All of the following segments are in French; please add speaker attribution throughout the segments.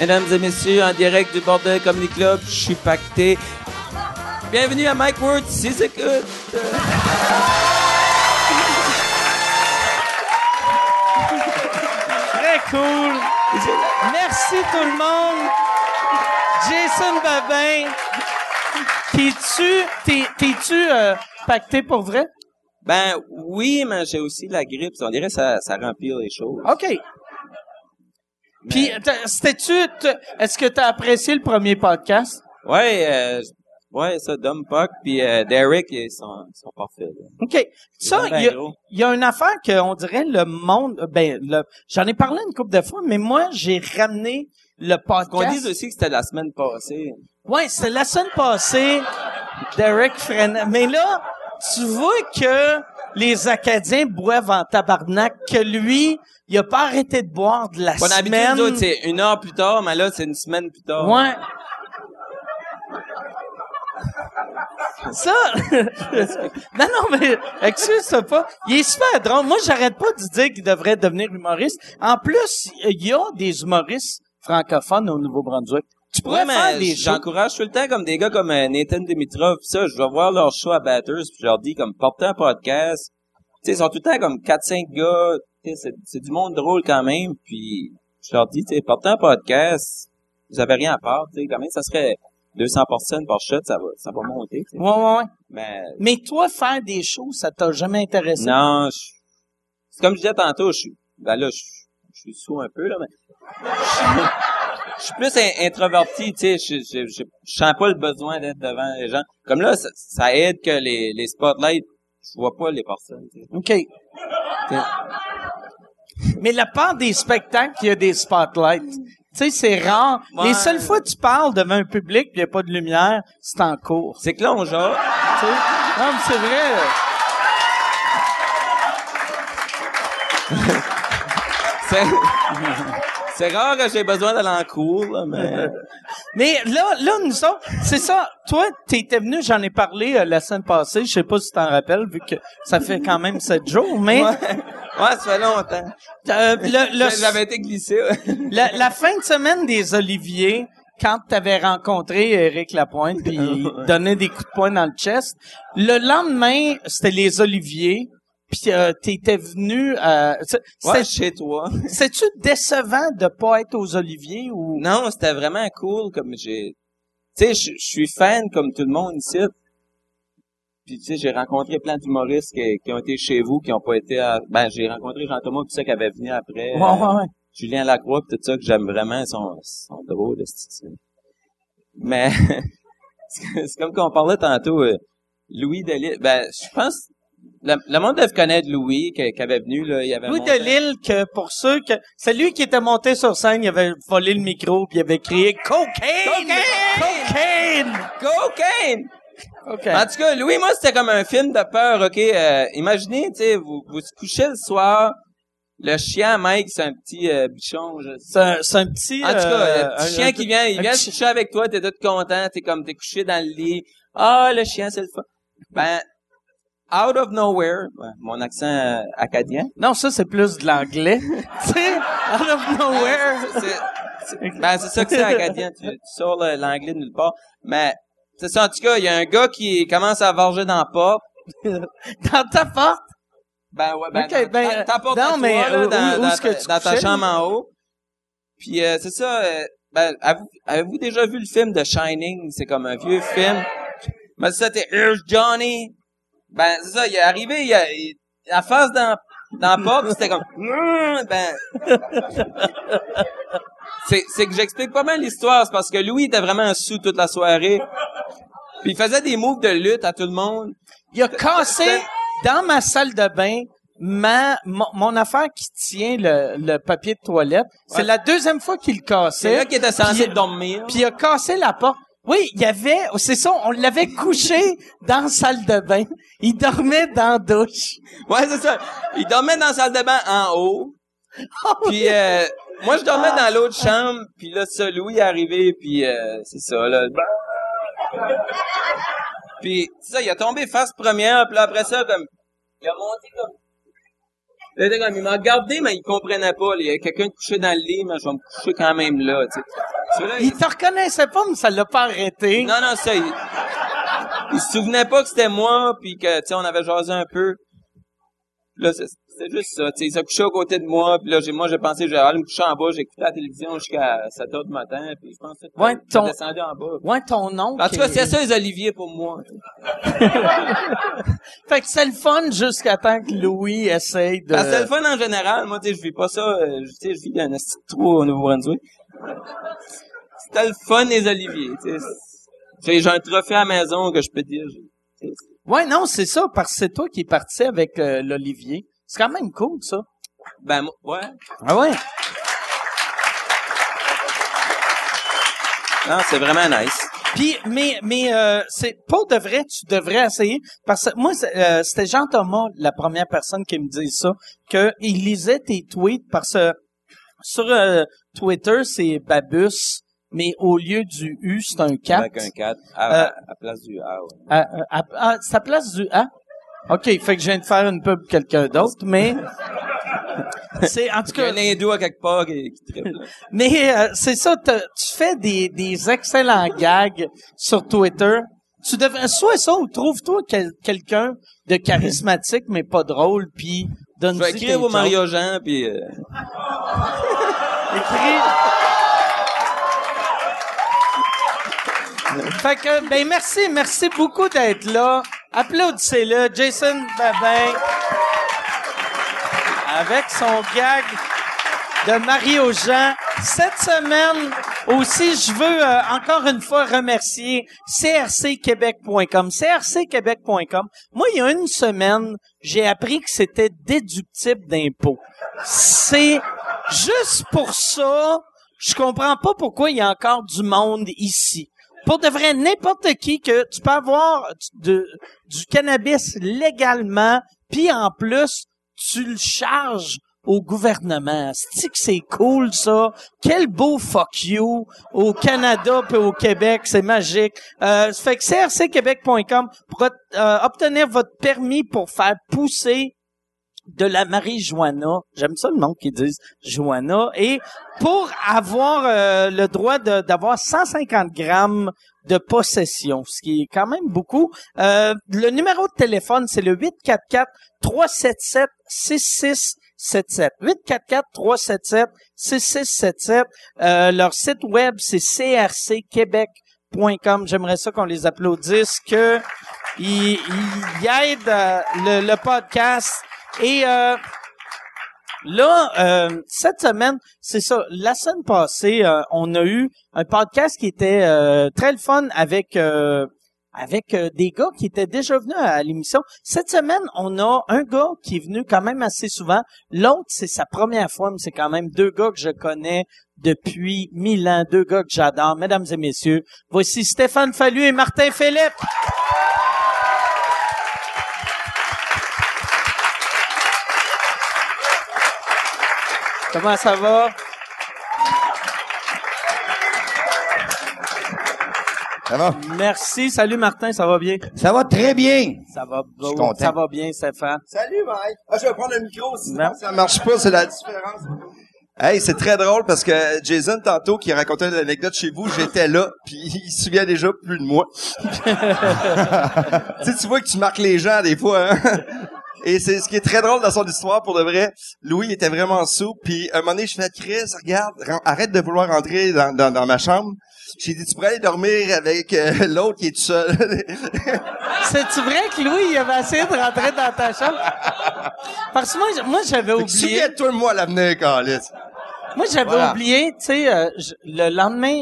Speaker 1: Mesdames et messieurs, en direct du Bordel Comedy Club, je suis pacté. Bienvenue à Mike Ward, si c'est good.
Speaker 2: Très cool. Merci tout le monde. Jason Babin. T'es-tu, t'es, t'es-tu euh, pacté pour vrai?
Speaker 1: Ben oui, mais j'ai aussi la grippe. On dirait que ça, ça remplit les choses.
Speaker 2: OK. Puis, t'as- c'était-tu, t'as- est-ce que t'as apprécié le premier podcast?
Speaker 1: Ouais, euh, ouais, ça, Dom Puck puis euh, Derek, ils sont, ils sont parfaits. là.
Speaker 2: OK. Ça,
Speaker 1: Ben, ben
Speaker 2: il y a-
Speaker 1: gros.
Speaker 2: il y, a une affaire qu'on dirait le monde, ben, le- j'en ai parlé une couple de fois, mais moi, j'ai ramené le
Speaker 1: Qu'on
Speaker 2: podcast.
Speaker 1: dise aussi que c'était la semaine passée.
Speaker 2: Ouais, c'était la semaine passée, Derek Frenette. Mais là, tu vois que les Acadiens boivent en tabarnak, que lui, il a pas arrêté de boire de la
Speaker 1: Qu'on a habitué,
Speaker 2: semaine.
Speaker 1: nous autres, c'est une heure plus tard, mais là, c'est une semaine plus tard.
Speaker 2: Ouais. Ça, non, non, mais excuse-toi pas. Il est super drôle. Moi, j'arrête pas de dire qu'il devrait devenir humoriste. En plus, il y a des humoristes francophones au Nouveau-Brunswick. Tu pourrais
Speaker 1: Ouais,
Speaker 2: faire
Speaker 1: mais
Speaker 2: des gens.
Speaker 1: j'encourage tout le temps comme des gars comme euh, Nathan Dimitrov, pis ça, je vais voir leur show à Batters, puis je leur dis comme portez un podcast. Tu sais, ils sont tout le temps comme 4-5 gars, tu sais, c'est, c'est du monde drôle quand même, puis je leur dis, tu sais, portez un podcast, vous avez rien à part, tu sais, quand même, ça serait 200 personnes par shot, ça va, ça va monter, tu sais.
Speaker 2: Ouais, ouais, ouais.
Speaker 1: Mais
Speaker 2: Mais toi, faire des shows, ça t'a jamais intéressé.
Speaker 1: non, je- c'est comme je disais tantôt, je suis, ben là, je, je suis sous un peu, là, mais je suis plus in- introverti, tu sais, je, je, je, je sens pas le besoin d'être devant les gens. Comme là, ça, ça aide que les, les spotlights, je vois pas les personnes. tu sais.
Speaker 2: OK. Mais la part des spectacles, il y a des spotlights. Tu sais, c'est rare.
Speaker 1: Ouais.
Speaker 2: Les seules fois que tu parles devant un public puis il n'y a pas de lumière, c'est en cours.
Speaker 1: C'est que là, on genre,
Speaker 2: Tu sais? Non, mais c'est vrai. là.
Speaker 1: c'est, c'est rare que j'ai besoin d'aller en cours, là, mais
Speaker 2: Mais là, là, nous autres, c'est ça. Toi, t'étais venu, j'en ai parlé euh, la semaine passée. Je sais pas si tu t'en rappelles, vu que ça fait quand même sept jours. Mais
Speaker 1: ouais, ouais, ça fait longtemps.
Speaker 2: euh, le, le-
Speaker 1: J'avais été glissé. ouais.
Speaker 2: La, la fin de semaine des Oliviers, quand tu avais rencontré Éric Lapointe, puis il te donnait des coups de poing dans le chest, le lendemain, c'était les Oliviers, puis euh, t'étais venu... Euh, c'est-
Speaker 1: Ouais,
Speaker 2: c'est-
Speaker 1: chez toi.
Speaker 2: C'est-tu décevant de pas être aux Oliviers ou...
Speaker 1: Non, c'était vraiment cool comme j'ai tu sais je je suis fan comme tout le monde ici. Puis tu sais j'ai rencontré plein d'humoristes qui, qui ont été chez vous qui ont pas été à... ben j'ai rencontré Jean-Thomas tout ça qui avait venu après. euh,
Speaker 2: Ouais, ouais, ouais.
Speaker 1: Julien Lacroix pis tout ça que j'aime vraiment ils sont ils sont drôles de style. Mais c'est c'est comme qu'on parlait tantôt euh, Louis Delisle ben je pense le, le monde devait connaître Louis qui, qui avait venu là, il avait
Speaker 2: Louis
Speaker 1: monté-
Speaker 2: Delisle, que pour ceux que... C'est lui qui était monté sur scène, il avait volé le micro, puis il avait crié « Cocaine! Cocaine!
Speaker 1: Cocaine!
Speaker 2: Cocaine!
Speaker 1: En tout cas, Louis, moi, c'était comme un film de peur, OK? Euh, imaginez, tu sais, vous, vous se couchez le soir, le chien, Mike, c'est un petit euh, bichon, je sais.
Speaker 2: C'est un, c'est un petit...
Speaker 1: En tout
Speaker 2: euh,
Speaker 1: cas, le
Speaker 2: un-
Speaker 1: petit chien
Speaker 2: un-
Speaker 1: qui vient, il
Speaker 2: un
Speaker 1: vient
Speaker 2: petit-
Speaker 1: se coucher avec toi, t'es tout content, t'es comme, t'es couché dans le lit. Ah, le chien, c'est le fun. Ben, out of nowhere, ouais, mon accent euh, acadien.
Speaker 2: Non, ça, c'est plus de l'anglais. tu sais, out of nowhere.
Speaker 1: C'est- c'est- ben, c'est ça que c'est acadien. Tu, tu sors le- l'anglais de nulle part. Mais, c'est ça, en tout cas, il y a un gars qui commence à varger dans la porte.
Speaker 2: Dans ta porte.
Speaker 1: Ben ouais, ben,
Speaker 2: Ok,
Speaker 1: dans-
Speaker 2: ben,
Speaker 1: dans- t'apportes
Speaker 2: non,
Speaker 1: à toi,
Speaker 2: mais
Speaker 1: là,
Speaker 2: où-
Speaker 1: dans,
Speaker 2: où- où
Speaker 1: dans
Speaker 2: est-ce que
Speaker 1: ta,
Speaker 2: tu
Speaker 1: dans ta
Speaker 2: couchais?
Speaker 1: chambre en haut. Puis euh, c'est ça, euh, ben, avez- avez-vous déjà vu le film de Shining? C'est comme un vieux film. Mais c'est ça, t'es Here's Johnny. Ben, c'est ça, il est arrivé, il a, il- la face dans, dans la porte, c'était comme, Mm, ben. C'est, c'est que j'explique pas mal l'histoire, c'est parce que Louis était vraiment un sous toute la soirée. Puis il faisait des moves de lutte à tout le monde.
Speaker 2: Il a cassé dans ma salle de bain ma, mon, mon affaire qui tient le, le papier de toilette. C'est
Speaker 1: Ouais.
Speaker 2: la deuxième fois qu'il le
Speaker 1: C'est
Speaker 2: cassait.
Speaker 1: là qu'il était censé
Speaker 2: Puis-
Speaker 1: dormir.
Speaker 2: Puis il a cassé la porte. Oui, il y avait, c'est ça, on l'avait couché dans la salle de bain. Il dormait dans la douche.
Speaker 1: Ouais, c'est ça. Il dormait dans la salle de bain en haut. Puis euh, moi, je dormais dans l'autre chambre. Puis là, ça, Louis est arrivé. Puis euh, c'est ça, là. Puis c'est ça, il a tombé face première. Puis là, après ça, comme... Il a monté comme... Là, il était comme, il m'a regardé, mais il comprenait pas. là. Il y a quelqu'un de couché dans le lit, mais je vais me coucher quand même là, tu sais. Celui-là,
Speaker 2: Il te reconnaissait pas, mais ça l'a pas arrêté.
Speaker 1: Non, non, ça, il... il se souvenait pas que c'était moi, puis que, tu sais, on avait jasé un peu. Là, c'est- c'était juste ça, tu sais, il s'est couché à côté de moi, puis là, j'ai, moi, j'ai pensé, que j'allais aller me coucher en bas, j'ai écouté la télévision jusqu'à 7 heures du matin, puis je pensais que
Speaker 2: Ouais, ton-
Speaker 1: descendu en bas.
Speaker 2: Ouais, ton oncle.
Speaker 1: En tout cas,
Speaker 2: il-
Speaker 1: c'est ça les oliviers pour moi.
Speaker 2: Fait que c'est le fun jusqu'à temps que Louis essaye de...
Speaker 1: Parce que le fun en général, moi, tu sais, je vis pas ça, euh, je- tu sais, je vis dans un petit trou au Nouveau-Brunswick. C'était le fun des oliviers, tu sais. J'ai, j'ai un trophée à la maison que je peux dire. j'ai- tu sais,
Speaker 2: Ouais, non, c'est ça, parce que c'est toi qui es parti avec euh, l'Olivier. C'est quand même cool, ça.
Speaker 1: Ben, moi- ouais.
Speaker 2: Ah ouais?
Speaker 1: Non, c'est vraiment nice.
Speaker 2: Puis, mais, mais euh, c'est pour de vrai, tu devrais essayer. Parce que moi, c'est, euh, c'était Jean Thomas, la première personne qui me dit ça, qu'il lisait tes tweets parce que sur euh, Twitter, c'est Babus, mais au lieu du U, c'est un Ah, euh, 4.
Speaker 1: Avec un 4. À,
Speaker 2: Euh,
Speaker 1: à place du A, ouais.
Speaker 2: à, à, à- à sa place du A. OK, fait que je viens de faire une pub pour quelqu'un d'autre, mais c'est en tout
Speaker 1: Il y a
Speaker 2: cas
Speaker 1: un hindou à quelque part qui, qui triple.
Speaker 2: mais euh, c'est ça t'as- tu fais des, des excellents gags sur Twitter. Tu devrais soit ça ou trouve-toi quel- quelqu'un de charismatique mais pas drôle puis donne
Speaker 1: Je vais écrire au Mario Jean, puis... euh,
Speaker 2: Fait que, ben merci, merci beaucoup d'être là. Applaudissez-le, Jason Babin, avec son gag de Mario Jean. Cette semaine aussi, je veux euh, encore une fois remercier crcquebec.com. crcquebec.com. Moi, il y a une semaine, j'ai appris que c'était déductible d'impôts. C'est juste pour ça, je comprends pas pourquoi il y a encore du monde ici. Pour de vrai, n'importe qui que tu peux avoir du- de- du cannabis légalement, puis en plus, tu le charges au gouvernement. cest que c'est cool, ça? Quel beau fuck you au Canada puis au Québec. C'est magique. Euh, fait que crcquebec.com pour ot- euh, obtenir votre permis pour faire pousser de la marijuana. J'aime ça le nom qu'ils disent, Joanna. Et pour avoir euh, le droit de- d'avoir 150 grammes de possession, ce qui est quand même beaucoup. Euh, le numéro de téléphone, c'est le 844-377-6677. 844-377-6677. Euh, leur site web, c'est crcquebec.com. J'aimerais ça qu'on les applaudisse, que ils, ils aident euh, le, le podcast. Et euh, Là, euh, cette semaine, c'est ça. La semaine passée, euh, on a eu un podcast qui était euh, très le fun avec euh, avec euh, des gars qui étaient déjà venus à l'émission. Cette semaine, on a un gars qui est venu quand même assez souvent. L'autre, c'est sa première fois, mais c'est quand même deux gars que je connais depuis mille ans, deux gars que j'adore. Mesdames et messieurs, voici Stéphane Fallu et Martin Philippe. Comment ça va?
Speaker 3: Ça va?
Speaker 2: Merci. Salut Martin, ça va bien?
Speaker 3: Ça va très bien.
Speaker 2: Ça va, beau,
Speaker 3: suis content.
Speaker 2: ça va bien, Stéphane.
Speaker 3: Salut, Mike. Ah, je vais prendre le micro si
Speaker 2: Non.
Speaker 3: ça marche pas, c'est la différence. Hey, c'est très drôle parce que Jason, tantôt, qui racontait l'anecdote chez vous, j'étais là, puis il se souvient déjà plus de moi. tu sais, tu vois que tu marques les gens des fois, hein? Et c'est ce qui est très drôle dans son histoire, pour de vrai. Louis était vraiment souple, puis un moment donné, je fais « Chris, regarde, ren- arrête de vouloir rentrer dans, dans- dans ma chambre. » J'ai dit « Tu pourrais aller dormir avec euh, l'autre qui est tout seul.
Speaker 2: C'est-tu vrai que Louis, il avait essayé de rentrer dans ta chambre? Parce que moi, j- moi j'avais » oublié.
Speaker 3: Souviens-toi de moi à l'avenir, Carlis.
Speaker 2: Moi, j'avais
Speaker 3: Voilà.
Speaker 2: oublié, tu sais, euh, je- le lendemain,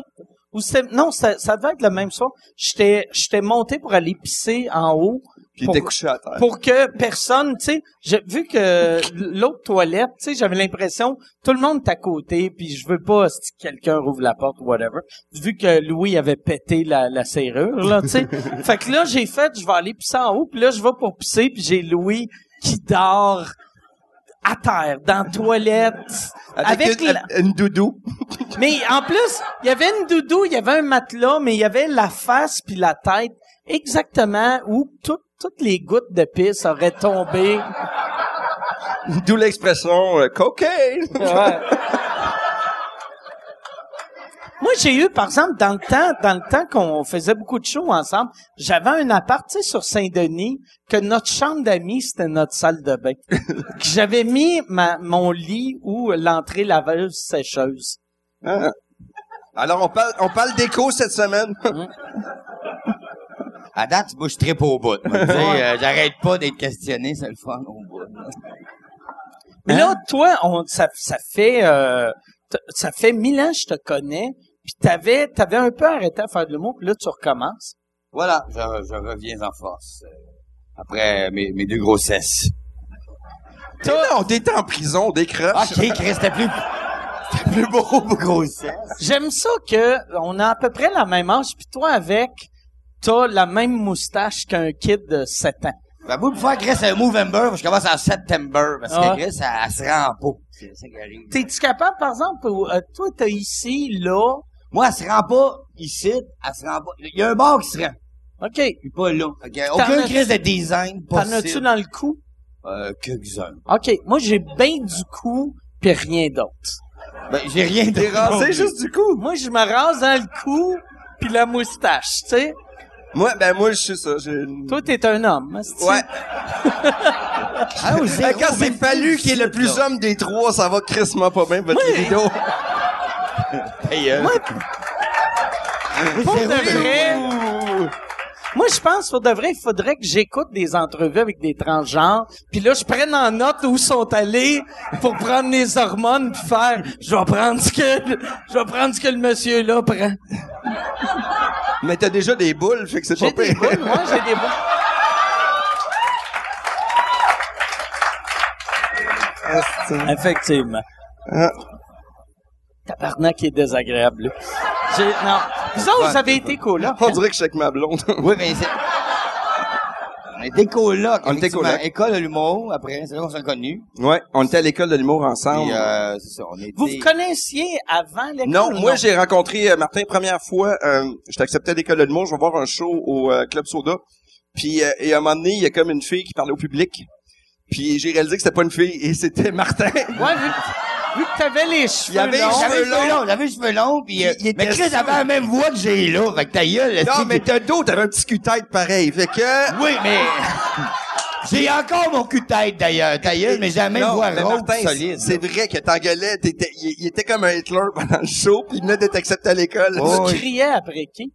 Speaker 2: ou c'était- non, ça, ça devait être le même soir. J'étais, j'étais monté pour aller pisser en haut.
Speaker 3: Puis il
Speaker 2: pour-
Speaker 3: était couché à terre.
Speaker 2: pour que personne, tu sais, j'ai vu que l'autre toilette, tu sais, j'avais l'impression tout le monde est à côté, puis je veux pas si quelqu'un rouvre la porte ou whatever. Vu que Louis avait pété la, la serrure là, tu sais. fait que là j'ai fait, je vais aller pisser en haut, puis là je vais pour pisser, puis j'ai Louis qui dort à terre dans la toilette avec,
Speaker 3: une,
Speaker 2: la-
Speaker 3: une doudou.
Speaker 2: mais en plus, il y avait une doudou, il y avait un matelas, mais il y avait la face puis la tête exactement où tout- toutes les gouttes de pisse auraient tombé.
Speaker 3: D'où l'expression euh, cocaine.
Speaker 2: Ouais. Moi, j'ai eu, par exemple, dans le temps, dans le temps qu'on faisait beaucoup de shows ensemble, j'avais un appart, tu sais, sur Saint-Denis, que notre chambre d'amis, c'était notre salle de bain. Que j'avais mis ma, mon lit ou l'entrée laveuse sécheuse.
Speaker 3: Hein? Alors, on parle, on parle d'écho cette semaine.
Speaker 4: À date, moi, je trippe au bout. moi. Tu sais, euh, J'arrête pas d'être questionné, c'est le fun au bout.
Speaker 2: Mais là,
Speaker 3: Hein?
Speaker 2: toi, on, ça, ça fait, euh, t- ça fait mille ans que je te connais, puis t'avais, t'avais un peu arrêté à faire de l'humour, puis là, tu recommences.
Speaker 4: Voilà, je, je reviens en force. euh, Après mes, mes deux grossesses.
Speaker 3: Mais non, t'étais en prison, décroche.
Speaker 2: Ah,
Speaker 4: OK, Chris, t'es plus... T'es plus beau pour grossesse.
Speaker 2: J'aime ça que on a à peu près la même âge, puis toi avec, t'as la même moustache qu'un kid de 7 ans.
Speaker 4: Ben, moi, pour faire Chris un Movember, je commence en septembre. Parce
Speaker 2: Ah.
Speaker 4: que Chris, elle, elle se rend pas. C'est ça qui arrive.
Speaker 2: T'es-tu capable, par exemple, ou, euh, toi, t'as ici, là,
Speaker 4: Moi, elle se rend pas ici, elle se rend pas. Il y a un bar qui se rend.
Speaker 2: OK,
Speaker 4: Puis pas là. Fait que
Speaker 2: T'en
Speaker 4: aucune
Speaker 2: as-
Speaker 4: crise de design
Speaker 2: t'en as-tu
Speaker 4: possible.
Speaker 2: dans le cou?
Speaker 4: Euh, quelques-uns.
Speaker 2: OK, moi, j'ai bien du cou, puis rien d'autre.
Speaker 4: Ben, j'ai rien de
Speaker 3: T'es rasé juste du coup.
Speaker 2: Moi, je me rase dans le cou, puis la moustache, tu sais.
Speaker 3: Moi, ben moi, je suis ça. j'ai une-
Speaker 2: Toi, t'es un homme, hein, est-ce que-
Speaker 3: Ouais.
Speaker 4: Ah, au zéro,
Speaker 3: Ben, quand c'est
Speaker 4: même
Speaker 3: Fallu
Speaker 4: plus,
Speaker 3: qui est le plus
Speaker 4: là.
Speaker 3: homme des trois, ça va crissement pas bien, votre
Speaker 2: Oui.
Speaker 3: vidéo.
Speaker 4: Hey, euh,
Speaker 2: Pour
Speaker 4: zéro,
Speaker 2: de
Speaker 4: zéro.
Speaker 2: vrai... Moi, je pense, pour de vrai, il faudrait que j'écoute des entrevues avec des transgenres, puis là, je prenne en note où sont allés pour prendre les hormones, puis faire, je vais prendre ce que, le- je vais prendre ce que le monsieur là prend.
Speaker 3: Mais t'as déjà des boules, fait que c'est
Speaker 2: J'ai
Speaker 3: pas
Speaker 2: des
Speaker 3: pire.
Speaker 2: boules, moi, j'ai des boules. Effectivement.
Speaker 3: Ah.
Speaker 2: Tabarnak il est désagréable, là. J'ai- Non. Vous autres, vous avez été cool, là.
Speaker 3: On dirait que je suis avec ma blonde.
Speaker 4: Oui, mais c'est. On était coloc.
Speaker 3: On était
Speaker 4: effectivement.
Speaker 3: coloc.
Speaker 4: École de l'humour, après, c'est là qu'on s'est connus.
Speaker 3: ouais, on était à l'école de l'humour ensemble.
Speaker 4: Puis, euh, c'est ça, on était.
Speaker 2: Vous vous connaissiez avant l'école?
Speaker 3: Non,
Speaker 2: ou
Speaker 3: moi j'ai rencontré euh, Martin première fois. Euh, je t'acceptais à l'école de l'humour, je vais voir un show au euh, Club Soda. Puis euh, et à un moment donné, il y a comme une fille qui parlait au public. Puis j'ai réalisé que c'était pas une fille et c'était Martin.
Speaker 2: Ouais, vu, vu que t'avais les cheveux
Speaker 3: Il y avait les
Speaker 2: longs.
Speaker 4: J'avais les cheveux
Speaker 3: long.
Speaker 4: longs, j'avais les cheveux longs, puis,
Speaker 3: Puis
Speaker 4: euh,
Speaker 3: il était
Speaker 4: mais Chris
Speaker 3: sûr.
Speaker 4: avait la même voix que j'ai là, fait que ta gueule, est-ce
Speaker 3: non,
Speaker 4: que-
Speaker 3: mais t'as dos, t'avais un petit cul-tête pareil. Fait que
Speaker 4: Oui, mais. J'ai encore mon cul de tête d'ailleurs, ta gueule, mais j'ai la même
Speaker 3: Non,
Speaker 4: voix
Speaker 3: mais
Speaker 4: rauque
Speaker 3: Martin,
Speaker 4: solide.
Speaker 3: C'est vrai que t'engueulais, t'étais- il, il était comme un Hitler pendant le show, puis il venait d'être accepté à l'école.
Speaker 4: Oh,
Speaker 2: Tu
Speaker 4: oui.
Speaker 2: criais après qui?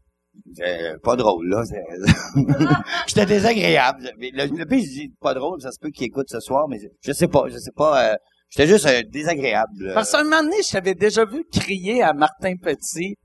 Speaker 4: Euh, pas drôle, là. c'est- J'étais désagréable. Mais Le, le pire, je dis pas drôle, ça se peut qu'il écoute ce soir, mais je, je sais pas, je sais pas. euh, J'étais juste euh, désagréable.
Speaker 2: Parce qu'à un moment donné, je t'avais déjà vu crier à Martin Petit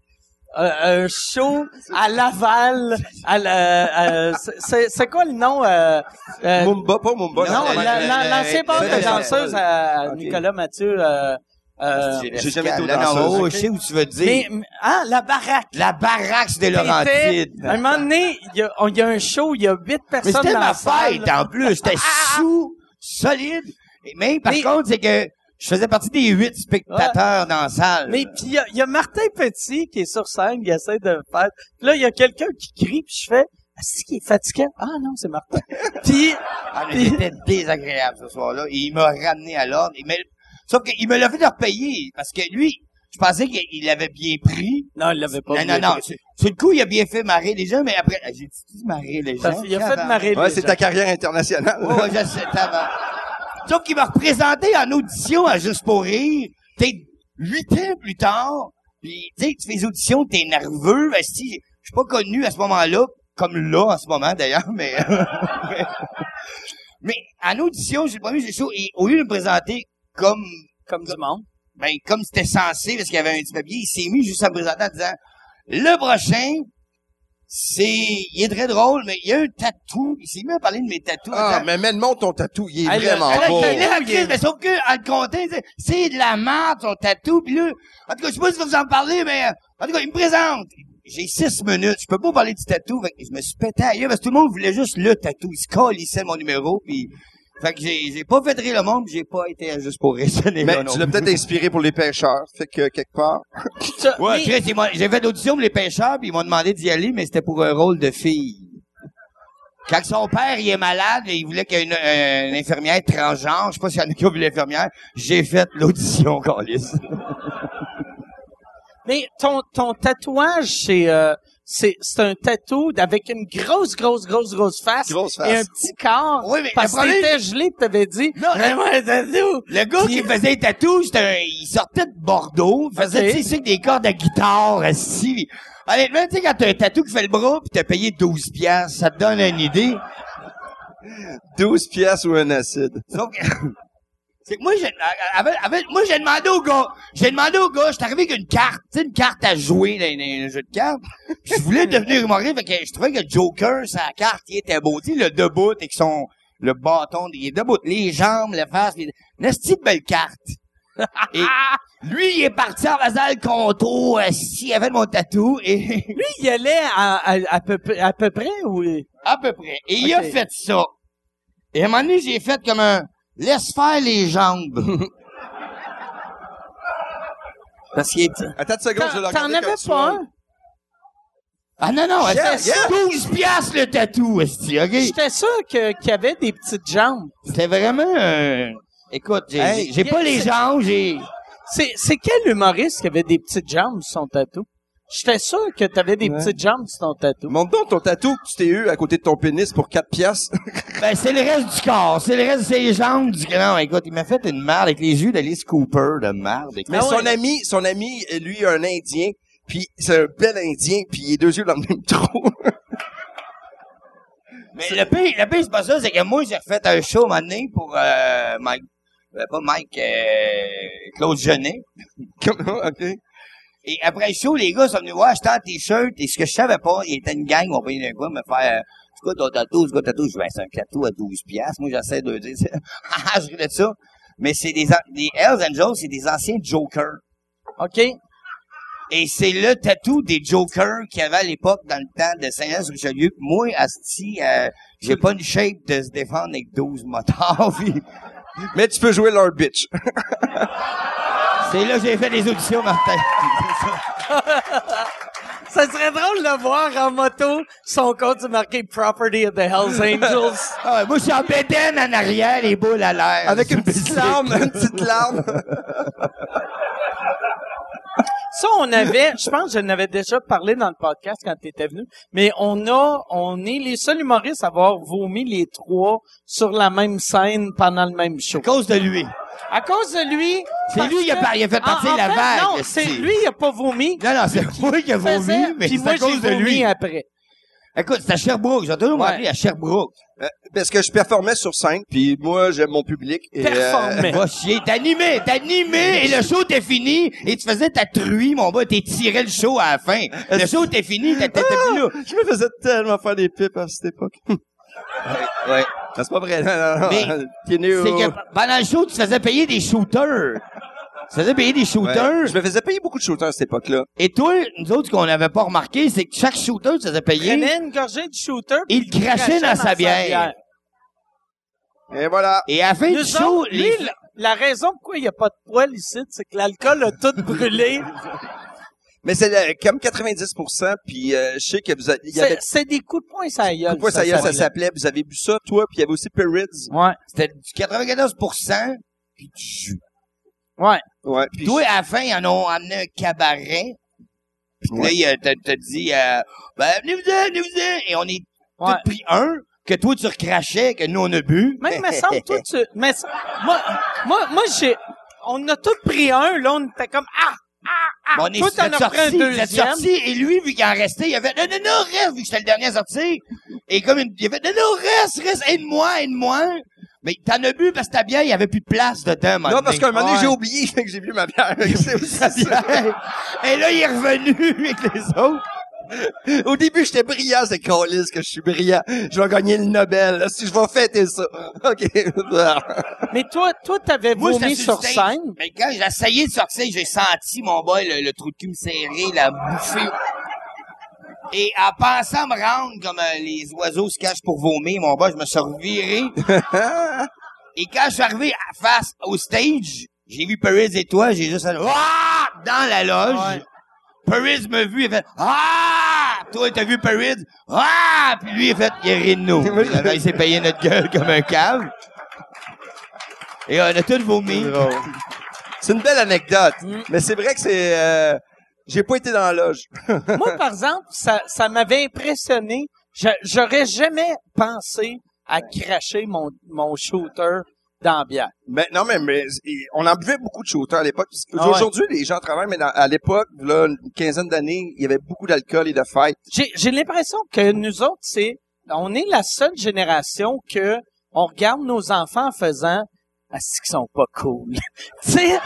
Speaker 2: euh, un show à Laval. à la- euh, c'est- c'est c'est quoi le nom? euh, euh,
Speaker 3: Mumba, pas Mumba.
Speaker 2: non,
Speaker 4: non,
Speaker 2: la-
Speaker 4: le-
Speaker 2: la-
Speaker 4: le-
Speaker 2: l'ancien bar
Speaker 3: le-
Speaker 2: de
Speaker 3: le-
Speaker 2: danseuse à
Speaker 3: Ok.
Speaker 2: Nicolas Mathieu. euh,
Speaker 4: Ah,
Speaker 2: euh,
Speaker 3: j'ai jamais été aux
Speaker 4: Là, non,
Speaker 3: danseuses,
Speaker 4: oh,
Speaker 3: ok?
Speaker 4: Je sais où tu veux dire.
Speaker 2: mais, mais- ah, la baraque.
Speaker 4: La baraque
Speaker 2: T'étais-
Speaker 4: des Laurentides.
Speaker 2: À un moment donné, il y, a- on- il y a un show, il y a huit
Speaker 4: Mais
Speaker 2: personnes
Speaker 4: c'était
Speaker 2: dans la
Speaker 4: ma
Speaker 2: salle.
Speaker 4: fête, en plus. J'étais sous, solide. Et- Mais par
Speaker 2: Mais-
Speaker 4: contre, c'est que je faisais partie des huit spectateurs dans la salle.
Speaker 2: Mais puis il y a- il y, a Martin Petit qui est sur scène, il essaie de faire. Puis là, il y a quelqu'un qui crie, puis je fais Ah, si qui est fatiguant. Ah non, c'est Martin. puis
Speaker 4: Ah, mais c'était désagréable ce soir-là. Et il m'a ramené à l'ordre. Et mais- Sauf qu'il me l'a fait de repayer. Parce que lui, je pensais qu'il avait bien pris.
Speaker 2: non, il l'avait pas.
Speaker 4: non, non,
Speaker 2: voulu.
Speaker 4: non. Sur, sur le coup, il a bien fait marrer les gens, mais après, j'ai dit marrer les
Speaker 2: Ça
Speaker 4: gens.
Speaker 2: fait- il a fait marrer les
Speaker 3: Ouais, c'est
Speaker 2: gens.
Speaker 3: ta carrière internationale.
Speaker 4: Oh, je sais, t'as marre. Sauf qu'il m'a représenté en audition à Juste pour rire. T'es huit ans plus tard. Puis, tu sais, tu fais des auditions, t'es nerveux. ben, Si, je suis pas connu à ce moment-là, comme là en ce moment d'ailleurs, mais. mais en audition, j'ai le premier j'ai chaud et au lieu de me présenter comme
Speaker 2: Comme du monde.
Speaker 4: ben comme c'était censé parce qu'il y avait un petit papier, il s'est mis juste à me présenter en disant le prochain. C'est, il est très drôle, mais il y a un tatou. Il s'est mis à parler de mes tatous. en
Speaker 3: Ah,
Speaker 4: disant,
Speaker 3: mais mets le monde ton tatou, il est
Speaker 2: Ah, le-
Speaker 3: vraiment
Speaker 2: ah,
Speaker 3: beau.
Speaker 4: Hey,
Speaker 2: Oh.
Speaker 4: là, la crise, mais sauf que, en le comptant, il disait, c'est de la merde, son tatou, pis là, en tout cas, je sais pas si vous en parlez, mais, euh, en tout cas, il me présente. J'ai six minutes, je peux pas parler du tatou, fait que je me suis pété à la gueule, parce que tout le monde voulait juste le tatou. Ils se calissaient de mon numéro, pis, fait que j'ai, j'ai pas fait rire le monde, pis j'ai pas été à juste pour raisonner.
Speaker 3: Mais tu l'as peut-être inspiré pour les pêcheurs, fait que quelque part.
Speaker 2: Ça,
Speaker 4: Ouais,
Speaker 2: mais-
Speaker 4: Chris, ils m'ont- j'ai fait l'audition pour les pêcheurs, pis ils m'ont demandé d'y aller, mais c'était pour un rôle de fille. Quand son père, il est malade, il voulait qu'une euh, une infirmière transgenre, je sais pas s'il y en a qui ont vu l'infirmière, j'ai fait l'audition, Carlis.
Speaker 2: Mais ton, ton tatouage, c'est, euh, c'est, c'est un tatou avec une grosse, grosse, grosse, grosse face.
Speaker 3: Grosse face.
Speaker 2: Et un petit corps.
Speaker 4: Oui, mais
Speaker 2: Parce
Speaker 4: le
Speaker 2: que
Speaker 4: problème-
Speaker 2: t'étais gelé pis t'avais dit.
Speaker 4: Non,
Speaker 2: mais moi, un tatou.
Speaker 4: Le gars qui faisait les tatouages, c'était un- il sortait de Bordeaux, il faisait,
Speaker 2: Ok.
Speaker 4: tu sais, c'est des cordes à guitare, assis. Honnêtement, tu sais, quand t'as un tatou qui fait le bras pis t'as payé 12 piastres, ça te donne une idée.
Speaker 3: 12 piastres ou un acide.
Speaker 4: Donc, c'est que moi, j'ai, à- à- avec- avec- moi, j'ai demandé au gars, j'ai demandé au gars, j'étais arrivé avec une carte, tu sais, une carte à jouer dans, dans un jeu de cartes. Je voulais devenir humoriste, fait que je trouvais que Joker, sa carte, il était beau, tu sais, le debout, et qui sont, le bâton, il est debout, les jambes, le face, les, une esti de belle carte. Et lui, il est parti en vasal contour, euh, assis, avec mon tatou, et
Speaker 2: Lui, il allait à, à, à peu, près- à peu près, oui.
Speaker 4: À peu près. Et il a
Speaker 2: Ok.
Speaker 4: fait ça. Et à un moment donné, j'ai fait comme un laisse faire les jambes.
Speaker 1: Parce qu'il est...
Speaker 3: Attends une seconde, je vais le
Speaker 2: T'en t'en
Speaker 3: regarder
Speaker 2: avais
Speaker 3: comme
Speaker 2: pas
Speaker 3: ça.
Speaker 2: un?
Speaker 4: ah non, non,
Speaker 3: Yeah,
Speaker 4: c'est
Speaker 3: yeah.
Speaker 4: 12 piastres le tatou, esti, OK?
Speaker 2: J'étais sûr que- qu'il y avait des petites jambes.
Speaker 4: C'était vraiment euh, Écoute, j'ai
Speaker 3: Hey,
Speaker 4: j'ai pas
Speaker 2: yeah,
Speaker 4: les
Speaker 2: c'est-
Speaker 4: jambes, j'ai...
Speaker 2: C'est, c'est quel humoriste qui avait des petites jambes sur son tatou? J'étais sûr que t'avais des petites jambes sur ton tatou.
Speaker 3: Montre donc ton tatou que tu t'es eu à côté de ton pénis pour 4 piastres.
Speaker 2: Ah
Speaker 4: Ben, c'est le reste du corps, c'est le reste, c'est les jambes du... Non, écoute, il m'a fait une merde avec les yeux d'Alice Cooper, de merde. écoute.
Speaker 3: Mais son ami, son ami, lui, un Indien, puis c'est un bel Indien, puis il est deux yeux dans le même trou.
Speaker 4: Mais le pire, le pire, c'est pas ça, c'est que moi, j'ai refait un show un moment donné pour euh, Mike... euh, pas Mike, euh, Claude Genet.
Speaker 3: Comme- ok.
Speaker 4: Et après le show, les gars sont venus voir, j'étais en t-shirt, et ce que je savais pas, il était une gang, ils m'ont payé d'un coup, me faire, euh, c'est quoi ton tatou, c'est quoi ton tatou? Je dis, ben, c'est un tatou à 12 piastres. Moi, j'essaie de dire, ça. Ah, je ris de ça. Mais c'est des, an- les Hells Angels, c'est des anciens Jokers.
Speaker 2: OK?
Speaker 4: Et c'est le tatou des Jokers qu'il y avait à l'époque, dans le temps de Saint-Lens-Richelieu. Puis Moi, Asti, euh, j'ai pas une shape de se défendre avec 12 motards, puis
Speaker 3: Mais tu peux jouer leur bitch.
Speaker 4: c'est là que j'ai fait les auditions, Martin.
Speaker 2: Ça serait drôle de le voir en moto. Son compte est marqué Property of the Hells Angels.
Speaker 4: Ah, moi, je suis en bédaine en arrière, les boules à l'air.
Speaker 3: Avec une petite larme, une petite larme.
Speaker 2: Ça, on avait, je pense que je n'avais déjà parlé dans le podcast quand tu étais venu, mais on a, on est les seuls humoristes à avoir vomi les trois sur la même scène pendant le même show.
Speaker 4: À cause de lui.
Speaker 2: À cause de lui.
Speaker 4: C'est
Speaker 2: parce
Speaker 4: lui, il a
Speaker 2: que-
Speaker 4: par- il a fait partir la vague,
Speaker 2: Non,
Speaker 4: esti.
Speaker 2: c'est lui, il a pas vomi.
Speaker 4: Non, non, c'est moi qui ai vomi,
Speaker 2: Faisait,
Speaker 4: mais
Speaker 2: puis
Speaker 4: c'est à
Speaker 2: moi, j'ai
Speaker 4: cause de lui.
Speaker 2: vomi après.
Speaker 4: Écoute, c'est à Sherbrooke. J'ai toujours
Speaker 2: Ouais.
Speaker 4: rappelé à Sherbrooke.
Speaker 3: Euh, Parce que je performais sur scène, puis moi, j'aime mon public. Et, euh,
Speaker 2: Performait.
Speaker 4: Va chier. T'as animé, t'as animé, et le show t'es fini, et tu faisais ta truie, mon gars, t'es tiré le show à la fin. Le show t'es fini, t'es t'es-
Speaker 2: Ah!
Speaker 4: t'es plus là.
Speaker 3: je me faisais tellement faire des pipes à cette époque. ouais. Non, c'est pas vrai. Non, non, non.
Speaker 4: Mais
Speaker 3: T'es né
Speaker 4: C'est
Speaker 3: au-
Speaker 4: que pendant le show, tu faisais payer des shooters. Tu faisais payer des
Speaker 3: Ouais.
Speaker 4: shooters.
Speaker 3: Je me faisais payer beaucoup de shooters à cette époque-là.
Speaker 4: Et toi, nous autres, ce qu'on n'avait pas remarqué, c'est que chaque shooter, tu faisais
Speaker 2: Il
Speaker 4: payer.
Speaker 2: prenait une gorgée de shooter. puis
Speaker 4: Il crachait dans sa bière.
Speaker 3: Et voilà.
Speaker 4: Et à la fin
Speaker 2: Nous
Speaker 4: du show,
Speaker 2: autres,
Speaker 4: les...
Speaker 2: lui, la, la raison pourquoi il n'y a pas de poils ici, c'est que l'alcool a tout brûlé.
Speaker 3: Mais c'est euh, comme 90%, puis euh, je sais que vous avez... il y avait-
Speaker 2: C'est- C'est des coups de poing, ça y
Speaker 3: Pourquoi ça y est, ça s'appelait? Vous avez bu ça, toi, puis il y avait aussi Pirates.
Speaker 2: Ouais,
Speaker 4: c'était du 94%, puis tu joues.
Speaker 2: ouais.
Speaker 3: Ouais. Puis
Speaker 4: Toi, à la fin, ils en ont amené un cabaret. Puis
Speaker 3: Ouais.
Speaker 4: là, il t'a, t'a dit, euh, ben, venez-vous-en, venez-vous-en. Et on est
Speaker 2: Ouais.
Speaker 4: tous pris un que toi, tu recrachais, que nous, on a bu.
Speaker 2: Même, me semble, toi, tu, mais, ça- moi, moi, moi, j'ai, on a tous pris un, là, on était comme, ah!
Speaker 4: Mais on est
Speaker 2: toi, t'en as pris un
Speaker 4: sorti,
Speaker 2: deuxième.
Speaker 4: Et lui, vu qu'il en restait, il a fait, non, non, non, reste, vu que j'étais le dernier à sortir. Et comme il, il a fait, non, non, reste, reste, aide-moi, aide-moi. Mais t'en as bu parce que ta bière, il y avait plus de place dedans,
Speaker 3: Non, parce qu'à un moment donné,
Speaker 4: Ouais.
Speaker 3: j'ai oublié fait que j'ai bu ma bière. C'est aussi
Speaker 4: Sa
Speaker 3: ça.
Speaker 4: bière. Et là, il est revenu avec les autres.
Speaker 3: Au début, j'étais brillant, c'est calice que je suis brillant. Je vais gagner le Nobel. là, Si je vais fêter ça. OK.
Speaker 2: Mais toi, toi, t'avais
Speaker 4: Moi, j'étais
Speaker 2: vomi sur
Speaker 4: stage.
Speaker 2: scène.
Speaker 4: Mais quand j'ai essayé de sortir, j'ai senti mon boy, le, le trou de cul me serrer, la bouffée. Et en pensant me rendre comme euh, les oiseaux se cachent pour vomir, mon boy, je me suis reviré. et quand je suis arrivé à- face au stage, j'ai vu Perez et toi, j'ai juste fait « Ah! dans la loge.
Speaker 2: Ouais.
Speaker 4: Perez m'a vu, il a fait Ah! Toi, t'as vu Perez? Ah! Puis lui, il a fait Il est Reno. il s'est payé notre gueule comme un cave. Et on a tous vomi.
Speaker 3: C'est drôle. C'est une belle anecdote. Mais c'est vrai que c'est... euh, j'ai pas été dans la loge.
Speaker 2: Moi, par exemple, ça, ça m'avait impressionné. Je- J'aurais jamais pensé à cracher mon, mon shooter dans la bière.
Speaker 3: Mais non, mais, mais et on en buvait beaucoup de shooters à l'époque. Parce que
Speaker 2: Ah ouais.
Speaker 3: Aujourd'hui, les gens travaillent, mais dans- à l'époque, là, une quinzaine d'années, il y avait beaucoup d'alcool et de fêtes.
Speaker 2: J'ai j'ai l'impression que nous autres, c'est on est la seule génération que on regarde nos enfants en faisant Ah, c'est qu'ils sont pas cool. tu sais,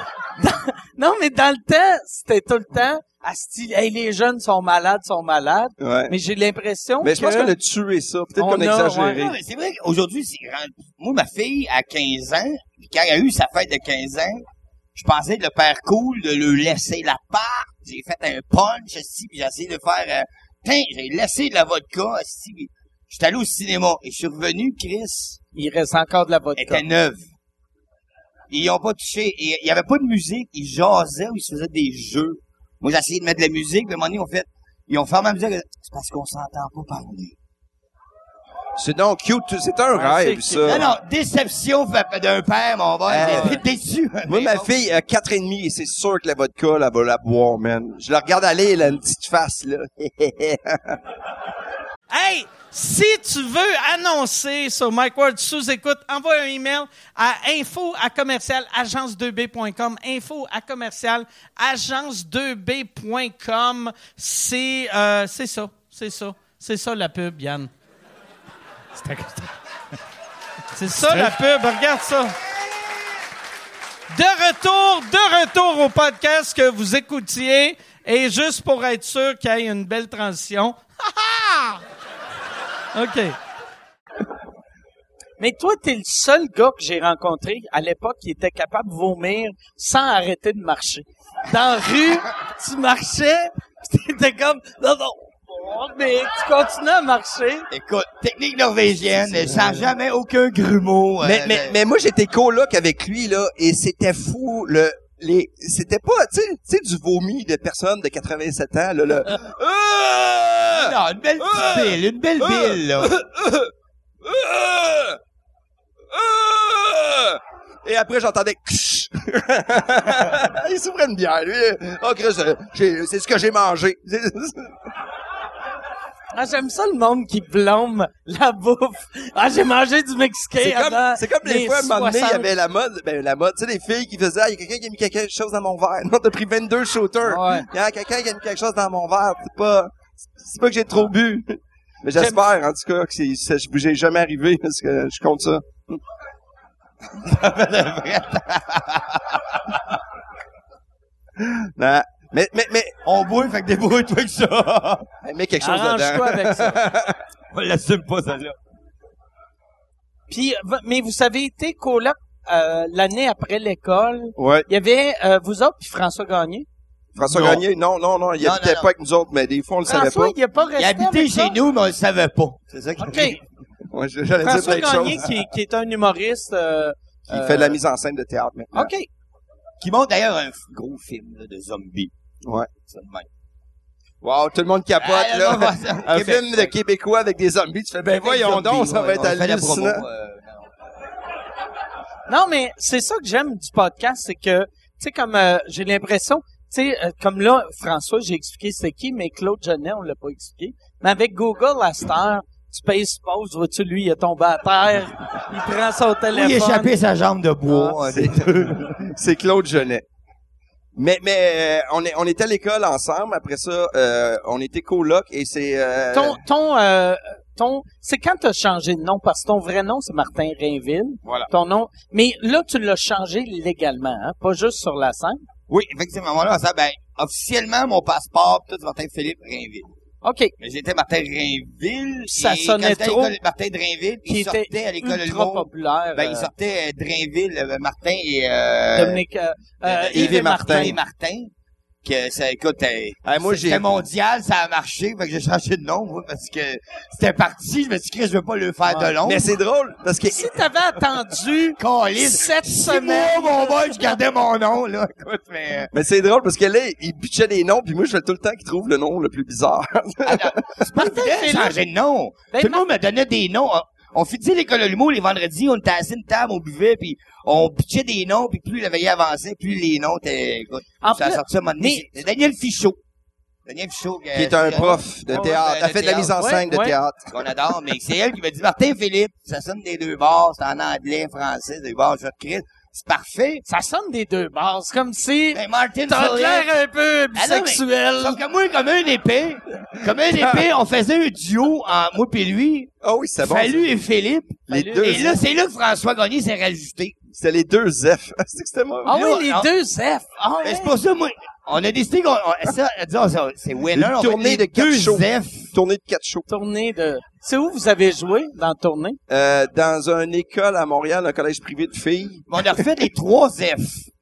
Speaker 2: dans- non, mais dans le temps, c'était tout le temps Asti, hey, les jeunes sont malades, sont malades.
Speaker 3: Ouais. Mais,
Speaker 2: Mais j'ai l'impression
Speaker 3: je pense qu'on a tué ça. Peut-être
Speaker 2: On
Speaker 3: qu'on a
Speaker 2: a,
Speaker 3: exagéré.
Speaker 4: Non, mais c'est vrai qu'aujourd'hui, c'est rendu- Moi, ma fille, à 15 ans, puis quand elle a eu sa fête de 15 ans, je pensais de le père cool, de le laisser la part. J'ai fait un punch, ici, puis j'ai essayé de faire... euh, Tiens, j'ai laissé de la vodka, ici, puis j'étais allé au cinéma. Et je suis revenu, Chris,
Speaker 2: il reste encore de la
Speaker 4: elle
Speaker 2: vodka.
Speaker 4: était neuve. Ils ont pas touché. Et Il y avait pas de musique. Ils jasaient ou ils se faisaient des jeux. Moi, j'ai essayé de mettre de la musique, mais à un moment donné, ils ont fait... Ils ont fermé la musique. C'est parce qu'on s'entend pas parler.
Speaker 3: C'est donc cute. C'est un
Speaker 2: Ah,
Speaker 3: rêve,
Speaker 2: c'est-
Speaker 3: ça.
Speaker 4: Non, non, déception fa- d'un père, mon
Speaker 3: Ah,
Speaker 4: verre.
Speaker 3: ouais.
Speaker 4: J'ai été déçu.
Speaker 3: Moi, ma fille, a quatre et demi, et c'est sûr que la vodka, elle va la boire, man. Je la regarde aller, elle a une petite face, là.
Speaker 5: Hey, si tu veux annoncer sur Mike Ward sous écoute, envoie un email à info à commercial agence 2b.com info à commercial agence 2b.com c'est euh, c'est ça, c'est ça, c'est ça la pub Yann. C'est ça la pub, regarde ça. De retour, de retour au podcast que vous écoutiez et juste pour être sûr qu'il y ait une belle transition. Ha, ha! OK.
Speaker 2: Mais toi, t'es le seul gars que j'ai rencontré à l'époque qui était capable de vomir sans arrêter de marcher. Dans la rue, tu marchais, pis t'étais comme, non, non, oh, mais tu continues à marcher.
Speaker 4: Écoute, technique norvégienne, sans jamais aucun grumeau. euh,
Speaker 3: mais, mais,
Speaker 4: de-
Speaker 3: mais moi, j'étais coloc avec lui, là, et c'était fou, le, les, c'était pas, tu sais, tu sais, du vomi de personnes de 87 ans, là, le, Ah!
Speaker 4: Non, une belle petite
Speaker 3: Euh,
Speaker 4: bille, une belle
Speaker 3: euh,
Speaker 4: bille, là.
Speaker 3: Ah! Ah! Et après, j'entendais Ksh! Il s'ouvrait une bière, lui. Oh, Chris, euh, j'ai- c'est ce que j'ai mangé.
Speaker 2: Ah, j'aime ça le monde qui blâme la bouffe. Ah, j'ai mangé du Mexicain
Speaker 3: C'est comme,
Speaker 2: avant
Speaker 3: c'est comme les
Speaker 2: mes
Speaker 3: fois, à un moment donné, il y
Speaker 2: 60.
Speaker 3: avait la mode, ben, la mode, tu sais, les filles qui faisaient, Ah, il y a quelqu'un qui a mis quelque chose dans mon verre. Non, t'as pris 22 shooters.
Speaker 2: Ouais.
Speaker 3: Il y a quelqu'un qui a mis quelque chose dans mon verre. C'est pas, c'est pas que j'ai trop bu. Mais j'espère, en tout cas, que c'est, ça- j'ai jamais arrivé, parce que je compte ça. Non. Mais, mais, mais,
Speaker 4: On boit, fait que débrouille-toi avec ça.
Speaker 3: mais quelque chose dedans.
Speaker 2: Arrange-toi avec ça.
Speaker 4: On l'assume pas, ça, là.
Speaker 2: Puis, v- mais vous avez été coloc euh, l'année après l'école.
Speaker 3: Ouais.
Speaker 2: Il y avait euh, vous autres puis François Gagné.
Speaker 3: François
Speaker 4: Non.
Speaker 3: Gagné, non, non, non, il
Speaker 4: Non,
Speaker 3: habitait
Speaker 4: non, non.
Speaker 3: pas avec nous autres, mais des fois, on le savait
Speaker 2: François,
Speaker 3: pas.
Speaker 2: il n'est pas resté
Speaker 4: Il habitait
Speaker 2: avec
Speaker 4: chez
Speaker 2: toi?
Speaker 4: nous, mais on le savait pas. C'est ça qui
Speaker 2: OK.
Speaker 3: Ouais, je- j'allais dire
Speaker 2: François
Speaker 3: plein de
Speaker 2: Gagné,
Speaker 3: choses.
Speaker 2: qui, qui est un humoriste. euh,
Speaker 3: Il
Speaker 2: euh,
Speaker 3: fait de la mise en scène de théâtre maintenant.
Speaker 2: OK.
Speaker 4: Qui monte d'ailleurs un f- gros film, là, de zombies.
Speaker 3: Ouais.
Speaker 4: Ça de même.
Speaker 3: Wow, tout le monde capote,
Speaker 4: Ah,
Speaker 3: là.
Speaker 4: on va voir ça.
Speaker 3: Un
Speaker 4: Québec.
Speaker 3: film de Québécois avec des zombies. Tu fais, ben voyons donc, ça va être
Speaker 4: à la promo.
Speaker 3: hallucinant.
Speaker 4: euh,
Speaker 2: Non, mais c'est ça que j'aime du podcast, c'est que, tu sais, comme euh, j'ai l'impression, tu sais, euh, comme là, François, j'ai expliqué c'est qui, mais Claude Genet, on l'a pas expliqué. Mais avec Google à cette heure, tu payes pause, vois-tu, lui, il est tombé à terre, il prend son
Speaker 4: Lui,
Speaker 2: téléphone.
Speaker 4: il échappait sa jambe de bois.
Speaker 3: Ah,
Speaker 4: euh,
Speaker 3: C'est- C'est Claude Genet. Mais, mais, euh, on, est, on était à l'école ensemble. Après ça, euh, on était coloc et c'est, euh,
Speaker 2: Ton, ton, euh, ton, c'est quand t'as changé de nom, parce que ton vrai nom, c'est Martin Rainville.
Speaker 3: Voilà.
Speaker 2: Ton nom, mais là, tu l'as changé légalement, hein, pas juste sur la scène.
Speaker 4: Oui, effectivement, moi, là, ça, ben, officiellement, mon passeport, tout, c'est Martin Philippe Rainville.
Speaker 2: OK.
Speaker 4: Mais j'étais Martin Rainville.
Speaker 2: Ça
Speaker 4: et quand
Speaker 2: sonnait
Speaker 4: j'étais à
Speaker 2: trop.
Speaker 4: l'école Martin Drainville,
Speaker 2: Qui
Speaker 4: il
Speaker 2: était
Speaker 4: sortait à l'école
Speaker 2: ultra
Speaker 4: Ulmo.
Speaker 2: populaire.
Speaker 4: Ben, il
Speaker 2: euh,
Speaker 4: sortait euh, Drainville, euh, Martin et, euh,
Speaker 2: Dominique, euh, euh, Yves et Martin.
Speaker 4: et Martin. que ça, écoute, hey,
Speaker 3: Hey, moi, j'ai-
Speaker 4: c'était mondial, ça a marché, fait que j'ai changé de nom, moi, parce que c'était parti, je me suis dit, Chris, je veux pas le faire
Speaker 2: Ah,
Speaker 4: de long.
Speaker 3: Mais c'est drôle, parce que
Speaker 5: Si t'avais attendu
Speaker 4: Calice.
Speaker 5: sept
Speaker 4: Six mois,
Speaker 5: semaines,
Speaker 4: mon boy, je gardais mon nom, là, écoute, mais...
Speaker 3: mais c'est drôle parce que là, il pitchait des noms, puis moi, je fais tout le temps qu'il trouve le nom le plus bizarre.
Speaker 4: Euh,
Speaker 5: Martin
Speaker 4: J'ai
Speaker 5: Philippe,
Speaker 4: changé de nom.
Speaker 5: Ben,
Speaker 4: Tout le monde me donnait des noms. On- On finissait l'école de l'humour les vendredis, on était assis à une table, on buvait, puis on pitchait des noms, puis plus la veillée avançait, plus les noms étaient... écoute,
Speaker 5: En
Speaker 4: Ça a
Speaker 5: plus-
Speaker 4: sorti un moment donné. C'est Daniel Fichot. Daniel Fichot. que-
Speaker 3: qui est un prof de
Speaker 4: Ouais, ouais,
Speaker 3: théâtre. Elle fait de la mise en
Speaker 4: théâtre,
Speaker 3: scène de
Speaker 2: ouais.
Speaker 3: théâtre.
Speaker 4: Qu'on adore, mais c'est elle qui m'a dit, Martin Philippe, ça sonne des deux bars, c'est en anglais, français, des bars, je vais te crier. C'est parfait.
Speaker 5: ça sonne des deux bars. C'est comme si
Speaker 4: Mais Martin
Speaker 5: t'as
Speaker 4: Philippe...
Speaker 5: l'air un peu
Speaker 4: Ben, Ah non, mais-
Speaker 5: bisexuel.
Speaker 4: Sauf que moi, comme un épée, comme un épée, on faisait un duo, en, moi puis lui,
Speaker 3: Ah oui, c'est bon.
Speaker 4: Fallu et Philippe.
Speaker 3: Les
Speaker 4: Fallu-
Speaker 3: deux.
Speaker 4: Et là, c'est là que François Gagné s'est rajouté.
Speaker 3: C'était les deux F. C'était que c'était moi.
Speaker 5: Ah oui,
Speaker 4: Là,
Speaker 5: les
Speaker 4: on-
Speaker 5: deux F. Ah
Speaker 4: Mais c'est
Speaker 5: ouais.
Speaker 4: pour ça, moi, on a décidé qu'on, on- ça, disons, ça, c'est winner.
Speaker 3: Une
Speaker 4: on fait
Speaker 3: tournée
Speaker 4: les
Speaker 3: de quatre
Speaker 4: deux
Speaker 3: shows.
Speaker 4: F.
Speaker 3: Tournée de quatre shows.
Speaker 2: Tournée de... C'est où vous avez joué dans la tournée?
Speaker 3: Euh, dans une école à Montréal, un collège privé de filles.
Speaker 4: Mais On a refait les trois F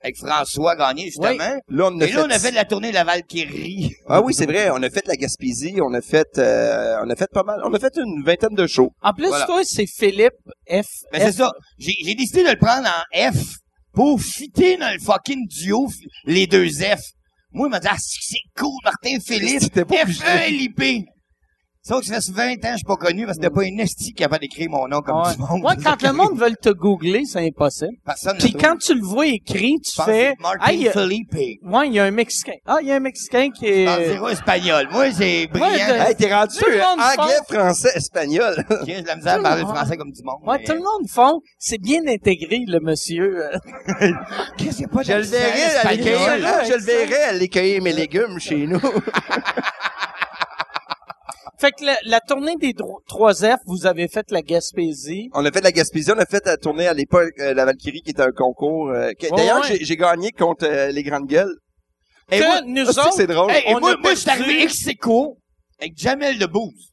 Speaker 4: avec François Gagné, justement.
Speaker 2: Hein?
Speaker 3: Là, on a
Speaker 4: Et
Speaker 3: fait...
Speaker 4: là, on a fait de la tournée de la Valkyrie.
Speaker 3: Ah oui, c'est vrai. On a fait la Gaspésie. On a fait, euh, on a fait pas mal. On a fait une vingtaine de shows.
Speaker 2: En plus,
Speaker 4: Voilà.
Speaker 2: toi, c'est Philippe F.
Speaker 4: Mais c'est ça. J'ai, j'ai décidé de le prendre en F pour fitter dans le fucking duo f- les deux F. Moi, il m'a dit, ah, c'est c'est cool, Martin Philippe. E
Speaker 3: C'était pas obligé.
Speaker 4: F-E-L-I-P. Sauf que ça fait 20 ans que je suis pas connu parce que c'était pas une esti qui avait d'écrire mon nom comme
Speaker 2: Ouais.
Speaker 4: du monde.
Speaker 2: Moi, quand le monde veut te googler, c'est impossible.
Speaker 4: Personne ne
Speaker 2: Puis
Speaker 4: trouve.
Speaker 2: quand tu le vois écrit, tu
Speaker 4: Je pense que
Speaker 2: fais...
Speaker 4: c'est Martin
Speaker 2: Hey, euh, il y a-
Speaker 4: Philippe.
Speaker 2: ouais, il y a un Mexicain. Ah, il y a un Mexicain qui est...
Speaker 4: Dans le Ah, zéro espagnol. Moi, c'est brillant.
Speaker 2: Euh, Ouais, ben, de-
Speaker 4: Hey,
Speaker 3: Hey, t'es rendu
Speaker 2: Tout le
Speaker 3: euh,
Speaker 2: monde
Speaker 3: anglais, français, espagnol.
Speaker 4: J'ai de la misère à
Speaker 2: tout
Speaker 4: parler
Speaker 2: le monde-
Speaker 4: français comme du monde.
Speaker 2: Ouais,
Speaker 4: mais-
Speaker 2: tout le monde font. C'est bien intégré, le monsieur. euh.
Speaker 4: Qu'est-ce qu'il y a pas
Speaker 3: Je le
Speaker 4: d'accent
Speaker 3: verrais aller
Speaker 4: espagnol?
Speaker 2: cueillir.
Speaker 3: cueillir- je le verrais aller cueillir mes légumes chez nous.
Speaker 2: Fait que la, la tournée des dro- 3F, vous avez fait la Gaspésie.
Speaker 3: On a fait de la Gaspésie, on a fait la tournée à l'époque euh, la Valkyrie qui était un concours. euh, que-
Speaker 2: Ouais,
Speaker 3: D'ailleurs,
Speaker 2: ouais.
Speaker 3: j'ai- j'ai gagné contre euh, les grandes gueules.
Speaker 2: que
Speaker 3: moi,
Speaker 2: nous
Speaker 3: ça,
Speaker 2: autres,
Speaker 3: c'est drôle.
Speaker 4: Hey, et
Speaker 2: On
Speaker 4: moi,
Speaker 2: a
Speaker 4: moi, je suis
Speaker 2: perdu.
Speaker 4: arrivé ex aequo avec Jamel Debbouze.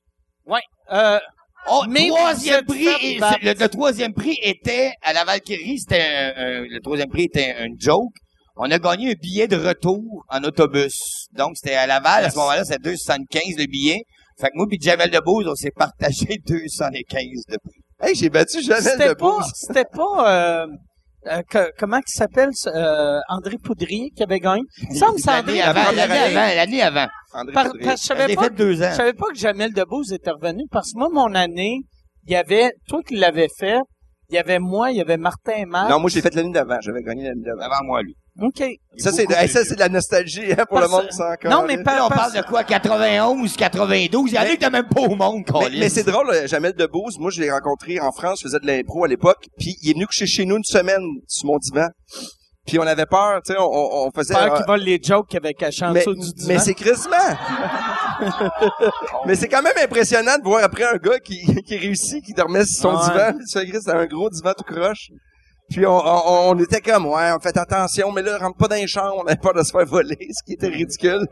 Speaker 2: euh,
Speaker 4: Oh,
Speaker 2: Mais
Speaker 4: troisième
Speaker 2: vous êtes
Speaker 4: prix,
Speaker 2: fait
Speaker 4: et-
Speaker 2: battre.
Speaker 4: le, le troisième prix était à la Valkyrie, c'était un- un- le troisième prix était un joke. On a gagné un billet de retour en autobus. Donc c'était à Laval, à ce moment-là, c'était 275 le billet. Fait que moi puis Jamel Debbouze, on s'est partagé 215 de prix.
Speaker 3: Hey, j'ai battu Jamel
Speaker 2: c'était pas,
Speaker 3: Debbouze.
Speaker 2: c'était pas, euh, euh, que- comment il s'appelle, ce- euh, André Poudrier qui avait gagné. Il me semble que c'est André
Speaker 4: L'année
Speaker 3: la
Speaker 4: avant, l'année
Speaker 3: première année.
Speaker 4: avant, l'année avant.
Speaker 3: André
Speaker 2: Par-
Speaker 3: Faudrier.
Speaker 2: parce que je savais
Speaker 4: L'année
Speaker 2: pas,
Speaker 4: fait deux
Speaker 2: je
Speaker 4: ans.
Speaker 2: savais pas que Jamel Debbouze était revenu parce que moi, mon année, il y avait, toi qui l'avais fait, il y avait moi, il y avait Martin et Marc.
Speaker 3: Non, moi, j'ai fait l'année d'avant. J'avais gagné l'année d'avant.
Speaker 4: Avant moi, lui.
Speaker 2: OK.
Speaker 3: Ça, c'est hey, ça, c'est de la nostalgie hein, pour
Speaker 2: Parce-
Speaker 3: le monde qui s'en
Speaker 2: Non, mais
Speaker 3: calait.
Speaker 2: par-
Speaker 4: Là, on
Speaker 2: parce-
Speaker 4: parle de quoi? 91, 92? Il y en a qui étaient même pas au monde,
Speaker 3: Mais,
Speaker 4: Colin.
Speaker 3: mais c'est drôle, euh, Jamel Debbouze, moi je l'ai rencontré en France, je faisais de l'impro à l'époque, puis il est venu coucher chez nous une semaine sur mon divan. Puis on avait peur, tu sais, on- on, on faisait...
Speaker 2: Peur
Speaker 3: euh,
Speaker 2: qu'il vole les jokes qu'il avait cachés en
Speaker 3: mais
Speaker 2: dessous du divan.
Speaker 3: mais c'est crissement! mais c'est quand même impressionnant de voir après un gars qui, qui réussit, qui dormait sur son
Speaker 2: Ouais.
Speaker 3: divan, puis tu fais, Chris, t'as un gros divan tout croche. Puis on, on, on était comme, ouais, on fait attention, mais là, rentre pas dans les chambres, on avait peur de se faire voler, ce qui était ridicule.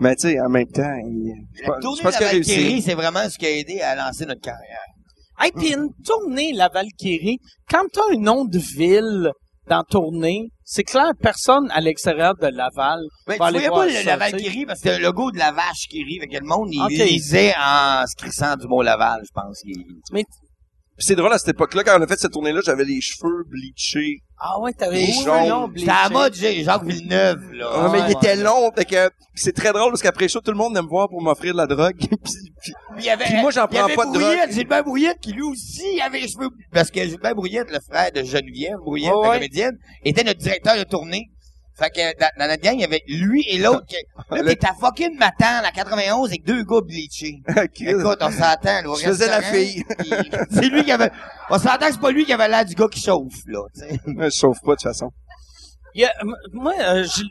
Speaker 3: Mais tu sais, en même temps, il- je pense- je
Speaker 4: Tourner
Speaker 3: pense
Speaker 4: la
Speaker 3: qu'il a
Speaker 4: Valkyrie,
Speaker 3: réussi.
Speaker 4: c'est vraiment ce qui a aidé à lancer notre carrière.
Speaker 2: Hey, puis une tournée, la Valkyrie, quand t'as un nom de ville dans tournée, c'est clair, personne à l'extérieur de Laval va
Speaker 4: Ben, tu
Speaker 2: aller
Speaker 4: voyais
Speaker 2: voir
Speaker 4: pas le-
Speaker 2: ça,
Speaker 4: la
Speaker 2: tu sais.
Speaker 4: Valkyrie parce que le logo de la vache qui rit, fait que le monde, il
Speaker 2: Ok.
Speaker 4: lisait en se crissant du mot Laval, je pense. Il-
Speaker 3: Puis c'est drôle à cette époque-là, quand on a fait cette tournée-là, j'aveux les cheveux bleachés.
Speaker 2: Ah ouais, t'avais
Speaker 3: Les
Speaker 2: les cheveux
Speaker 3: jaunes.
Speaker 2: longs,
Speaker 4: C'était
Speaker 2: bleachés.
Speaker 4: à la mode J- Jacques Villeneuve, là.
Speaker 3: Ah, mais
Speaker 2: ouais,
Speaker 3: il était long, fait que puis c'est très drôle parce qu'après chaud, tout le monde venait me voir pour m'offrir de la drogue. Puis- puis-
Speaker 4: il y avait,
Speaker 3: Puis moi, j'en
Speaker 4: il y
Speaker 3: prends
Speaker 4: avait
Speaker 3: pas de
Speaker 4: Brouillette,
Speaker 3: drogue.
Speaker 4: Gilbert Brouillette, qui lui aussi avait les cheveux... Parce que Gilbert Brouillette, le frère de Geneviève Brouillette,
Speaker 2: Ouais,
Speaker 4: la
Speaker 2: ouais.
Speaker 4: comédienne, était notre directeur de tournée. Fait que dans, dans notre gang, il y avait lui et l'autre. qui- Là,
Speaker 3: Le-
Speaker 4: t'étais à fucking Matane, à 91, avec deux gars bleachés.
Speaker 3: ah,
Speaker 4: Écoute, on s'entend, là. au
Speaker 3: Je faisais la
Speaker 4: restaurant,
Speaker 3: fille.
Speaker 4: puis C'est lui qui avait. On s'entend que c'est pas lui qui avait l'air du gars qui chauffe, là. tu sais.
Speaker 3: Je chauffe pas de toute façon.
Speaker 2: Il y a- m- moi, euh, Gil-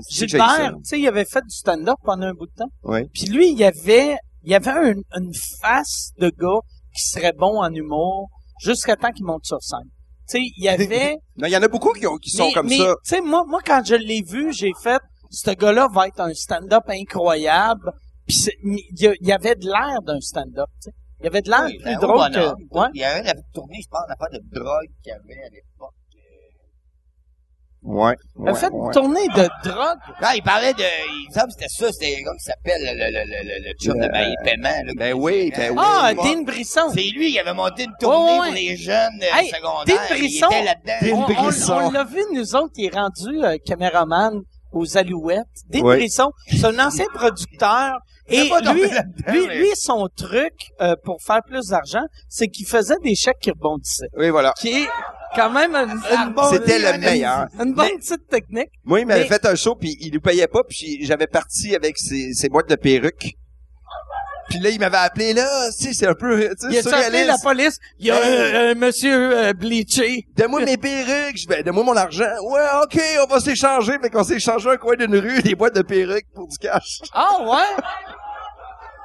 Speaker 3: C'est
Speaker 2: Gilbert,
Speaker 3: Jason.
Speaker 2: tu sais, il avait fait du stand-up pendant un bout de temps.
Speaker 3: Oui.
Speaker 2: Puis lui, il avait, il avait un- une face de gars qui serait bon en humour jusqu'à temps qu'il monte sur scène. Tu sais, il avait...
Speaker 3: Non, il y en a beaucoup qui, ont, qui sont
Speaker 2: mais,
Speaker 3: comme
Speaker 2: mais,
Speaker 3: ça.
Speaker 2: Tu sais, moi, moi, quand je l'ai vu, j'ai fait, ce gars-là va être un stand-up incroyable. Puis c'est- mais il y a- il y avait de l'air d'un stand-up. tu sais. Il y avait de l'air
Speaker 4: Oui, ben,
Speaker 2: plus
Speaker 4: un
Speaker 2: Ah, drôle que.
Speaker 4: bonhomme.
Speaker 2: Ouais.
Speaker 4: Il y a un, il avait tourné, je pense, l'affaire de drogue qu'il y avait à l'époque.
Speaker 3: Ouais.
Speaker 2: T'as
Speaker 3: ouais
Speaker 2: fait
Speaker 3: ouais.
Speaker 2: une tournée de drogue.
Speaker 4: Quand il parlait de. Il me semble que c'était ça, c'était comme ça s'appelle le, le, le, le, le chum de Maï Paiement. là.
Speaker 3: Ben oui, ben oui.
Speaker 2: Ah,
Speaker 3: moi.
Speaker 2: Dean Brisson.
Speaker 4: C'est lui qui avait monté une tournée
Speaker 2: Ouais, ouais.
Speaker 4: pour les jeunes euh,
Speaker 2: Hey,
Speaker 4: secondaires.
Speaker 2: Dean Brisson.
Speaker 4: Il était là-dedans.
Speaker 2: On, on-
Speaker 3: Brisson.
Speaker 2: on l'a vu, nous autres, il est rendu euh, caméraman aux Alouettes. Dean
Speaker 3: Oui.
Speaker 2: Brisson, c'est un ancien producteur. Et
Speaker 4: pas tombé
Speaker 2: lui,
Speaker 4: là-dedans,
Speaker 2: lui,
Speaker 4: mais-
Speaker 2: lui, son truc euh, pour faire plus d'argent, c'est qu'il faisait des chèques qui rebondissaient.
Speaker 3: Oui, voilà.
Speaker 2: Qui est quand même une, une bonne-
Speaker 3: C'était le
Speaker 2: une-
Speaker 3: meilleur.
Speaker 2: Une bonne petite technique.
Speaker 3: Moi, il m'avait
Speaker 2: Mais-
Speaker 3: fait un show, puis il nous payait pas, puis j'avais parti avec ses, ses boîtes de perruques. Puis là, il m'avait appelé, là, tu sais, c'est un peu, tu
Speaker 2: Il
Speaker 3: sais,
Speaker 2: a sorti
Speaker 3: surréaliste.
Speaker 2: la police. Il y a euh, euh, monsieur euh, bleaché.
Speaker 3: Donne-moi mes perruques, je vais, donne-moi mon argent. Ouais, ok, on va s'échanger, mais qu'on s'échange un coin d'une rue, des boîtes de perruques pour du cash.
Speaker 2: Ah ouais?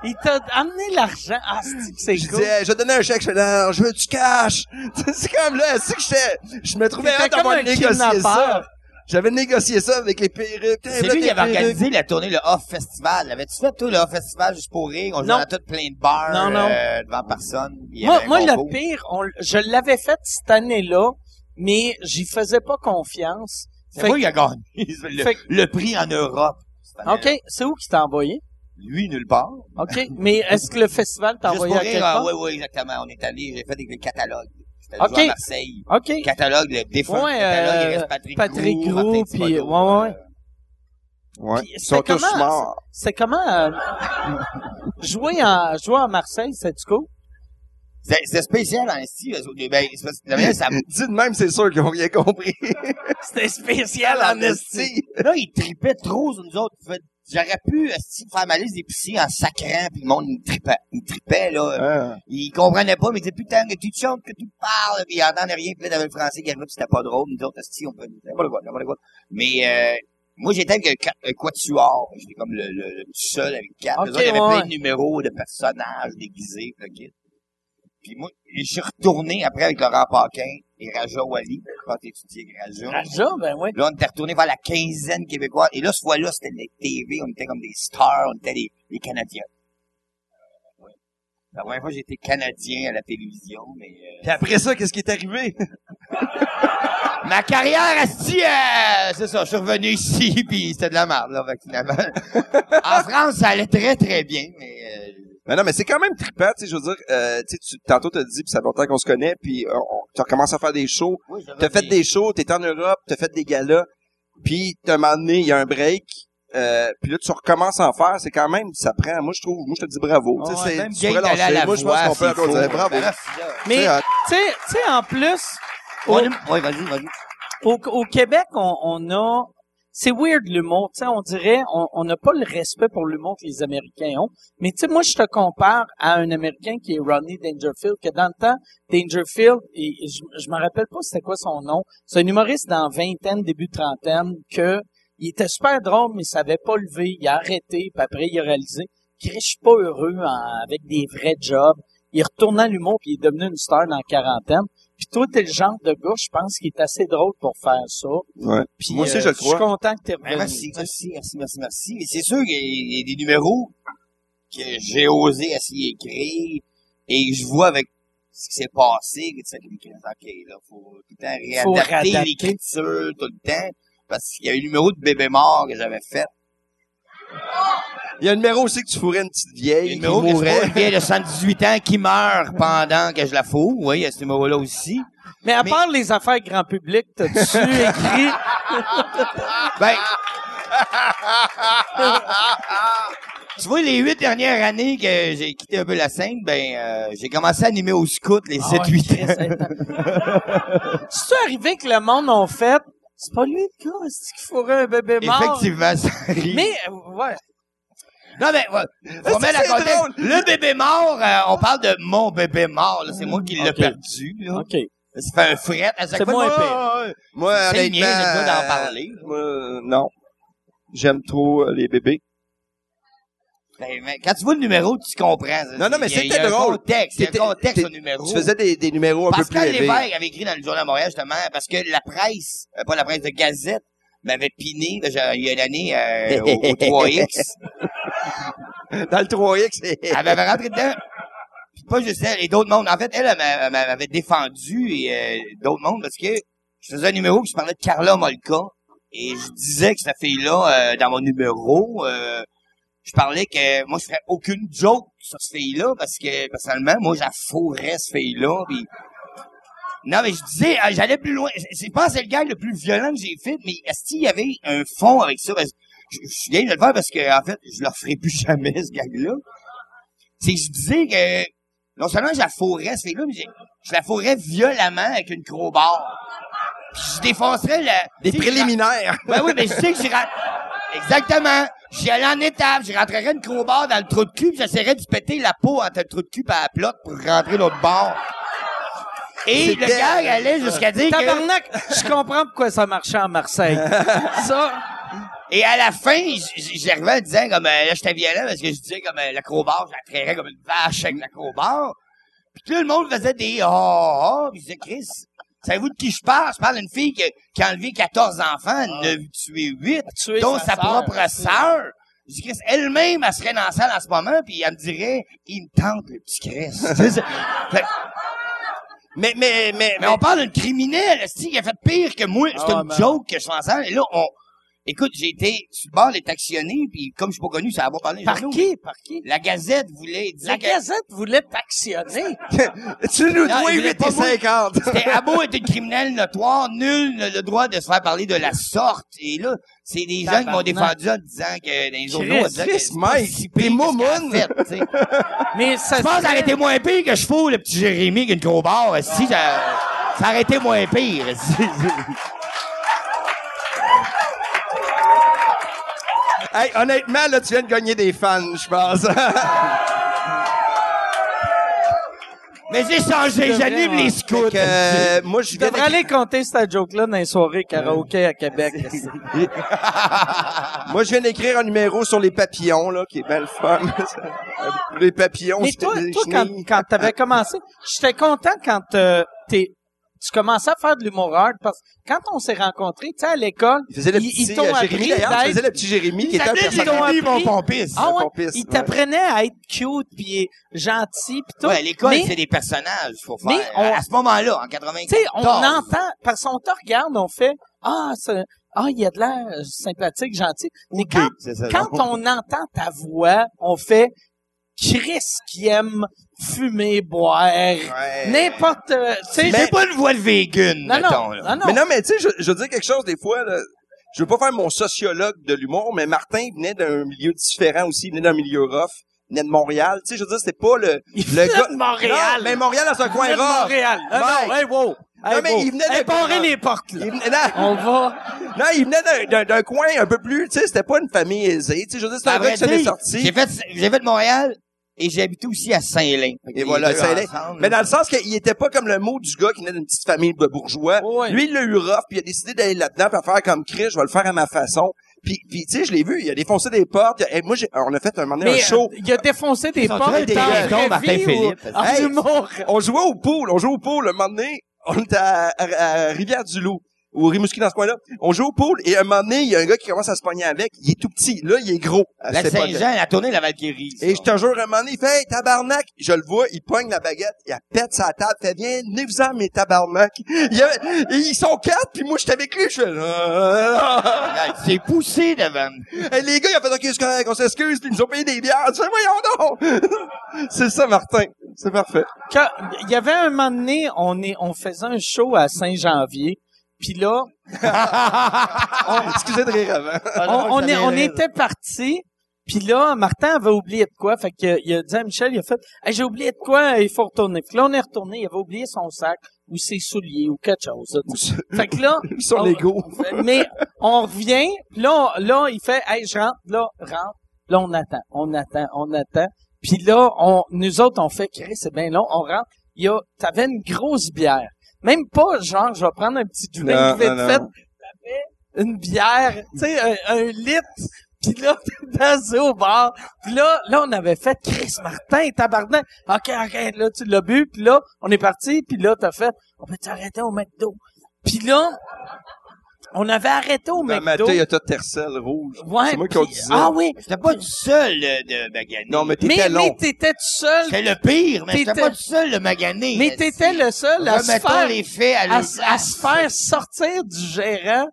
Speaker 2: Il t'a amené l'argent. Ah, c'est-tu que c'est
Speaker 3: Je
Speaker 2: cool.
Speaker 3: disais, je donnais un chèque, je fais, non, je veux du cash. Tu sais, c'est comme là, c'est que j'étais, je me trouvais
Speaker 2: T'étais
Speaker 3: hâte d'avoir
Speaker 2: comme un
Speaker 3: négocié
Speaker 2: kidnappeur.
Speaker 3: ça. J'avais négocié ça avec les perruques.
Speaker 4: C'est lui qui avait organisé la tournée, le Off Festival. L'avais-tu fait, toi, le Off Festival, juste pour rire? On jouait
Speaker 2: Non.
Speaker 4: dans tout plein de bars,
Speaker 2: Non, non.
Speaker 4: euh, devant personne. puis il y
Speaker 2: Moi,
Speaker 4: avait un
Speaker 2: moi le
Speaker 4: concours.
Speaker 2: pire, on l- je l'avais fait cette année-là, mais j'y faisais pas confiance.
Speaker 4: C'est
Speaker 2: Fait
Speaker 4: moi
Speaker 2: que-
Speaker 4: qui a gagné le,
Speaker 2: fait
Speaker 4: le prix en Europe. cette année-là.
Speaker 2: OK, c'est où qui t'a envoyé?
Speaker 4: Lui, nulle part.
Speaker 2: OK, mais est-ce que le festival t'a
Speaker 4: Juste pour
Speaker 2: envoyé à quelque
Speaker 4: rire, ah,
Speaker 2: part?
Speaker 4: oui, oui, exactement. On est allé, j'ai fait avec le catalogue. J'étais
Speaker 2: Ok.
Speaker 4: joué à Marseille.
Speaker 2: OK.
Speaker 4: Le catalogue, le défunt
Speaker 2: Ouais,
Speaker 4: catalogue, il
Speaker 2: euh,
Speaker 4: reste Patrick,
Speaker 2: Patrick
Speaker 4: Groux,
Speaker 2: Groux,
Speaker 4: Martin
Speaker 2: puis-
Speaker 4: Thibodeau,
Speaker 2: ouais, ouais, ouais.
Speaker 4: euh,
Speaker 3: Ouais.
Speaker 2: Puis
Speaker 3: Ils
Speaker 2: c'était
Speaker 3: sont tous
Speaker 2: comment,
Speaker 3: morts.
Speaker 2: C'est comment euh, jouer en jouer à Marseille, c'est du coup?
Speaker 4: c'est- C'était spécial, en style. Ben, c'est parce que la manière, ça
Speaker 3: Euh, Dis de même, c'est sûr qu'ils ont rien compris.
Speaker 2: C'était spécial
Speaker 3: esti.
Speaker 4: Là, il tripait trop sur nous autres. Fait- J'aurais pu esti, faire ma liste d'épiciers en sacrant, puis le monde, il me tripait. Il me tripait, là.
Speaker 3: Ah.
Speaker 4: Il comprenait pas, mais il disait, putain, que tu chantes, que tu parles, puis il entendait rien, puis là, t'avais le français qui arrivait, puis c'était pas drôle. Nous autres, esti, on peut, n'importe quoi, n'importe quoi. Mais, euh, moi, j'étais avec un, qua- un quatuor. J'étais comme le, le, le tout seul avec quatre.
Speaker 2: Ok,
Speaker 4: Eux autres, il y avait
Speaker 2: ouais.
Speaker 4: plein de numéros de personnages déguisés, puis le kit. Puis moi, je suis retourné après avec Laurent Paquin et Raja Wali. Quand t'étudiais avec Raja.
Speaker 2: Raja, ben oui.
Speaker 4: Là, on était retourné vers la quinzaine québécoise. Et là, ce fois-là, c'était les TV, on était comme des stars, on était des, des Canadiens. Ouais. La première fois, j'étais Canadien à la télévision, mais... euh,
Speaker 3: Puis après ça, qu'est-ce qui est arrivé?
Speaker 4: Ma carrière, asti, euh, c'est ça, je suis revenu ici, puis c'était de la merde, là, fait que finalement. en France, ça allait très, très bien, mais... euh,
Speaker 3: Mais non, mais c'est quand même trippant, tu sais, je veux dire, euh, tu sais, tu- tantôt t'as dit, puis ça fait longtemps qu'on se connaît, puis euh, on- tu recommences à faire des shows,
Speaker 4: moi, j'avais
Speaker 3: t'as fait des shows, t'es en Europe, t'as fait des galas, puis t'as un moment donné, il y a un break, euh, puis là, tu recommences à en faire, c'est quand même, ça prend, moi, je trouve, moi, je te dis bravo, tu sais,
Speaker 4: Ouais,
Speaker 3: c'est,
Speaker 4: même
Speaker 3: tu
Speaker 4: gang
Speaker 3: pourrais
Speaker 4: d'aller à
Speaker 3: lâcher.
Speaker 4: la
Speaker 3: moi, je
Speaker 4: voix,
Speaker 3: pense qu'on peut
Speaker 4: c'est
Speaker 3: applaudir,
Speaker 4: faux.
Speaker 3: bravo.
Speaker 4: Ah, c'est là.
Speaker 2: Mais,
Speaker 3: C'est hot.
Speaker 2: tu sais, tu sais, en plus, au-
Speaker 4: On est- Ouais, vas-y, vas-y.
Speaker 2: au, au Québec, on, on a... C'est weird l'humour, tu sais, on dirait, on on n'a pas le respect pour l'humour que les Américains ont. Mais tu sais, moi, je te compare à un Américain qui est Ronnie Dangerfield, que dans le temps, Dangerfield, et je, je me rappelle pas c'était quoi son nom, c'est un humoriste dans vingtaine, début trentaine, que il était super drôle, mais il savait pas lever, il a arrêté, puis après, il a réalisé qu'il je suis pas heureux en- avec des vrais jobs. Il est retourné à l'humour, puis il est devenu une star dans la quarantaine. Puis toi, t'es le genre de gars, je pense, qui est assez drôle pour faire ça.
Speaker 3: Ouais.
Speaker 2: Puis,
Speaker 3: Moi aussi,
Speaker 2: euh,
Speaker 3: je le
Speaker 2: suis
Speaker 3: crois.
Speaker 2: content que t'es
Speaker 4: Ben,
Speaker 2: revenu.
Speaker 4: Merci, merci, merci, merci, merci. Mais c'est sûr qu'il y a- il y a des numéros que j'ai osé essayer d'écrire et je vois avec ce qui s'est passé, que tu sais, comme que, ok, là, faut tout le temps
Speaker 2: Faut
Speaker 4: réadapter
Speaker 2: réadapter.
Speaker 4: l'écriture tout le temps. Parce qu'il y a un numéro de bébé mort que j'avais fait.
Speaker 3: Il y a un numéro aussi que tu fourrais une petite
Speaker 4: Il y a
Speaker 3: vieille
Speaker 4: un
Speaker 3: qui
Speaker 4: numéro que je
Speaker 3: mourait.
Speaker 4: vois, une vieille de 78 ans qui meurt pendant que je la fous. Oui, il y a ce numéro-là aussi.
Speaker 2: Mais à
Speaker 4: Mais-
Speaker 2: part les affaires grand public, t'as-tu écrit...
Speaker 4: Ben. tu vois, les huit dernières années que j'ai quitté un peu la scène, ben, euh, j'ai commencé à animer au scout les
Speaker 2: Ah ouais,
Speaker 4: 7-8 ans.
Speaker 2: Chris, attends. C'est-tu arrivé que le monde ont fait, c'est pas lui le gars, c'est qu'il fourrait un bébé mort?
Speaker 4: Effectivement, ça arrive.
Speaker 2: Mais, euh, ouais.
Speaker 4: Non, mais, ouais, on met la
Speaker 3: c'est
Speaker 4: contexte.
Speaker 3: drôle.
Speaker 4: Le bébé mort, euh, on parle de mon bébé mort, là. C'est moi qui l'ai
Speaker 2: Ok.
Speaker 4: perdu, là.
Speaker 2: OK.
Speaker 4: Ça fait un fret à
Speaker 2: C'est
Speaker 4: chaque fois.
Speaker 2: moins
Speaker 4: Ah, ah,
Speaker 3: Moi,
Speaker 4: C'est
Speaker 3: honnêtement,
Speaker 4: le mien, j'ai le droit d'en
Speaker 3: euh,
Speaker 4: parler.
Speaker 3: moi, euh, non. J'aime trop euh, les bébés.
Speaker 4: ah. Ben, mais quand tu vois le numéro, tu comprends.
Speaker 3: Non, non, mais
Speaker 4: Il y a-
Speaker 3: c'était
Speaker 4: il y a un
Speaker 3: drôle.
Speaker 4: contexte, il y a
Speaker 3: T'étais-
Speaker 4: un contexte
Speaker 3: t'es-
Speaker 4: au numéro.
Speaker 3: Tu faisais des, des numéros un peu
Speaker 4: Pascal
Speaker 3: plus élevés.
Speaker 4: Lévesque avait écrit dans le Journal de Montréal, justement, parce que la presse, euh, pas la presse de Gazette, m'avait piné, là, j'ai- il y a une année, euh, au, au 3X.
Speaker 3: Dans le 3X.
Speaker 4: Elle m'avait rentré dedans. Puis pas juste elle, et d'autres mondes. En fait, elle, elle m'a- elle m'avait défendu, et euh, d'autres mondes, parce que je faisais un numéro qui je parlais de Carla Molka. Et je disais que cette fille-là, euh, dans mon numéro, euh, je parlais que moi, je ferais aucune joke sur cette fille-là parce que, personnellement, moi, j'affourais cette fille-là. Puis... Non, mais je disais, euh, j'allais plus loin. C'est- C'est pas c'est le gars le plus violent que j'ai fait, mais est-ce qu'il y avait un fond avec ça? Parce que je je suis bien de le faire parce que, en fait, je le referai plus jamais, ce gag-là. C'est que je disais que non seulement je la fourrais, cette fille-là, mais je, je la fourrais violemment avec une crowbar. Puis je défoncerais la...
Speaker 3: Des
Speaker 4: tu sais, je-
Speaker 3: préliminaires.
Speaker 4: ben oui, mais je sais que j'y rentre. Exactement. J'y allais en étape. J'y rentrerais une crowbar dans le trou de cul, puis j'essaierais de se péter la peau entre le trou de cul et la plotte pour rentrer l'autre bord. Et
Speaker 3: C'est
Speaker 4: le
Speaker 3: bien.
Speaker 4: gars allait jusqu'à dire que...
Speaker 2: Tabarnak, je comprends pourquoi ça marchait à Marseille. Ça,
Speaker 4: Et à la fin, j- j- j'arrivais en disant comme... euh, là, j'étais violent parce que je disais comme euh, la crowbar, je la traînerais comme une vache avec la crowbar. Puis tout le monde faisait des... Oh, oh, puis je disais, Chris... Savez-vous de qui je parle? Je parle d'une fille que- qui a enlevé 14 enfants, en a tué 8.
Speaker 5: Tuer
Speaker 4: dont
Speaker 5: sa
Speaker 4: sa,
Speaker 5: sœur.
Speaker 4: propre sœur. Je dis, Chris, elle-même, elle serait dans la salle en ce moment, puis elle me dirait, il me tente, le petit Chris. C'est ça. Fait-
Speaker 3: Mais, mais, mais,
Speaker 4: mais on parle d'une criminelle, esti, qui a fait pire que moi. C'est
Speaker 2: Ah,
Speaker 4: une
Speaker 2: man.
Speaker 4: joke que je fais ensemble. Et là, on... Écoute, j'ai été sur le bord d'être actionné, puis comme je suis pas connu, ça va pas parler.
Speaker 2: par qui? Par qui?
Speaker 4: La Gazette voulait dire
Speaker 2: La Gazette voulait t'actionner.
Speaker 3: tu nous
Speaker 4: Non,
Speaker 3: dois
Speaker 4: il voulait
Speaker 3: 8
Speaker 4: pas
Speaker 3: et
Speaker 4: moi.
Speaker 3: 50.
Speaker 4: C'était à beau être une criminelle notoire, nul n'a le droit de se faire parler de la sorte. Et là, c'est des gens qui m'ont
Speaker 2: Tabarnak.
Speaker 4: défendu en disant que dans les journaux, on disait que
Speaker 3: Chris,
Speaker 4: c'est pas
Speaker 3: Mike,
Speaker 4: si
Speaker 3: t'es
Speaker 4: pire que ce qu'elle a
Speaker 3: moumoune.
Speaker 4: fait, tu sais.
Speaker 2: Mais ça
Speaker 4: Je pense que ça aurait
Speaker 2: serait-
Speaker 4: été moins pire que je fous le petit Jérémy qu'une gros barre. Si, ça, ça aurait été moins pire. esti.
Speaker 3: Hey, honnêtement, là, tu viens de gagner des fans, je pense.
Speaker 4: Mais j'ai changé, j'anime les scouts.
Speaker 3: Fait que, euh, moi, je
Speaker 2: Tu
Speaker 3: viens
Speaker 2: devrais aller compter cette joke-là dans les soirées karaoké à Québec.
Speaker 3: d'écrire- moi, je viens d'écrire un numéro sur les papillons, là, qui est belle fun. les papillons,
Speaker 2: Mais
Speaker 3: c'était
Speaker 2: toi,
Speaker 3: des
Speaker 2: toi quand,
Speaker 3: chenilles.
Speaker 2: quand t'avais commencé, j'étais content quand euh, t'es- tu commençais à faire de l'humour hard parce que quand on s'est rencontrés, tu sais, à l'école,
Speaker 3: Il faisait le
Speaker 2: ils-
Speaker 3: petit,
Speaker 2: ils t'ont
Speaker 3: euh,
Speaker 2: appris
Speaker 3: Jérémy, d'ailleurs,
Speaker 2: d'être-
Speaker 3: tu faisais le petit Jérémy, qui était un
Speaker 2: t'appelaient
Speaker 3: personnage.
Speaker 2: Jérémy.
Speaker 4: Ils
Speaker 2: appris.
Speaker 4: mon pompiste.
Speaker 2: ah ouais,
Speaker 3: pompiste,
Speaker 2: ils
Speaker 3: ouais.
Speaker 2: t'apprenaient à être cute puis gentil puis tout.
Speaker 4: Ouais, l'école,
Speaker 2: Mais-
Speaker 4: c'est des personnages, faut faire.
Speaker 2: Mais on-
Speaker 4: À ce moment-là, en
Speaker 2: Tu
Speaker 4: 95.
Speaker 2: sais, on
Speaker 4: Tard.
Speaker 2: entend, parce qu'on te regarde, on fait Ah, c'est- ah, il y a de l'air euh, sympathique, gentil. Mais quand,
Speaker 3: c'est ça,
Speaker 2: quand on entend ta voix, on fait Chris qui aime fumer, boire, n'importe. euh, tu sais,
Speaker 4: J'ai pas une voix de vegan,
Speaker 2: non,
Speaker 4: mettons.
Speaker 2: non,
Speaker 4: là.
Speaker 2: non, non.
Speaker 3: Mais non, mais tu sais, je, je veux dire quelque chose des fois. Là, je veux pas faire mon sociologue de l'humour, mais Martin venait d'un milieu différent aussi. Il venait d'un milieu rough. Il venait de Montréal. Tu sais, je veux dire, c'était pas le, le gars...
Speaker 2: de Montréal.
Speaker 3: Non, mais Montréal, dans un coin
Speaker 2: Il venait de
Speaker 3: rough.
Speaker 2: Montréal. Non,
Speaker 3: Mike.
Speaker 2: non, hey, wow. Hey,
Speaker 3: mais
Speaker 2: wow.
Speaker 3: il venait de-
Speaker 2: Hey, barrez les portes, là.
Speaker 3: Il venait- non,
Speaker 2: On va.
Speaker 3: non, il venait d'un- d'un- d'un coin un peu plus... Tu sais, c'était pas une famille aisée. Tu sais, je veux dire, c'était
Speaker 4: À
Speaker 3: un gars
Speaker 4: vrai
Speaker 3: qui s'en est
Speaker 4: dire, J'ai
Speaker 3: sorti.
Speaker 4: fait, j'ai fait Montréal et j'ai habité aussi à Saint-Lin. Fait que
Speaker 3: Et
Speaker 4: les
Speaker 3: voilà,
Speaker 4: deux
Speaker 3: ça allait.
Speaker 4: ensemble,
Speaker 3: Mais dans le sens qu'il était pas comme le mot du gars qui venait d'une petite famille de bourgeois.
Speaker 2: Ouais.
Speaker 3: Lui, il l'a eu rough, puis il a décidé d'aller là-dedans, puis à faire comme Chris, je vais le faire à ma façon. Puis, puis tu sais, je l'ai vu, il a défoncé des portes. Et moi, j'ai- on a fait un, moment donné,
Speaker 2: Mais,
Speaker 3: un show.
Speaker 2: euh, il a défoncé des
Speaker 4: sont
Speaker 2: portes.
Speaker 4: tous des
Speaker 2: en
Speaker 4: gueulons,
Speaker 2: vraie
Speaker 4: Martin
Speaker 2: vie
Speaker 4: Philippe.
Speaker 2: ou En
Speaker 3: Hey.
Speaker 2: humour.
Speaker 3: on jouait au pool, on jouait au pool un moment donné, on était à, à- à Rivière-du-Loup ou Rimouski dans ce coin-là. On joue au pool et un moment donné, il y a un gars qui commence à se pogner avec, il est tout petit, là il est gros. à
Speaker 4: La
Speaker 3: cette époque-là.
Speaker 4: Saint-Jean, la tournée de la Valkyrie. ça.
Speaker 3: Et je te jure, un moment donné, il fait Hey, tabarnak! Je le vois, il pogne la baguette, il la pète sa table, fait Viens, venez-vous-en, mes tabarnak! Il y avait- et ils sont quatre, puis moi, j'étais avec lui, je fais Ah!
Speaker 4: Ah, il s'est poussé devant.
Speaker 3: Et Les gars, ils ont fait Ok, c'est correct, on s'excuse, puis ils nous ont payé des bières. Je fais Voyons donc! c'est ça, Martin. C'est parfait.
Speaker 2: Quand- il y avait un moment donné, on est, on faisait un show à Saint-Janvier. Puis là,
Speaker 3: Ah, Excusez de rire avant.
Speaker 2: on, on est- on était parti. Puis là, Martin avait oublié de quoi. Fait que il a dit à Michel, il a fait, Hey, j'ai oublié de quoi, il faut retourner. Puis là, on est retourné, il avait oublié son sac ou ses souliers ou quelque chose. là, tu sais. Fait que là,
Speaker 3: Ils sont
Speaker 2: on-
Speaker 3: légaux.
Speaker 2: mais on revient, puis là, on- là, il fait, hey, je rentre, là, rentre. Là, on attend, on attend, on attend. Puis là, on, nous autres, on fait, Chris, c'est bien long, on rentre. Il y a, t'avais une grosse bière. Même pas, genre, je vais prendre un petit drink
Speaker 3: Non,
Speaker 2: vite
Speaker 3: non, non.
Speaker 2: fait. T'avais une bière, tu sais, un, un litre. Puis là, t'es dansé au bar. Puis là, là, on avait fait Chris Martin, tabarnak. OK, OK, là, tu l'as bu. Puis là, on est parti. Puis là, t'as fait, on peut t'arrêter au McDo. Puis là, on avait arrêté au
Speaker 3: Dans ma
Speaker 2: McDo.
Speaker 3: tête, il y a tout Tercel rouge.
Speaker 2: Ouais,
Speaker 3: C'est moi qui le
Speaker 2: puis-
Speaker 3: disais.
Speaker 2: Ah oui.
Speaker 4: J'étais pas tout seul euh, de maganer.
Speaker 3: Non, mais
Speaker 2: Mais, mais
Speaker 3: t'étais long.
Speaker 2: t'étais tout seul.
Speaker 4: C'était le pire, mais j'étais
Speaker 2: T'étais-
Speaker 4: pas tout seul de maganer.
Speaker 2: Mais t'étais le seul à se
Speaker 4: Remettons
Speaker 2: faire,
Speaker 4: les faits à
Speaker 2: à,
Speaker 4: leur
Speaker 2: s- à se faire sortir du gérant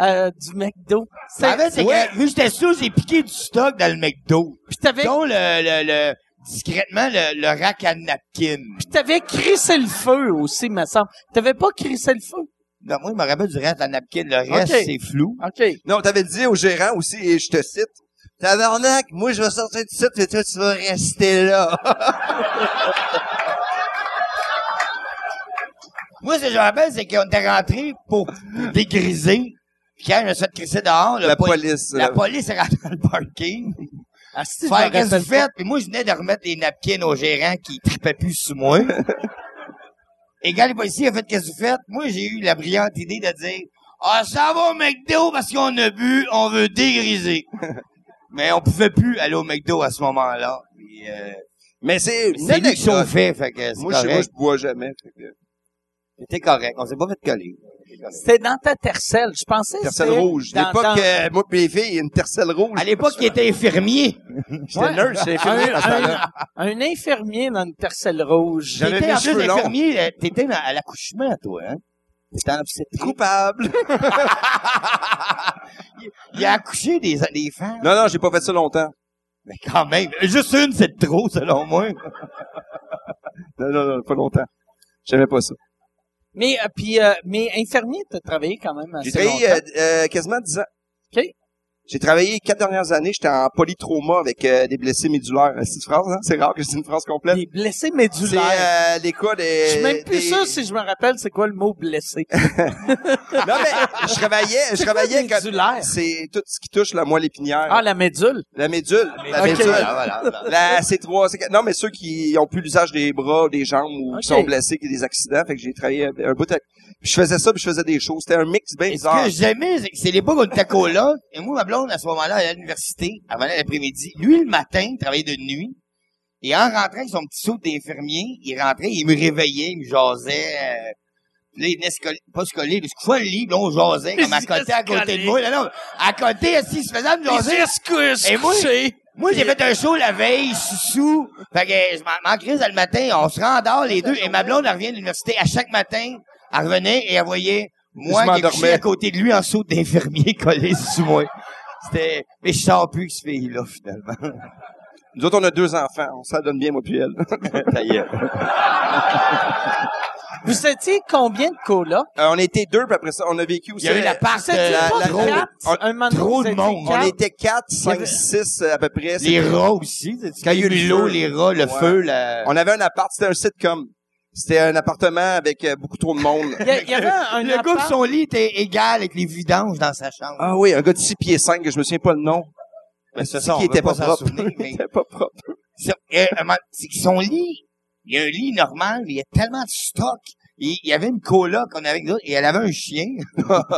Speaker 2: euh, du McDo. C'est-
Speaker 4: En fait, c'est
Speaker 2: Ouais.
Speaker 4: que, vu que j'étais sous, j'ai piqué du stock dans le McDo.
Speaker 2: Puis t'avais,
Speaker 4: Dont le, le, le, discrètement, le, le rack à napkin.
Speaker 2: puis t'avais crissé le feu aussi, me semble. T'avais pas crissé le feu.
Speaker 4: Non, ben, moi, je me rappelle du rack à napkin. Le reste,
Speaker 2: Ok.
Speaker 4: c'est flou.
Speaker 2: OK.
Speaker 3: Non, t'avais dit au gérant aussi, et je te cite, Tabarnak, moi, je vais sortir du site, et toi, tu vas rester là.
Speaker 4: Moi, ce que je me rappelle, c'est qu'on était rentré pour dégriser. Puis quand je me suis fait crisser dehors, le
Speaker 3: La
Speaker 4: poli-
Speaker 3: police. euh.
Speaker 4: la
Speaker 3: là.
Speaker 4: police est rentrée dans le parking.
Speaker 2: Ah, si, je me
Speaker 4: Faire qu'est-ce que
Speaker 2: rappelle
Speaker 4: vous faites? Puis moi, je venais de remettre les napkins aux gérants qui tripaient plus sous moi. Et quand les policiers ont fait qu'est-ce que vous faites, moi, j'ai eu la brillante idée de dire, ah, ça va au McDo parce qu'on a bu, on veut dégriser. Mais on pouvait plus aller au McDo à ce moment-là. Puis, euh,
Speaker 3: Mais c'est une
Speaker 4: C'est lui qui
Speaker 3: anecdote.
Speaker 4: chauffait, fait que c'est
Speaker 3: Moi, je, moi,
Speaker 4: correct.
Speaker 3: je bois jamais. fait que-
Speaker 4: C'était correct. On s'est pas fait coller.
Speaker 2: C'était dans ta tercelle. Je pensais que
Speaker 3: Tercel
Speaker 2: c'était
Speaker 3: rouge.
Speaker 2: dans-
Speaker 3: L'époque,
Speaker 2: dans-
Speaker 3: euh, moi pis les filles, il y a une tercel rouge.
Speaker 4: À l'époque, il était infirmier.
Speaker 3: J'étais nerd, j'étais infirmier
Speaker 2: un,
Speaker 3: à ce
Speaker 2: un,
Speaker 3: temps-là.
Speaker 2: un infirmier dans une tercelle rouge.
Speaker 3: J'avais
Speaker 4: T'étais
Speaker 3: mes
Speaker 4: en plus
Speaker 3: cheveux longs.
Speaker 4: infirmier, euh, t'étais dans- à l'accouchement, toi, hein? T'étais en obstétrique.
Speaker 3: Coupable.
Speaker 4: Il a accouché des, des femmes.
Speaker 3: Non, non, j'ai pas fait ça longtemps.
Speaker 4: Mais quand même, juste une, c'est de trop, selon moi.
Speaker 3: Non, non, non, pas longtemps. J'aimais pas ça.
Speaker 2: Mais, euh, puis, euh, mais infirmier, t'as travaillé quand même assez
Speaker 3: J'ai travaillé
Speaker 2: longtemps.
Speaker 3: euh, euh, quasiment 10 ans.
Speaker 2: OK.
Speaker 3: J'ai travaillé quatre dernières années. J'étais en polytrauma avec euh, des blessés médulaires. C'est une phrase, hein? C'est rare que c'est une phrase complète.
Speaker 2: Des blessés
Speaker 3: euh, C'est
Speaker 2: médulaires.
Speaker 3: euh, les cas des...
Speaker 2: Je suis même plus
Speaker 3: des-
Speaker 2: sûr si je me rappelle c'est quoi le mot blessé.
Speaker 3: Non, mais je travaillais, je
Speaker 2: C'est quoi
Speaker 3: travaillais quand...
Speaker 2: médulaire?
Speaker 3: C'est tout ce qui touche la moelle épinière.
Speaker 2: Ah, la médule.
Speaker 3: La médule. La
Speaker 2: Ok.
Speaker 3: médule.
Speaker 4: Voilà, voilà, voilà.
Speaker 3: La C3, C4. Non, mais ceux qui ont plus l'usage des bras, des jambes ou qui
Speaker 2: Ok.
Speaker 3: sont blessés, qui ont des accidents. Fait que j'ai travaillé un bout. à- Puis je faisais ça, puis je faisais des choses. C'était un mix bien
Speaker 4: Et ce que
Speaker 3: bizarre.
Speaker 4: j'aimais, c'est que c'est l'époque où on était coloc, et moi, ma blonde, à ce moment-là, elle est à l'université, elle venait l'après-midi. Lui, le matin, il travaillait de nuit. Et en rentrant avec son petit saut d'infirmier, il rentrait, il me réveillait, il me jasait. euh, puis là, il venait se coller, pas se coller, mais se couchait le lit, puis là, on jasait, comme à
Speaker 2: Il
Speaker 4: côté, à
Speaker 2: venait se
Speaker 4: côté de
Speaker 2: coller.
Speaker 4: moi. Là, non, à côté, assis, il se faisait me jaser. Et moi,
Speaker 2: couché.
Speaker 4: moi, j'ai fait un show la veille, sous Fait que je m'en- m'en crise le matin, on se rendort les deux. Et ma blonde, elle revient de l'université. À chaque matin, elle revenait et elle voyait moi
Speaker 3: Je
Speaker 4: qui est
Speaker 3: m'endormais.
Speaker 4: couché à côté de lui en saut d'infirmier collé sous moi. C'était, mais je sors plus que ce pays-là, finalement.
Speaker 3: Nous autres, on a deux enfants. On s'en donne bien, moi puis elle.
Speaker 4: D'ailleurs.
Speaker 2: Vous étiez combien de colas?
Speaker 3: Euh, on était deux, puis après ça, on a vécu
Speaker 4: Il
Speaker 3: aussi.
Speaker 4: y a eu la part,
Speaker 2: Vous étiez
Speaker 3: la-
Speaker 2: pas
Speaker 3: la-
Speaker 2: quatre?
Speaker 3: on-
Speaker 2: un moment donné,
Speaker 4: trop
Speaker 2: vous
Speaker 4: de
Speaker 2: étiez
Speaker 4: monde.
Speaker 3: on
Speaker 2: quatre?
Speaker 3: était quatre,
Speaker 2: Il y
Speaker 3: cinq,
Speaker 2: avait-
Speaker 3: six euh, à peu près.
Speaker 4: les
Speaker 3: C'était-
Speaker 4: rats aussi.
Speaker 3: Quand il y a eu le
Speaker 4: l'eau,
Speaker 3: feu.
Speaker 4: les rats, le
Speaker 3: Ouais.
Speaker 4: feu, la...
Speaker 3: On avait un appart. C'était un sitcom. C'était un appartement avec euh, beaucoup trop de monde.
Speaker 2: Il y, a- il y avait un, un
Speaker 4: le gars
Speaker 2: appart-
Speaker 4: de son lit était égal avec les vidanges dans sa chambre.
Speaker 3: ah oui, un gars de six pieds cinq, je me souviens pas le nom.
Speaker 4: Mais c'est
Speaker 3: C'est
Speaker 4: ça, on
Speaker 3: qui
Speaker 4: veut
Speaker 3: était
Speaker 4: pas
Speaker 3: pas,
Speaker 4: s'en
Speaker 3: propre.
Speaker 4: souvenir, mais-
Speaker 3: Il était pas propre.
Speaker 4: Ça, euh, euh, man- c'est que son lit, il y a un lit normal, mais il y a tellement de stock. Il il y avait une cola qu'on avait avec nous autres, et elle avait un chien.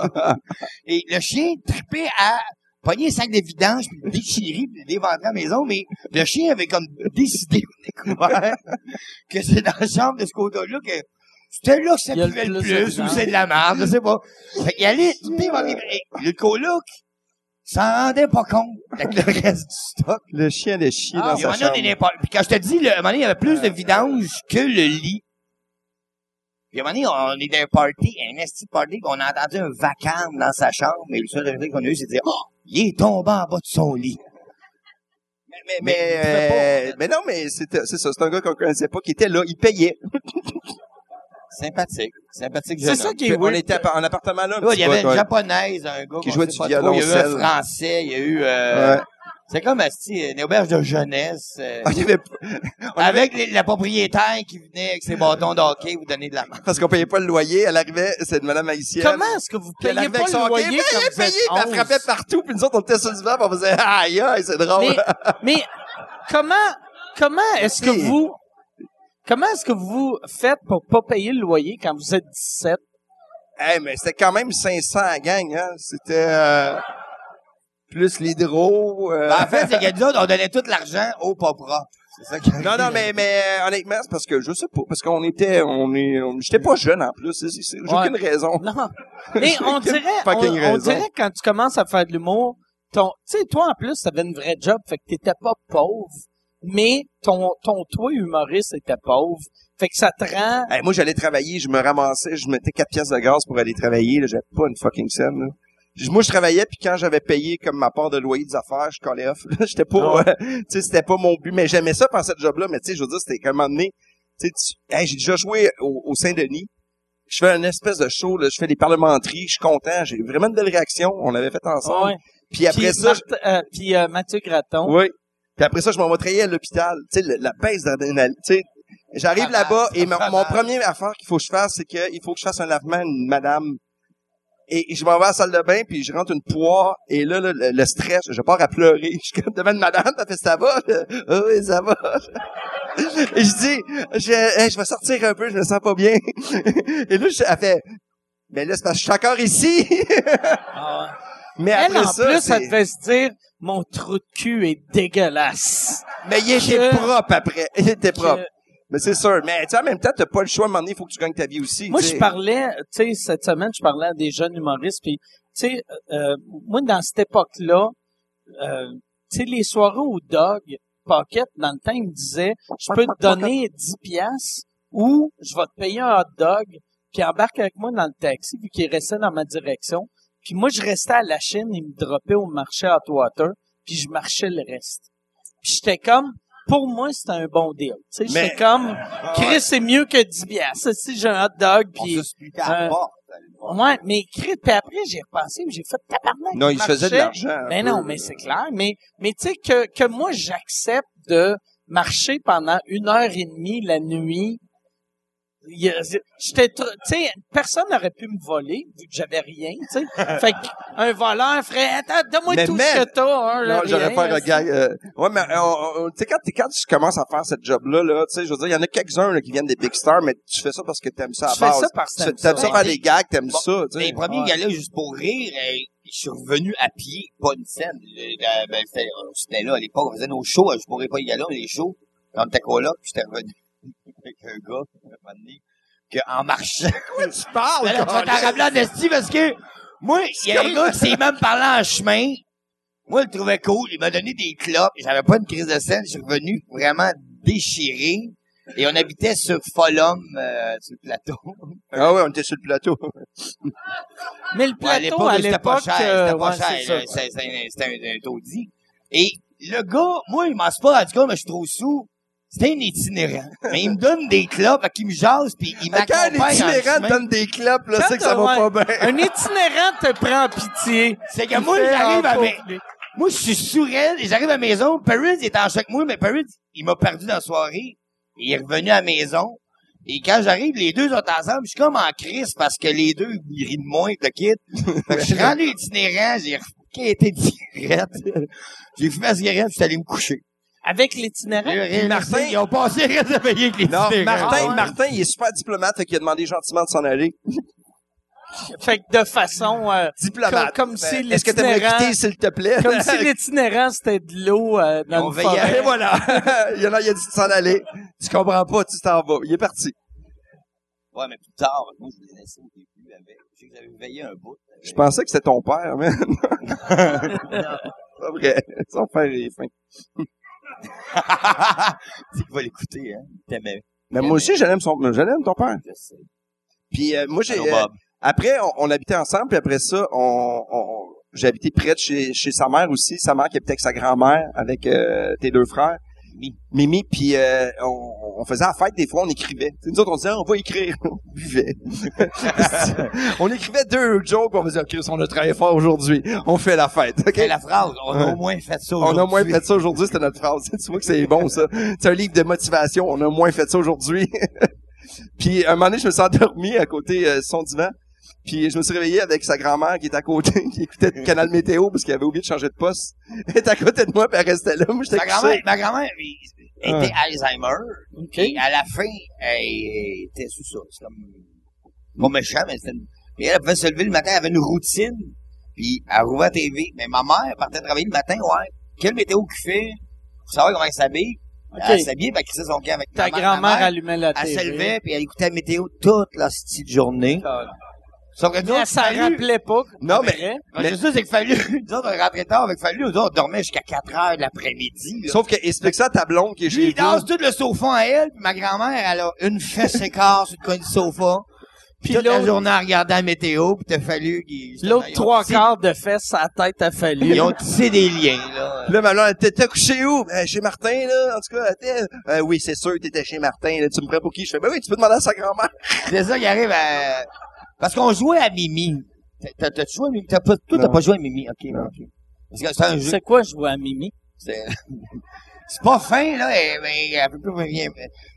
Speaker 4: et le chien tripait à pogner un sac de vidange, puis le déchirer, puis le déventrer à la maison, mais le chien avait comme décidé au découvert que c'est dans la chambre de ce côté-là que c'était là que ça
Speaker 2: Il y a le
Speaker 4: buvait le
Speaker 2: plus de
Speaker 4: plus, ou
Speaker 2: vidange.
Speaker 4: c'est de la merde, je sais pas. Fait qu'il allait, puis il va- et le coloc s'en rendait pas compte avec le reste du stock.
Speaker 3: Le chien allait chier
Speaker 4: Ah,
Speaker 3: dans
Speaker 4: il y a un
Speaker 3: sa
Speaker 4: moment
Speaker 3: chambre. Euh,
Speaker 4: donné, on est pas- Puis quand je te dis, le, à un moment donné, il y avait plus de vidange que le lit. Puis à un moment donné, on est dans un party, un esti de party, qu'on a entendu un vacarme dans sa chambre, et le seul résultat qu'on a eu, c'est de dire, oh, il est tombé en bas de son lit.
Speaker 3: Mais, mais, euh, mais non, mais c'était- c'est ça. C'est un gars qu'on connaissait pas qui était là. Il payait.
Speaker 4: Sympathique. Sympathique,
Speaker 2: C'est
Speaker 4: jeune
Speaker 2: ça
Speaker 4: homme.
Speaker 2: qui est
Speaker 3: on
Speaker 2: weird.
Speaker 3: était en appartement là. un
Speaker 4: Ouais,
Speaker 3: petit
Speaker 4: il y avait
Speaker 3: gars,
Speaker 4: une
Speaker 3: ouais.
Speaker 4: japonaise, un gars
Speaker 3: Qui
Speaker 4: qu'on
Speaker 3: jouait
Speaker 4: sait
Speaker 3: du
Speaker 4: pas trop. Il y a eu un
Speaker 3: violoncelle.
Speaker 4: français, il y a eu, euh, c'est comme esti, une auberge de jeunesse, euh,
Speaker 3: Ah, il y avait-
Speaker 4: avec les- la propriétaire qui venait avec ses bâtons d'hockey vous donner de la main.
Speaker 3: parce qu'on payait pas le loyer. Elle arrivait, c'est de madame haïtienne.
Speaker 2: Comment est-ce que vous
Speaker 3: Puis elle
Speaker 2: payez
Speaker 3: arrivait
Speaker 2: pas
Speaker 3: avec
Speaker 2: le
Speaker 3: son
Speaker 2: loyer
Speaker 3: hockey,
Speaker 2: quand
Speaker 3: payez,
Speaker 2: vous
Speaker 3: payez,
Speaker 2: êtes
Speaker 3: puis elle
Speaker 2: 11?
Speaker 3: frappait partout, puis nous autres, on était sur le divan, puis on faisait, Ah, aïe, aïe, c'est drôle. hein.
Speaker 2: Mais, mais comment comment est-ce que
Speaker 3: Si.
Speaker 2: vous comment est-ce que vous faites pour pas payer le loyer quand vous êtes 17
Speaker 3: Hey, mais c'était quand même 500 à la gang, hein. C'était, euh, plus l'hydro, euh,
Speaker 4: Ben, en fait, c'est que nous autres, on donnait tout l'argent au pas propre. C'est ça qui
Speaker 3: Non, non, mais, mais euh, honnêtement, c'est parce que je sais pas, parce qu'on était, on est, on- j'étais pas jeune en plus, c'est- c'est- j'ai
Speaker 2: Ouais.
Speaker 3: aucune raison.
Speaker 2: Non, Mais on dirait, on,
Speaker 3: fucking
Speaker 2: on
Speaker 3: raison.
Speaker 2: dirait quand tu commences à faire de l'humour, ton, tu sais, toi en plus, t'avais une vraie job, fait que t'étais pas pauvre, mais ton, ton toi humoriste était pauvre, fait que ça te rend.
Speaker 3: Hey, moi, j'allais travailler, je me ramassais, je mettais quatre pièces de gaz pour aller travailler, là, j'avais pas une fucking scène, là. Je- Moi, je travaillais, puis quand j'avais payé comme ma part de loyer des affaires, je collais off. là. J'étais pas, euh, tu sais, c'était pas mon but, mais j'aimais ça faire cette job-là, mais tu sais, je veux dire, c'était qu'à un moment donné, tu sais, tu- hey, j'ai déjà joué au, au Saint-Denis. Je fais une espèce de show, là, je fais des parlementeries, je suis content, j'ai eu vraiment une belle réaction, on l'avait fait ensemble.
Speaker 2: Ouais.
Speaker 3: Puis après
Speaker 2: Puis
Speaker 3: ça,
Speaker 2: Marthe- euh, puis euh, Mathieu Graton.
Speaker 3: oui. Puis après ça, je m'en vais travailler à l'hôpital. Tu sais, le- la baisse d'adrénaline. Tu sais, j'arrive là-bas et mon, mon premier affaire qu'il faut que je fasse, c'est qu'il faut que je fasse un lavement à une madame. Et et je m'en vais à la salle de bain, puis je rentre une poire, et là, le, le- le stress, je pars à pleurer. Je suis comme devant une madame, elle fait « ça va? »« Ah Oui, ça va. » Et je dis « je, hey, je vais sortir un peu, je me sens pas bien. » Et là, je- elle fait « Mais là, c'est parce que je suis encore ici. Mais
Speaker 2: Elle,
Speaker 3: après
Speaker 2: en
Speaker 3: ça,
Speaker 2: plus, ça
Speaker 3: c'est-
Speaker 2: devait se dire, mon trou de cul est dégueulasse.
Speaker 3: Mais il était
Speaker 2: Que-
Speaker 3: propre après. Il était
Speaker 2: que-
Speaker 3: propre. Mais c'est sûr. Mais tu sais, en même temps, t'as pas le choix. À un moment donné, il faut que tu gagnes ta vie aussi.
Speaker 2: Moi,
Speaker 3: tu sais.
Speaker 2: je parlais, tu sais, cette semaine, je parlais à des jeunes humoristes, puis, tu sais, euh, moi, dans cette époque-là, euh, tu sais, les soirées au Dog Pocket, dans le temps, ils me disaient, je peux te donner 10 piastres ou je vais te payer un hot dog, puis embarque avec moi dans le taxi, vu qu'il restait dans ma direction. Puis moi, je restais à la Chine, il me droppait au marché à Water, puis je marchais le reste. Puis j'étais comme, pour moi, c'était un bon deal. Tu sais,
Speaker 3: Mais-
Speaker 2: j'étais comme, Chris, c'est mieux que 10 piastres. Si j'ai un hot dog, puis... euh, Ouais, mais écrit, puis après, j'ai repensé, puis j'ai fait tabarnak.
Speaker 3: Non, il
Speaker 2: marchait.
Speaker 3: faisait de l'argent. un
Speaker 2: Mais
Speaker 3: peu.
Speaker 2: Ben non, mais c'est clair. Mais, mais tu sais, que, que moi, j'accepte de marcher pendant une heure et demie la nuit. Il y a- J'étais, tr- tu sais, personne n'aurait pu me voler, vu que j'avais rien, tu sais. fait qu'un voleur ferait, attends, donne-moi
Speaker 3: Mais
Speaker 2: tout ce
Speaker 3: même-
Speaker 2: que t'as, hein, là,
Speaker 3: Non, j'aurais
Speaker 2: rien,
Speaker 3: pas
Speaker 2: là,
Speaker 3: le gars. euh, ouais, mais euh, on- on- tu sais, quand, t'es- quand tu commences à faire cette job-là, là, tu sais, je veux dire, il y en a quelques-uns là, qui viennent des big stars, mais tu fais ça parce que t'aimes ça à
Speaker 2: Tu fais
Speaker 3: base.
Speaker 2: ça parce que
Speaker 3: tu
Speaker 2: t'aimes
Speaker 3: t'aimes ça
Speaker 2: ça. Ben,
Speaker 3: faire des gags, t'aimes
Speaker 4: Bon,
Speaker 3: ça, tu sais.
Speaker 4: Les premiers gars-là, juste pour rire, euh, je suis revenu à pied, pas une scène. Le- le- ben, c'était- euh, C'était là à l'époque, on faisait nos shows, euh, je pourrais pas y aller, les shows, dans le taco là, puis j'étais revenu avec un gars, un moment donné, que en marchant. Quoi tu parles? tu vas t'en rappeler en esti parce que moi, il y a un gars qui s'est même parlé en chemin. Moi, je le trouvais cool, il m'a donné des clopes, j'avais pas une crise de scène, je suis revenu vraiment déchiré. Et on habitait sur Folum, euh, sur le plateau.
Speaker 3: Ah ouais, on était sur le plateau.
Speaker 2: Mais le
Speaker 4: Ouais, à
Speaker 2: plateau, à
Speaker 4: c'était pas
Speaker 2: l'époque,
Speaker 4: cher,
Speaker 2: euh,
Speaker 4: c'était pas
Speaker 2: ouais, c'est
Speaker 4: cher. là.
Speaker 2: ça.
Speaker 4: C'est- c'est un- C'était un, un taudis. Et le gars, moi, il m'en suis pas rendu compte, mais je suis trop sous. C'était un itinérant. Mais il me donne des clubs, fait qu'il me jase, puis il
Speaker 3: Quand
Speaker 4: m'accompagne.
Speaker 3: un
Speaker 4: en
Speaker 3: itinérant te
Speaker 4: chemin.
Speaker 3: donne des clopes, là,
Speaker 2: Quand
Speaker 3: c'est que ça va
Speaker 2: t'as-
Speaker 3: pas bien.
Speaker 2: Un itinérant te prend en pitié. Ah,
Speaker 4: C'est que moi, j'arrive avec... Moi, je suis sourd, et j'arrive à la maison. Perrin il est en choc avec moi, mais Perrin, il m'a perdu dans la soirée. Il est revenu à la maison. Et quand j'arrive, les deux sont ensemble. Je suis comme en crise parce que les deux, ils rient de moi, ils le quittent. Fait que je suis rendu itinérant, j'ai été de cigarette. J'ai fumé la cigarette, je suis allé me coucher.
Speaker 2: Avec l'itinérant?
Speaker 4: Puis
Speaker 3: Martin-
Speaker 4: ils ont passé le reste de la veillée avec les
Speaker 3: Non,
Speaker 4: itinérants.
Speaker 3: Martin,
Speaker 4: Ah ouais.
Speaker 3: Martin, il est super diplomate, fait qu'il a demandé gentiment de s'en aller.
Speaker 2: Fait que de façon... euh,
Speaker 3: Diplomate.
Speaker 2: Comme- comme si
Speaker 3: Fait, Est-ce que t'aimerais
Speaker 2: l'itinérant-
Speaker 3: quitter, s'il te plaît?
Speaker 2: Comme si l'itinérant, c'était de l'eau euh, dans
Speaker 4: On
Speaker 2: une
Speaker 4: veillait.
Speaker 2: forêt.
Speaker 3: Et voilà. il y en a, il a dit de s'en aller. Tu comprends pas, tu t'en vas. Il est parti.
Speaker 4: Ouais, mais plus tard, moi, je les laissais au début avec. Je sais que j'avais veillé un bout.
Speaker 3: Je pensais que c'était ton père, man. C'est vrai. Son père est fin.
Speaker 4: tu sais qu'il va l'écouter, hein. Il t'aimait.
Speaker 3: Mais moi aussi, j'aime son, je l'aime, ton père.
Speaker 4: Je sais.
Speaker 3: Puis, euh, moi, j'ai,
Speaker 4: Allô,
Speaker 3: euh,
Speaker 4: Bob.
Speaker 3: après, on, on habitait ensemble, puis après ça, on, on- on- j'ai habité près de chez, chez sa mère aussi. Sa mère qui habitait avec sa grand-mère, avec euh, tes deux frères.
Speaker 4: Mimi.
Speaker 3: Mimi, puis euh, on, on faisait la fête, des fois, on écrivait. Tu sais, nous autres, on disait, on va écrire. On buvait. on écrivait deux jokes, on faisait, OK, on a travaillé fort aujourd'hui. On fait la fête. OK?
Speaker 4: C'est la phrase. On a
Speaker 3: Ouais.
Speaker 4: au moins fait ça
Speaker 3: On a
Speaker 4: aujourd'hui.
Speaker 3: moins fait ça aujourd'hui, c'était notre phrase. tu vois que c'est bon, ça. C'est un livre de motivation. On a moins fait ça aujourd'hui. puis, un moment donné, je me suis endormi à côté euh, de son divan. Puis, je me suis réveillé avec sa grand-mère qui était à côté, qui écoutait le canal météo parce qu'elle avait oublié de changer de poste. Elle était à côté de moi, puis elle restait là. Moi, j'étais
Speaker 4: Ma grand-mère,
Speaker 3: couché.
Speaker 4: ma grand-mère, il- elle
Speaker 3: Ouais.
Speaker 4: était Alzheimer. Et à la fin, elle était sous ça. C'est comme, pas méchant, mais c'était une... Mais elle pouvait se lever le matin, elle avait une routine. Puis elle rouvrait la TV. Mais ma mère partait travailler le matin, ouais. Quelle météo qu'il fait? Pour savoir comment elle s'habille. Elle s'habillait, puis elle crissait son camp avec
Speaker 2: Ta
Speaker 4: ma mère.
Speaker 2: grand-mère
Speaker 4: Ma mère,
Speaker 2: allumait la
Speaker 4: elle
Speaker 2: télé.
Speaker 4: se levait, puis elle écoutait la météo toute la petite journée. Ça aurait dû
Speaker 2: Ah. Mais
Speaker 4: être
Speaker 2: ça
Speaker 4: fallu-
Speaker 2: rappelait pas.
Speaker 3: Non,
Speaker 2: pour
Speaker 3: mais-
Speaker 2: vrai.
Speaker 4: Mais c'est ça, c'est que Fallu, nous autres, on rentrait tard avec Fallu, nous autres, on dormait jusqu'à 4 heures de l'après-midi. là.
Speaker 3: Sauf que, explique ça à ta blonde qui est
Speaker 4: Lui,
Speaker 3: chez
Speaker 4: il danse
Speaker 3: vous.
Speaker 4: tout le sofa à elle, puis ma grand-mère, elle a une fesse et quart sur le coin du sofa. Puis toute la
Speaker 2: l'autre-
Speaker 4: journée, en regardant la météo, puis t'as fallu qu'ils...
Speaker 2: L'autre trois quarts de fesses, sa tête a fallu.
Speaker 4: Ils ont tissé des liens, là.
Speaker 3: Là, ma blonde, elle, t'étais couché où? Ben, chez Martin, là. En tout cas, elle était- Euh, oui, c'est sûr, t'étais chez Martin, là. Tu me prends pour qui? Je fais, ben oui, tu peux demander à sa grand-mère.
Speaker 4: C'est ça qui arrive à... Parce qu'on jouait à Mimi. T'as, t'as joué à Mimi? T'as pas, toi, t'as
Speaker 3: Non.
Speaker 4: pas joué à Mimi? OK, bon, OK. Parce que c'est un jeu...
Speaker 2: C'est quoi, je vois à Mimi?
Speaker 4: C'est, c'est pas fin, là. eh, Mais elle peut plus revenir.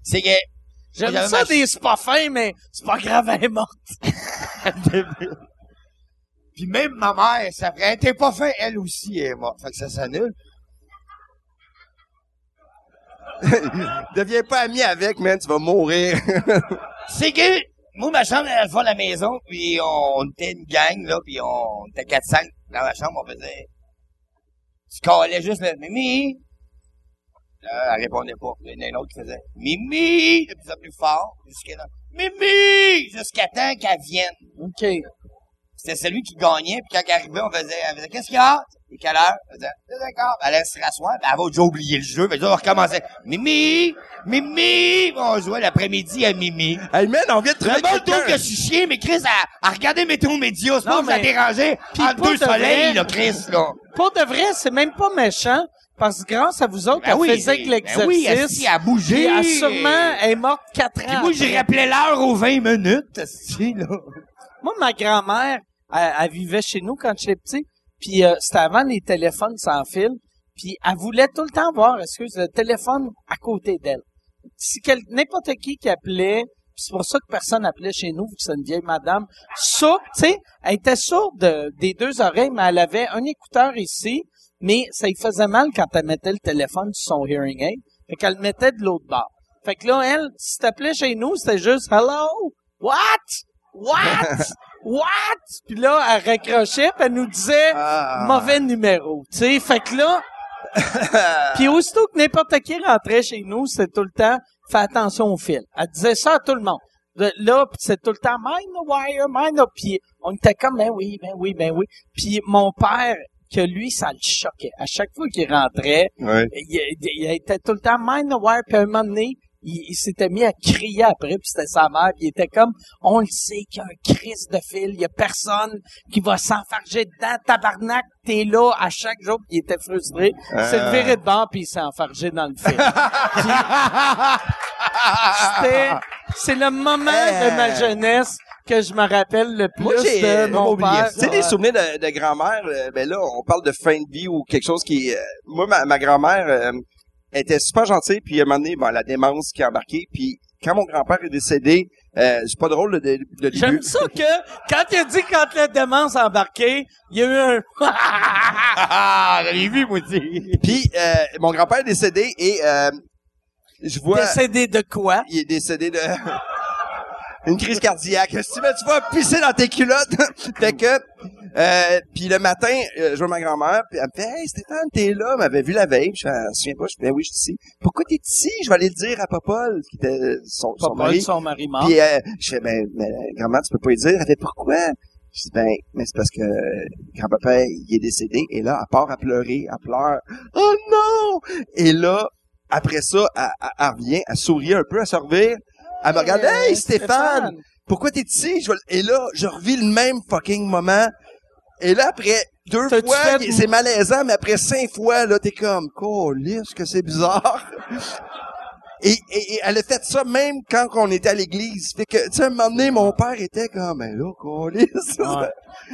Speaker 4: C'est que...
Speaker 2: J'aime
Speaker 4: J'avais
Speaker 2: ça
Speaker 4: ma-
Speaker 2: des c'est pas fin, mais c'est pas grave, elle est morte.
Speaker 4: Puis même ma mère, ça fait... Elle était pas fin, elle aussi, elle est morte. Fait que ça s'annule.
Speaker 3: Deviens pas ami avec, man, tu vas mourir.
Speaker 4: C'est que... Moi, ma chambre, elle fois à la maison, puis on, on était une gang, là, puis on, on était 4-5 dans ma chambre, on faisait... Tu collais juste le Mimi! Là, elle répondait pas. Il y en a un autre qui faisait Mimi! De plus en plus fort, jusqu'à là. Mimi! Jusqu'à temps qu'elle vienne.
Speaker 2: OK.
Speaker 4: C'était celui qui gagnait, puis quand elle arrivait, on faisait, elle faisait, qu'est-ce qu'il y a? Et quelle heure? Elle faisait, c'est d'accord. Elle allait se rasseoir, puis elle avait déjà oublié le jeu, mais là, on recommençait. Mimi! Mimi! Puis On jouait l'après-midi à Mimi.
Speaker 3: hey, man, on vient de trouver
Speaker 4: Le monde trouve que je
Speaker 3: quelqu'un.
Speaker 4: suis chien, mais Chris, à, à regarder Météo Média, c'est
Speaker 2: Non,
Speaker 4: pas que ça
Speaker 2: mais-
Speaker 4: dérangeait
Speaker 2: Puis
Speaker 4: entre
Speaker 2: pas
Speaker 4: deux
Speaker 2: de vrai.
Speaker 4: soleils, là, Chris, là.
Speaker 2: Pour de vrai, c'est même pas méchant, parce que grâce à vous autres,
Speaker 4: Ben
Speaker 2: elle
Speaker 4: oui,
Speaker 2: faisait que
Speaker 4: ben
Speaker 2: l'exercice.
Speaker 4: oui, esti, elle bougeait.
Speaker 2: Puis elle, sûrement, elle est morte quatre
Speaker 4: Puis
Speaker 2: ans.
Speaker 4: moi, j'ai rappelé l'heure aux 20 minutes, esti, là.
Speaker 2: Moi, ma grand-mère, elle, elle vivait chez nous quand j'étais petit, puis euh, c'était avant les téléphones sans fil, puis elle voulait tout le temps voir, excuse, le téléphone à côté d'elle. Si quel- n'importe qui qui appelait, puis c'est pour ça que personne appelait chez nous, vu que c'est une vieille madame, sourde, tu sais, elle était sourde euh, des deux oreilles, mais elle avait un écouteur ici, mais ça lui faisait mal quand elle mettait le téléphone sur son hearing aid, fait qu'elle le mettait de l'autre bord. Fait que là, elle, si t'appelais chez nous, c'était juste « Hello? What? » What? What? Puis là, elle raccrochait, puis elle nous disait
Speaker 3: Ah.
Speaker 2: mauvais numéro. Tu sais, fait que là. puis aussitôt que n'importe qui rentrait chez nous, c'est tout le temps fais attention au fil. Elle disait ça à tout le monde. De- Là, puis c'est tout le temps mind the wire, mind the. Puis on était comme ben oui, ben oui, ben oui. Puis mon père, que lui, ça le choquait. À chaque fois qu'il rentrait,
Speaker 3: Ouais.
Speaker 2: il, il- il était tout le temps mind the wire, puis à un moment donné, il, il s'était mis à crier après, puis c'était sa mère, puis il était comme, on le sait qu'il y a un crise de fil, il y a personne qui va s'enfarger dedans, tabarnak, t'es là à chaque jour, puis il était frustré. Il s'est
Speaker 3: Ah.
Speaker 2: levé de bord, puis il s'est enfargé dans le fil. Puis- c'était, c'est le moment de ma jeunesse que je me rappelle le plus
Speaker 3: Euh. Moi, j'ai
Speaker 2: de mon
Speaker 3: oublié
Speaker 2: père. euh,
Speaker 3: ça. Tu sais, des souvenirs de, de grand-mère, euh, ben là, on parle de fin de vie ou quelque chose qui... euh, moi, ma, ma grand-mère euh, était super gentille, puis à un moment donné, bon, la démence qui a embarqué, puis quand mon grand-père est décédé, euh, c'est pas drôle le, dé- le début.
Speaker 2: J'aime ça que, quand il a dit quand la démence a embarqué, il y a eu un...
Speaker 4: Ah, je l'ai vu, moi aussi.
Speaker 3: Puis euh, mon grand-père est décédé et euh, je vois...
Speaker 2: Décédé de quoi?
Speaker 3: Il est décédé de... Une crise cardiaque. Si tu veux, tu vas pisser dans tes culottes. fait que... Euh, puis le matin, euh, je vois ma grand-mère, puis elle me fait « Hey, Stéphane, t'es là? » Elle m'avait vu la veille. Je fais « Je me souviens pas. » Je fais « Ben oui, je suis ici. »« Pourquoi t'es ici? » Je vais aller le dire à Popol, qui était euh, son, son mari.
Speaker 2: son mari mort.
Speaker 3: Puis euh, je fais ben, mais, grand-mère, tu peux pas lui dire. Elle fait pourquoi? Je dis ben, mais c'est parce que euh, grand-papa il est décédé et là, elle part à pleurer, elle pleure. Oh non! Et là, après ça, elle, elle- elle revient, elle sourit un peu, elle se revire. Elle me regarde,
Speaker 2: Euh,
Speaker 3: hey Stéphane, pourquoi t'es ici? Je vais le- Et là, je revis le même fucking moment. Et là, après deux
Speaker 2: T'as-tu
Speaker 3: fois,
Speaker 2: fait-
Speaker 3: c'est malaisant, mais après cinq fois, là, t'es comme, ce que c'est bizarre. Et, et- et elle a fait ça même quand on était à l'église. Fait que, tu sais, à un moment donné, mon père était comme, mais là, câlisse.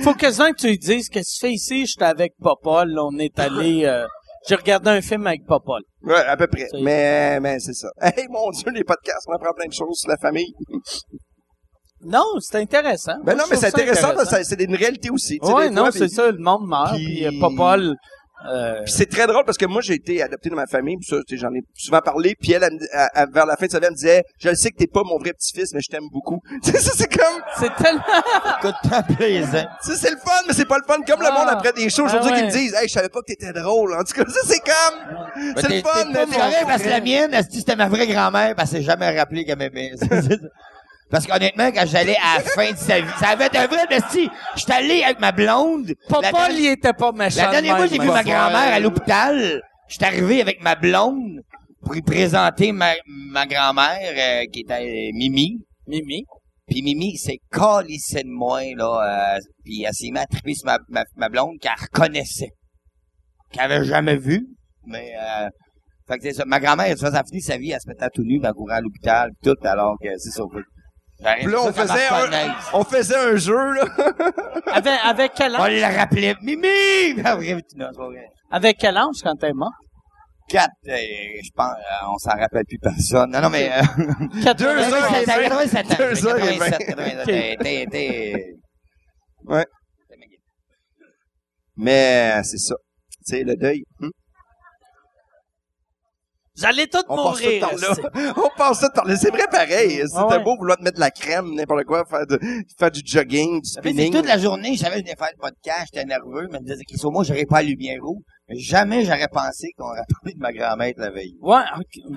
Speaker 2: Faut que ça que tu lui dises, qu'est-ce que tu fais ici? J'étais avec Popol, on est allé, euh, j'ai regardé un film avec Popol.
Speaker 3: Ouais, à peu près.
Speaker 2: Ça y est.
Speaker 3: Mais, mais c'est ça. Hey, mon Dieu, les podcasts, on apprend plein de choses sur la famille.
Speaker 2: Non, c'est intéressant. Moi,
Speaker 3: Ben non,
Speaker 2: je
Speaker 3: mais
Speaker 2: trouve
Speaker 3: c'est
Speaker 2: ça
Speaker 3: intéressant, parce que c'est une réalité aussi. tu sais,
Speaker 2: Ouais,
Speaker 3: des
Speaker 2: non,
Speaker 3: fois,
Speaker 2: c'est
Speaker 3: puis-
Speaker 2: ça, le monde meurt,
Speaker 3: Puis-
Speaker 2: puis euh, Popol, euh,
Speaker 3: Puis c'est très drôle parce que moi, j'ai été adopté dans ma famille, puis ça, tu sais, j'en ai souvent parlé, puis elle, elle me- elle- elle- vers la fin de sa vie, elle me disait, je le sais que t'es pas mon vrai petit-fils, mais je t'aime beaucoup. Tu sais, ça, c'est comme,
Speaker 2: c'est tellement...
Speaker 4: Ah. Écoute, t'as plaisant.
Speaker 3: ça, c'est le fun, mais c'est pas le fun. Comme le
Speaker 2: Ah.
Speaker 3: monde après des shows aujourd'hui
Speaker 2: Ah
Speaker 3: qui
Speaker 2: ouais.
Speaker 3: me disent, hey, je savais pas que t'étais drôle. En tout cas, ça, c'est comme, c'est le fun, mais
Speaker 4: C'est correct,
Speaker 3: t'es-
Speaker 4: parce que la mienne, esti, c'était ma vraie grand-mère, parce qu'elle s'est jamais rappelé qu'elle m'aimait. Parce qu'honnêtement, quand j'allais à la fin de sa vie, ça avait été un vrai bestie. J'étais allé avec ma blonde. La
Speaker 2: Papa,
Speaker 4: dernière-
Speaker 2: il était pas méchant.
Speaker 4: la dernière
Speaker 2: de
Speaker 4: fois
Speaker 2: même,
Speaker 4: que j'ai vu
Speaker 2: mais-
Speaker 4: ma grand-mère à l'hôpital, j'étais arrivé avec ma blonde pour y présenter ma, ma grand-mère, euh, qui était euh, Mimi.
Speaker 2: Mimi.
Speaker 4: Puis Mimi s'est calissée de moi, là. euh, puis elle s'est mis à triper sur ma, ma, ma blonde qu'elle reconnaissait. Qu'elle avait jamais vue. Mais, euh, fait que c'est ça. Ma grand-mère, ça, ça a fini sa vie à se mettre à tout nu, ben, à courir à l'hôpital, puis tout, alors que c'est ça.
Speaker 3: Puis là, on faisait, un, on faisait un jeu, là.
Speaker 2: Avec, avec quel
Speaker 4: On
Speaker 2: âge?
Speaker 4: la rappelait. Mimi! Ben, vrai, non, c'est pas vrai.
Speaker 2: Avec quel âge quand t'es mort?
Speaker 4: Quatre, euh, je pense, euh, on s'en rappelle plus personne. Non, non, mais... euh,
Speaker 2: Quatre-
Speaker 3: Deux heures et
Speaker 4: 87
Speaker 3: vingt.
Speaker 4: ans.
Speaker 3: Deux heures et vingt.
Speaker 4: 87, 87, t'es- t'es- t'es-
Speaker 3: Ouais. Mais c'est ça. Tu sais, le deuil. hmm.
Speaker 5: Vous allez tous
Speaker 3: On passe tout
Speaker 5: mourir.
Speaker 3: le temps là. On passe tout le temps là. C'est vrai pareil. C'était
Speaker 2: Ah ouais.
Speaker 3: beau vouloir te mettre de la crème, n'importe quoi, faire, de, faire du jogging, du
Speaker 4: Mais c'est
Speaker 3: spinning.
Speaker 4: toute la journée, je savais que je venais faire le podcast, j'étais nerveux, mais je me disais qu'au moins, j'aurais pas la lumière rouge. Mais Jamais j'aurais pensé qu'on aurait parlé de ma grand-mère la veille.
Speaker 2: Ouais, ok.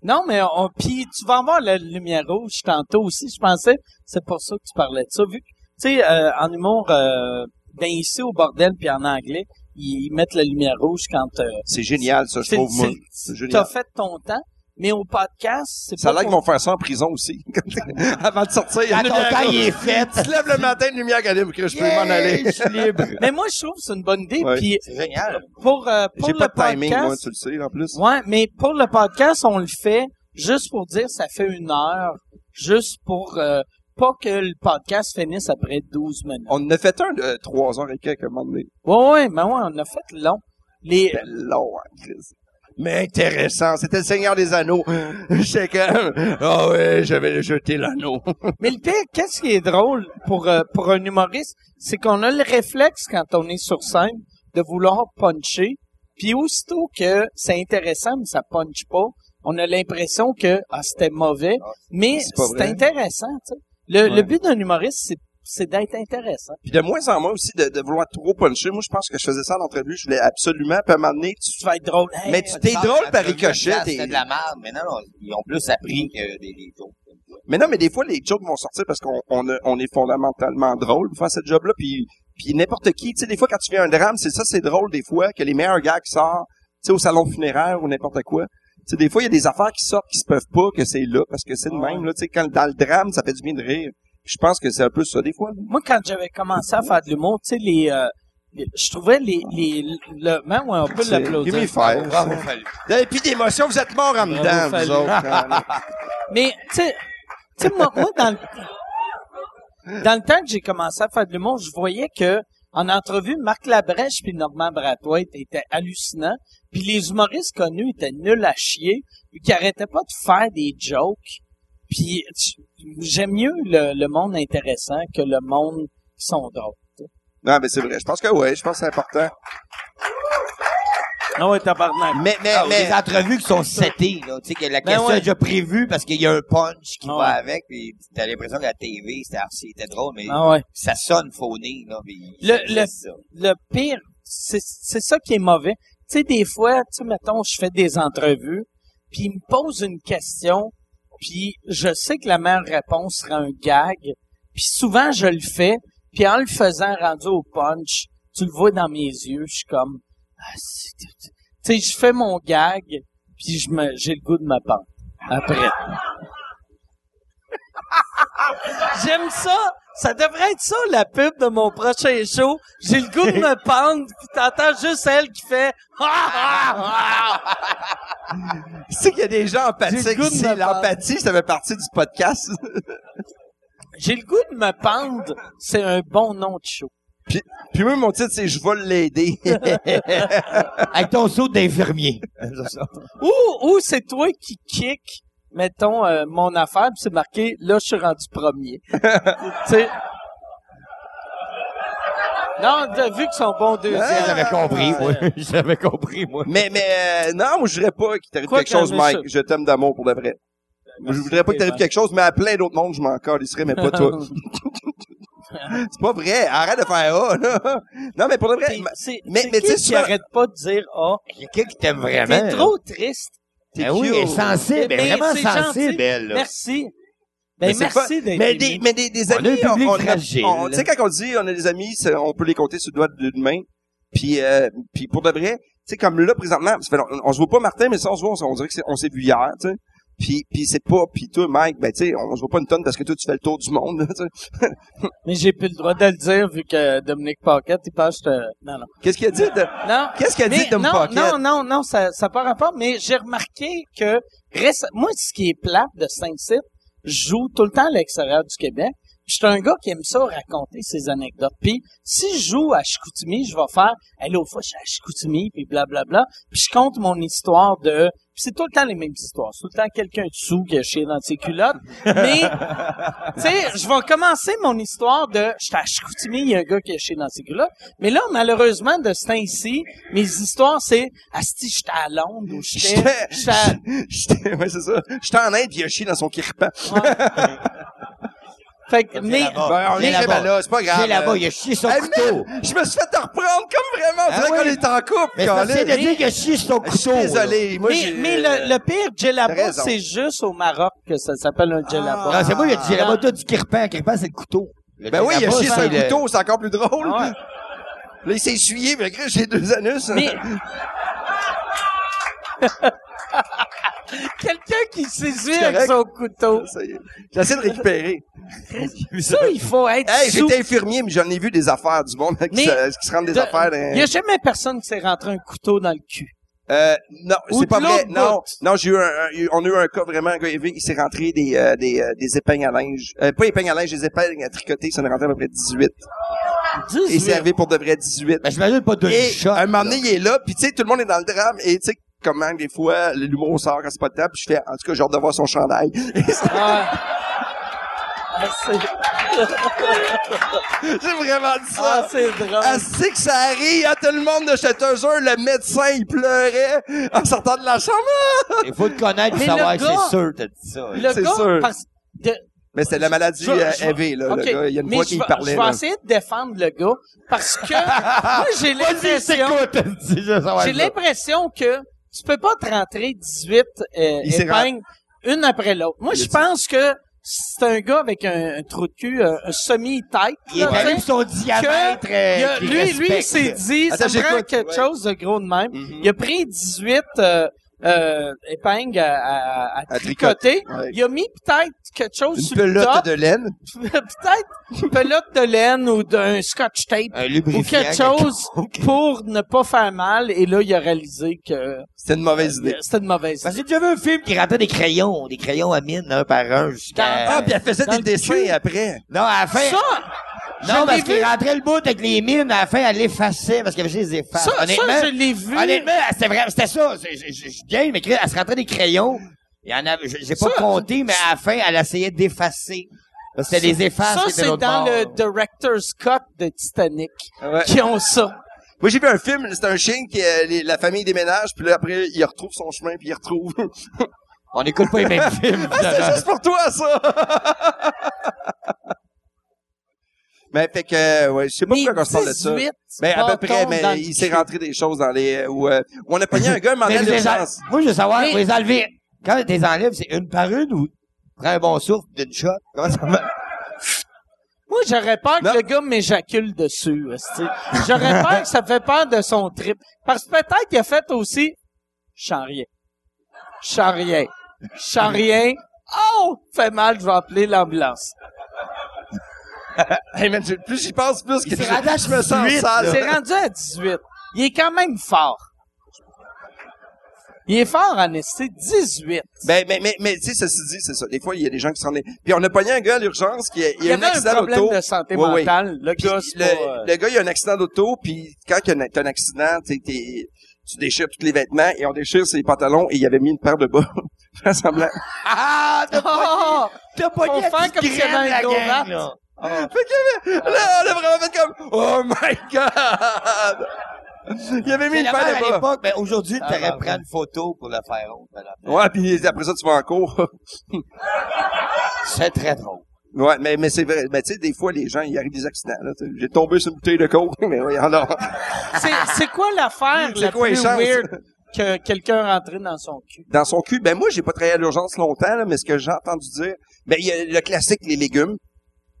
Speaker 2: Non, mais on, puis tu vas avoir la lumière rouge tantôt aussi, je pensais. C'est pour ça que tu parlais de ça. Vu que, tu sais, euh, en humour, euh, ben ici au bordel, puis en anglais, ils mettent la lumière rouge quand euh,
Speaker 3: C'est génial, ça, je
Speaker 2: c'est-
Speaker 3: trouve, moi.
Speaker 2: c'est-
Speaker 3: C'est génial.
Speaker 2: t'as fait ton temps. Mais au podcast, c'est
Speaker 3: Ça a
Speaker 2: pas
Speaker 3: l'air qu'ils
Speaker 2: pour-
Speaker 3: vont faire ça en prison aussi. Avant de sortir, il y a
Speaker 4: Quand
Speaker 3: une
Speaker 4: ton
Speaker 3: lumière
Speaker 4: temps il est
Speaker 3: rouge.
Speaker 4: fait,
Speaker 3: Tu te lèves le matin, une lumière calibre, que je peux m'en aller.
Speaker 4: je suis libre.
Speaker 2: Mais moi, je trouve que c'est une bonne idée.
Speaker 3: Ouais.
Speaker 2: Puis
Speaker 4: C'est génial.
Speaker 2: pour, euh, pour
Speaker 3: J'ai
Speaker 2: le
Speaker 3: pas de timing,
Speaker 2: podcast,
Speaker 3: moi, tu le sais, en plus.
Speaker 2: Ouais, mais pour le podcast, on le fait juste pour dire ça fait une heure, juste pour euh, pas que le podcast finisse après 12 minutes.
Speaker 3: On en a fait un de trois heures et quelques, à un moment donné.
Speaker 2: Ouais, ouais, mais ouais, on a fait long. Les,
Speaker 3: C'était long, hein, Chris. Mais intéressant, c'était le Seigneur des Anneaux. J'étais comme, ah ouais, je vais le jeter l'anneau.
Speaker 2: mais le pire, qu'est-ce qui est drôle pour, euh, pour un humoriste, c'est qu'on a le réflexe quand on est sur scène de vouloir puncher, puis aussitôt que c'est intéressant, mais ça punche pas, on a l'impression que ah, c'était mauvais, mais
Speaker 3: c'est pas
Speaker 2: c'est
Speaker 3: vrai.
Speaker 2: intéressant. tu sais. Le, le
Speaker 3: Ouais.
Speaker 2: but d'un humoriste, c'est- c'est d'être intéressant.
Speaker 3: Puis de moins en moins aussi de, de vouloir trop puncher. Moi, je pense que je faisais ça à l'entrevue, je voulais absolument, puis à un moment donné, tu-
Speaker 2: Tu vas être drôle. Hey,
Speaker 3: Mais tu t'es drôle par ricochet. t'es-
Speaker 4: C'était de la merde, mais non, non, ils ont plus appris que des, des autres.
Speaker 3: Mais non, mais des fois, les jokes vont sortir parce qu'on on a- on est fondamentalement drôle pour faire ce job-là. Puis, puis n'importe qui, tu sais, des fois, quand tu fais un drame, c'est ça, c'est drôle des fois, que les meilleurs gars qui sortent, tu sais, au salon funéraire ou n'importe quoi. Tu sais, des fois, il y a des affaires qui sortent qui se peuvent pas, que c'est là, parce que c'est le même, là, tu sais, quand dans le drame, ça fait du bien de rire. Je pense que c'est un peu ça, des fois.
Speaker 2: moi, quand j'avais commencé à faire de l'humour, tu sais, les, euh, les- je trouvais les, les, le, même, ouais, on peut
Speaker 3: C'est- give me
Speaker 2: l'applaudir.
Speaker 3: five.
Speaker 4: Bravo, Fallu.
Speaker 3: Et puis d'émotion, vous êtes morts en dedans,
Speaker 2: Fallu.
Speaker 3: vous autres. hein,
Speaker 2: Mais, tu sais, tu sais, moi, moi, dans le, dans le temps que j'ai commencé à faire de l'humour, je voyais que, en entrevue, Marc Labrèche puis Normand Brathwaite étaient hallucinants, puis les humoristes connus étaient nuls à chier, puis qui arrêtaient pas de faire des jokes, puis tu- j'aime mieux le, le monde intéressant que le monde qui sont drôles. tu sais.
Speaker 3: non, mais c'est vrai. Je pense que ouais, je pense que c'est important.
Speaker 2: Ah ouais, tabarnak.
Speaker 4: Mais, mais,
Speaker 2: mais-
Speaker 4: Les entrevues qui sont setées, là. Tu sais, que la question
Speaker 2: ouais.
Speaker 4: est déjà prévue parce qu'il y a un punch qui
Speaker 2: Ah
Speaker 4: va
Speaker 2: ouais.
Speaker 4: avec, pis t'as l'impression que la TV, c'était, c'était drôle, mais
Speaker 2: Ah ouais.
Speaker 4: ça sonne fauné, là. pis-
Speaker 2: Le-
Speaker 4: c'est
Speaker 2: le-
Speaker 4: ça.
Speaker 2: le pire, c'est c'est ça qui est mauvais. Tu sais, des fois, tu sais, mettons, je fais des entrevues, puis ils me posent une question, puis je sais que la meilleure réponse sera un gag, puis souvent, je le fais, puis en le faisant rendu au punch, tu le vois dans mes yeux, je suis comme... Ah, c'est- tu sais, je fais mon gag, puis je me- j'ai le goût de ma pente. Après. J'aime ça. Ça devrait être ça, la pub de mon prochain show. J'ai le goût de me pendre, puis t'entends juste elle qui fait... Ah, ah, ah.
Speaker 3: Tu sais qu'il y a des gens
Speaker 2: J'ai le
Speaker 3: empathiques
Speaker 2: goût de
Speaker 3: ici.
Speaker 2: me battre.
Speaker 3: L'empathie, ça fait partie du podcast.
Speaker 2: J'ai le goût de me pendre. C'est un bon nom de show.
Speaker 3: Puis, puis moi, mon titre, c'est « Je vais l'aider ».
Speaker 4: Avec ton saut d'infirmier.
Speaker 2: Ou, ou c'est toi qui kick, mettons, euh, mon affaire, puis c'est marqué, là, je suis rendu premier. tu sais. Non, t'as vu qu'ils sont bons deuxième.
Speaker 4: J'avais compris, moi. J'avais compris, moi.
Speaker 3: Mais, mais, euh, non, moi, je voudrais pas qu'il t'arrive
Speaker 2: Quoi
Speaker 3: quelque chose,
Speaker 2: qu'il y en ait
Speaker 3: Mike. Je t'aime d'amour pour de vrai. Moi, je voudrais pas qu'il t'arrive
Speaker 2: Stéphane.
Speaker 3: quelque chose, mais à plein d'autres mondes, je m'en colle, il serait, mais pas toi. c'est pas vrai. Arrête de faire ah, là. Non, mais pour de vrai,
Speaker 2: T'es-
Speaker 3: ma-
Speaker 2: c'est-
Speaker 3: mais-
Speaker 2: c'est
Speaker 3: mais tu
Speaker 2: qui
Speaker 3: sais,
Speaker 2: qui
Speaker 3: souvent-
Speaker 2: arrête pas de dire, ah,
Speaker 4: Il y a quelqu'un qui t'aime vraiment.
Speaker 2: t'es trop triste.
Speaker 4: Ben oui, elle est sensible, elle est
Speaker 2: Mais
Speaker 4: vraiment
Speaker 2: c'est gentil.
Speaker 4: sensible, elle. là.
Speaker 2: Merci. Ben,
Speaker 3: c'est
Speaker 2: merci
Speaker 3: pas-
Speaker 2: d'être
Speaker 3: Mais
Speaker 2: venu.
Speaker 3: des, mais des, des
Speaker 4: On a
Speaker 3: amis,
Speaker 4: un public
Speaker 3: on- on-
Speaker 4: fragile.
Speaker 3: on- Tu sais, quand on dit on a des amis, c'est- on peut les compter sur le doigt d'une main. Puis, euh, puis pour de vrai, tu sais, comme là, présentement, ça fait long- on, se voit pas Martin, mais ça, on se voit, on, s- on dirait que c'est- on s'est vu hier, tu sais. Puis, puis c'est pas, puis toi, Mike, ben, tu sais, on se voit pas une tonne parce que toi, tu fais le tour du monde, là, tu sais.
Speaker 2: Mais j'ai plus le droit de le dire vu que euh, Dominique Paquette, il passe. euh, Non, non.
Speaker 3: Qu'est-ce qu'il a dit de,
Speaker 2: Non.
Speaker 3: qu'est-ce qu'il a dit
Speaker 2: Mais
Speaker 3: de me
Speaker 2: non,
Speaker 3: pocket?
Speaker 2: non, non, non, ça, ça part rapport, mais j'ai remarqué que réce- moi, ce qui est plate de Saint-Cyr, je joue tout le temps à l'extérieur du Québec. Puis Je suis un gars qui aime ça raconter ses anecdotes. Puis si je joue à Chicoutimi, je vais faire Allez au fou, je suis à Chicoutimi, puis blablabla. Puis je compte mon histoire de... Puis c'est tout le temps les mêmes histoires. C'est tout le temps quelqu'un de sous qui a chié dans ses culottes. Mais tu sais, je vais commencer mon histoire de j'étais à Chicoutimi, il y a un gars qui est chez dans ces là Mais là, malheureusement, de ce temps-ci, mes histoires, c'est Asti, j'étais à Londres ou j'étais.
Speaker 3: J'étais,
Speaker 2: j'étais à-
Speaker 3: j'étais, ouais, c'est ça. J'étais en Inde, puis il a chié dans son kirpan.
Speaker 2: Fait que, mais,
Speaker 3: Ben, on
Speaker 4: J'ai
Speaker 3: est
Speaker 4: là-bas.
Speaker 3: jamais là, c'est pas grave.
Speaker 4: J'ai là-bas,
Speaker 3: Euh,
Speaker 4: il a chié son
Speaker 3: Hey,
Speaker 4: couteau.
Speaker 3: man, je me suis fait te reprendre comme vraiment.
Speaker 4: Ah
Speaker 3: On dirait qu'on
Speaker 4: oui.
Speaker 3: est en couple.
Speaker 4: Mais c'est parce
Speaker 3: Colin.
Speaker 4: qu'il a dit qu'il a chié son
Speaker 3: Je suis
Speaker 4: couteau. là.
Speaker 3: désolé. Moi,
Speaker 2: mais,
Speaker 3: j'ai-
Speaker 2: mais le, le pire,
Speaker 3: T'as
Speaker 2: Djellaba,
Speaker 3: raison. Ah.
Speaker 2: c'est juste au Maroc que ça s'appelle un Djellaba.
Speaker 4: Non, Ah, c'est moi, il a dit, j'ai là-bas, toi, du kirpan. Kirpan, c'est le couteau. Le
Speaker 3: Ben oui, il a
Speaker 4: kirpan,
Speaker 3: chié sur
Speaker 4: c'est
Speaker 3: un
Speaker 4: le-
Speaker 3: couteau, c'est encore plus drôle.
Speaker 2: Ah ouais.
Speaker 3: Là, il s'est essuyé, mais après, j'ai deux anus.
Speaker 2: Mais. Quelqu'un qui s'essuie
Speaker 3: C'est
Speaker 2: avec
Speaker 3: correct.
Speaker 2: son couteau.
Speaker 3: Ça y est. J'essaie de récupérer.
Speaker 2: Ça, il faut être
Speaker 3: Hey,
Speaker 2: sous.
Speaker 3: j'étais infirmier, mais j'en ai vu des affaires du monde qui,
Speaker 2: Mais-
Speaker 3: se, qui se rendent des
Speaker 2: de-
Speaker 3: affaires. dans-
Speaker 2: Il n'y a jamais personne qui s'est rentré un couteau dans le cul.
Speaker 3: Euh, non,
Speaker 2: Ou
Speaker 3: c'est pas
Speaker 2: de
Speaker 3: vrai.
Speaker 2: l'autre
Speaker 3: Non,
Speaker 2: bout.
Speaker 3: non, j'ai eu un, un- eu- on a eu un cas vraiment, un gars élevé, il s'est rentré des, euh, des, euh, des épingles à linge. Euh, pas épingles à linge, des épingles à tricoter, ça en est rentré à peu près 18. Et il s'est
Speaker 2: 18.
Speaker 3: arrivé pour de vrai 18.
Speaker 4: Ben, j'imagine pas deux
Speaker 3: Et
Speaker 4: shots.
Speaker 3: un moment donné, il est là, puis tu sais, tout le monde est dans le drame, et tu sais, comment des fois, l'humour sort quand c'est pas de temps, puis je fais, en tout cas, j'ai hâte de voir son chandail.
Speaker 2: Ah. Ah, c'est
Speaker 3: j'ai vraiment dit
Speaker 2: ah,
Speaker 3: ça.
Speaker 2: c'est drôle.
Speaker 3: Ah, c'est que ça arrive à tout le monde de chez Teuser, le médecin, il pleurait en sortant de la chambre.
Speaker 4: Il faut te connaître pour
Speaker 2: Mais
Speaker 4: savoir,
Speaker 2: le gars-
Speaker 4: c'est sûr, t'as dit ça.
Speaker 2: le
Speaker 3: c'est
Speaker 2: gars,
Speaker 3: sûr.
Speaker 2: parce- de-
Speaker 3: Mais c'était la maladie
Speaker 2: Je-
Speaker 3: euh,
Speaker 2: je-
Speaker 3: élevée, là,
Speaker 2: ok,
Speaker 3: le gars. Il y a une
Speaker 2: mais
Speaker 3: voix
Speaker 2: je
Speaker 3: qui
Speaker 2: vais-
Speaker 3: parlait,
Speaker 2: Je vais
Speaker 3: là.
Speaker 2: essayer de défendre le gars parce que moi, j'ai l'impression, j'ai l'impression que tu peux pas te rentrer 18 euh,
Speaker 3: Il s'est
Speaker 2: épingles une après l'autre. Moi, je pense que c'est un gars avec un, un trou de cul, euh, un, un semi-tête.
Speaker 4: Il est
Speaker 2: là, tu
Speaker 4: connu
Speaker 2: sais.
Speaker 4: pour son diamètre. euh,
Speaker 2: Il a-
Speaker 4: qu'il
Speaker 2: lui, lui, il
Speaker 4: respecte.
Speaker 2: s'est dit,
Speaker 3: Attends,
Speaker 2: ça me prend
Speaker 3: j'écoute.
Speaker 2: quelque
Speaker 3: Ouais.
Speaker 2: chose de gros de même.
Speaker 3: Mhm.
Speaker 2: Il a pris 18 euh, euh, épingles à, à- à
Speaker 3: À
Speaker 2: tricoter.
Speaker 3: tricoter, ouais.
Speaker 2: Il a mis peut-être quelque chose
Speaker 3: Une
Speaker 2: sur le
Speaker 3: pelote
Speaker 2: top.
Speaker 3: de laine.
Speaker 2: peut-être une pelote de laine ou d'un scotch tape
Speaker 4: Un
Speaker 2: ou
Speaker 4: lubrifiant.
Speaker 2: quelque chose pour ne pas faire mal. Et là, il a réalisé que
Speaker 3: C'était une mauvaise idée.
Speaker 2: c'était une mauvaise
Speaker 4: Parce que j'ai déjà vu un film qui rentrait des crayons, des crayons à mine, un par un, jusqu'à...
Speaker 3: Ah, puis elle faisait
Speaker 2: Dans
Speaker 3: des
Speaker 2: le
Speaker 3: dessins
Speaker 2: cul.
Speaker 3: après.
Speaker 4: Non, à la fin...
Speaker 2: Ça, j'en
Speaker 4: non,
Speaker 2: ai
Speaker 4: parce
Speaker 2: vu.
Speaker 4: qu'il rentrait le bout avec les mines, à la fin, elle l'effaçait, parce qu'il avait juste des effaces.
Speaker 2: ça, ça,
Speaker 4: honnêtement,
Speaker 2: je l'ai vu.
Speaker 4: honnêtement, c'était vrai, c'était ça. C'est- Je je- je suis bien, mais elle se rentrait des crayons. Il y en avait, je- j'ai pas
Speaker 2: Ça,
Speaker 4: compté, mais à la fin, elle essayait d'effacer. Parce que C'était des effaces
Speaker 2: Ça,
Speaker 4: qui étaient de
Speaker 2: c'est
Speaker 4: l'autre
Speaker 2: dans
Speaker 4: bord.
Speaker 2: le director's cut de Titanic
Speaker 3: Ouais.
Speaker 2: qui ont ça.
Speaker 3: Moi, j'ai vu un film, c'est un chien qui, euh, les- la famille déménage, puis là, après, il retrouve son chemin, puis il retrouve.
Speaker 4: On n'écoute pas les mêmes films.
Speaker 3: C'est juste pour toi, ça! mais, fait que, euh, ouais, je sais pas
Speaker 2: Mais
Speaker 3: pourquoi on se parle de ça.
Speaker 2: 18
Speaker 3: Mais à peu près,
Speaker 2: bâtons dans
Speaker 3: mais
Speaker 2: le
Speaker 3: il s'est
Speaker 2: cul.
Speaker 3: rentré des choses dans les, euh, où, euh, où on a pogné un gars, il m'en
Speaker 4: Mais
Speaker 3: a
Speaker 4: vous
Speaker 3: de
Speaker 4: les en-
Speaker 3: chance.
Speaker 4: Moi, je veux savoir,
Speaker 2: Mais-
Speaker 4: vous les enlever. Quand tu les enlèves, c'est une par une ou prends un bon souffle d'une shot? Comment ça va?
Speaker 2: Moi, j'aurais peur que
Speaker 3: Non.
Speaker 2: le gars m'éjacule dessus. esti. J'aurais peur que ça fait peur de son trip. Parce que peut-être qu'il a fait aussi... Je sens rien. Je sens rien. Je sens rien. Oh! Fait mal, je vais appeler l'ambulance.
Speaker 3: Hey, man, je- plus j'y pense, plus que je,
Speaker 4: s'est rendu à
Speaker 3: je me sens
Speaker 4: 18,
Speaker 3: sale.
Speaker 2: C'est rendu à 18. Il est quand même fort. Il est fort en esti. 18.
Speaker 3: Ben, mais, mais, mais, tu sais, ceci dit, c'est ça. Des fois, il y a des gens qui s'en est. Puis on a pogné un gars à l'urgence qui a, il
Speaker 2: Il,
Speaker 3: y a un
Speaker 2: avait un
Speaker 3: accident
Speaker 2: problème
Speaker 3: d'auto.
Speaker 2: de santé
Speaker 3: Ouais, ouais.
Speaker 2: mentale. Le
Speaker 3: Puis
Speaker 2: gars, c'est
Speaker 3: le,
Speaker 2: pas, euh,
Speaker 3: le gars, il y a un accident d'auto, puis quand il y a un, t'as un accident, tu sais, t'es- tu déchires tous les vêtements et on déchire ses pantalons et il avait mis une paire de bas. Faisant semblant.
Speaker 4: Ah! T'as
Speaker 2: Oh!
Speaker 4: t'as pas
Speaker 2: Faut faire comme s'il y avait un gros rat. Ah.
Speaker 3: Fait qu'il avait- là, on a vraiment fait comme, oh my god! Il avait mis
Speaker 4: Mais
Speaker 3: une paire
Speaker 4: à
Speaker 3: de bas.
Speaker 4: l'époque, mais aujourd'hui,
Speaker 2: Ah,
Speaker 4: t'aurais
Speaker 2: bah,
Speaker 4: pris une photo pour le faire honte. madame.
Speaker 3: Ouais, puis après ça, tu vas en cours.
Speaker 4: C'est très drôle.
Speaker 3: Ouais, mais, mais c'est vrai. Mais tu sais, des fois, les gens, il arrive des accidents, là. tu sais. J'ai tombé sur une bouteille de coke, mais oui, alors.
Speaker 2: C'est, c'est quoi l'affaire
Speaker 3: C'est
Speaker 2: la
Speaker 3: quoi les
Speaker 2: plus
Speaker 3: chances?
Speaker 2: weird? que quelqu'un rentrait dans son cul.
Speaker 3: dans son cul. Ben moi, j'ai pas travaillé à l'urgence longtemps, là, mais ce que j'ai entendu dire, ben il y a le classique les légumes,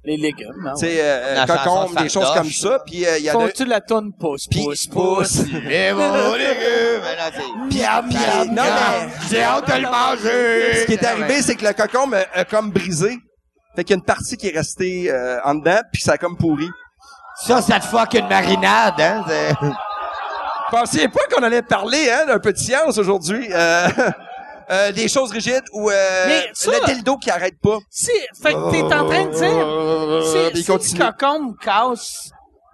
Speaker 2: Les légumes, hein.
Speaker 3: tu sais, euh,
Speaker 4: Ah La chanson
Speaker 3: cocombes, des
Speaker 4: Fardoche.
Speaker 3: choses comme ça. Puis euh, il y a de...
Speaker 2: Faut-tu la tonne pousse,
Speaker 3: Puis-
Speaker 2: pousse, pousse?
Speaker 4: Les bons légumes! Euh, Mais non, c'est-
Speaker 2: ah,
Speaker 3: Pierre, Pierre, non, mais
Speaker 4: J'ai hâte de le manger!
Speaker 3: ce qui est
Speaker 2: ah,
Speaker 3: arrivé, c'est que le cocombe a, a comme brisé. Fait qu'il y a une partie qui est restée euh, en dedans, puis ça a comme pourri.
Speaker 4: Ça, ça te fuck une marinade, hein? c'est-
Speaker 3: Pensiez pas qu'on allait parler hein, d'un peu de science aujourd'hui. Euh, euh, des choses rigides ou euh,
Speaker 2: Mais ça-
Speaker 3: le dildo qui arrête pas.
Speaker 2: Si, fait que t'es en train de dire,
Speaker 3: Oh,
Speaker 2: si,
Speaker 3: Puis il
Speaker 2: si
Speaker 3: continue.
Speaker 2: le cocombe casse,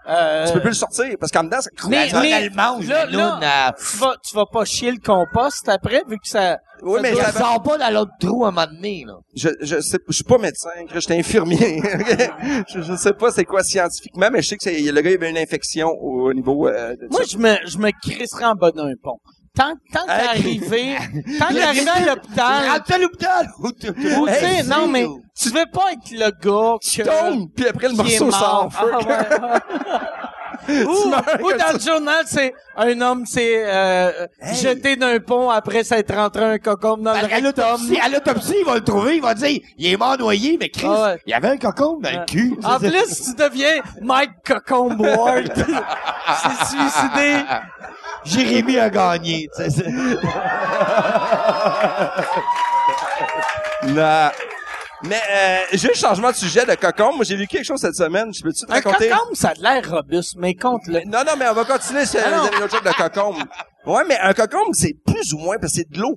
Speaker 2: euh,
Speaker 3: Tu peux plus le sortir parce qu'en dedans, ça
Speaker 2: Mais-
Speaker 4: La zone
Speaker 2: mais-
Speaker 4: allemande,
Speaker 2: là,
Speaker 4: la lune,
Speaker 2: là,
Speaker 4: elle-
Speaker 2: tu vas, tu vas pas chier le compost après, vu que ça...
Speaker 3: Oui, mais
Speaker 4: Elle
Speaker 3: ça-
Speaker 4: sort pas dans l'autre trou à un moment donné, là.
Speaker 3: je, je sais, je suis pas médecin, je suis infirmier. je, je sais pas c'est quoi scientifiquement, mais je sais que c'est, le gars il avait une infection au, au niveau euh, de
Speaker 2: Moi,
Speaker 3: ça.
Speaker 2: je me, je me crisserais en bas d'un pont. Tant, tant
Speaker 3: Hey.
Speaker 2: qu'à arriver, tant qu'à arriver à l'hôpital,
Speaker 4: Rentre à l'hôpital! ou tu-
Speaker 2: ou tu sais,
Speaker 3: Hey, c'est
Speaker 2: non, mais
Speaker 3: où?
Speaker 2: tu veux pas être le gars que...
Speaker 3: tombe, puis après le
Speaker 2: qui est
Speaker 3: morceau
Speaker 2: mort.
Speaker 3: sort.
Speaker 2: Ah, ouais. ou, ou dans le journal, c'est un homme s'est euh, jeté d'un pont après s'être rentré un cocombe dans le
Speaker 4: À l'autopsie, à l'autopsie, il va le trouver, il va dire, il est mort noyé, mais Chris,
Speaker 2: Ah ouais.
Speaker 4: il y avait un cocon dans le cul.
Speaker 2: En plus, tu deviens Mike Cocombe Ward. C'est suicidé.
Speaker 4: Jérémy a gagné. tu sais, c'est-
Speaker 3: Non. Mais euh, juste changement de sujet de cocon. Moi j'ai lu quelque chose cette semaine. Je peux-tu te
Speaker 2: Un
Speaker 3: raconter?
Speaker 2: cocombe, ça a de l'air robuste, mais compte-le.
Speaker 3: Non, non, mais on va continuer sur
Speaker 2: Ah, non.
Speaker 3: vous avez l'autre joke de cocon. Ouais, mais un cocon, c'est plus ou moins parce que c'est de l'eau.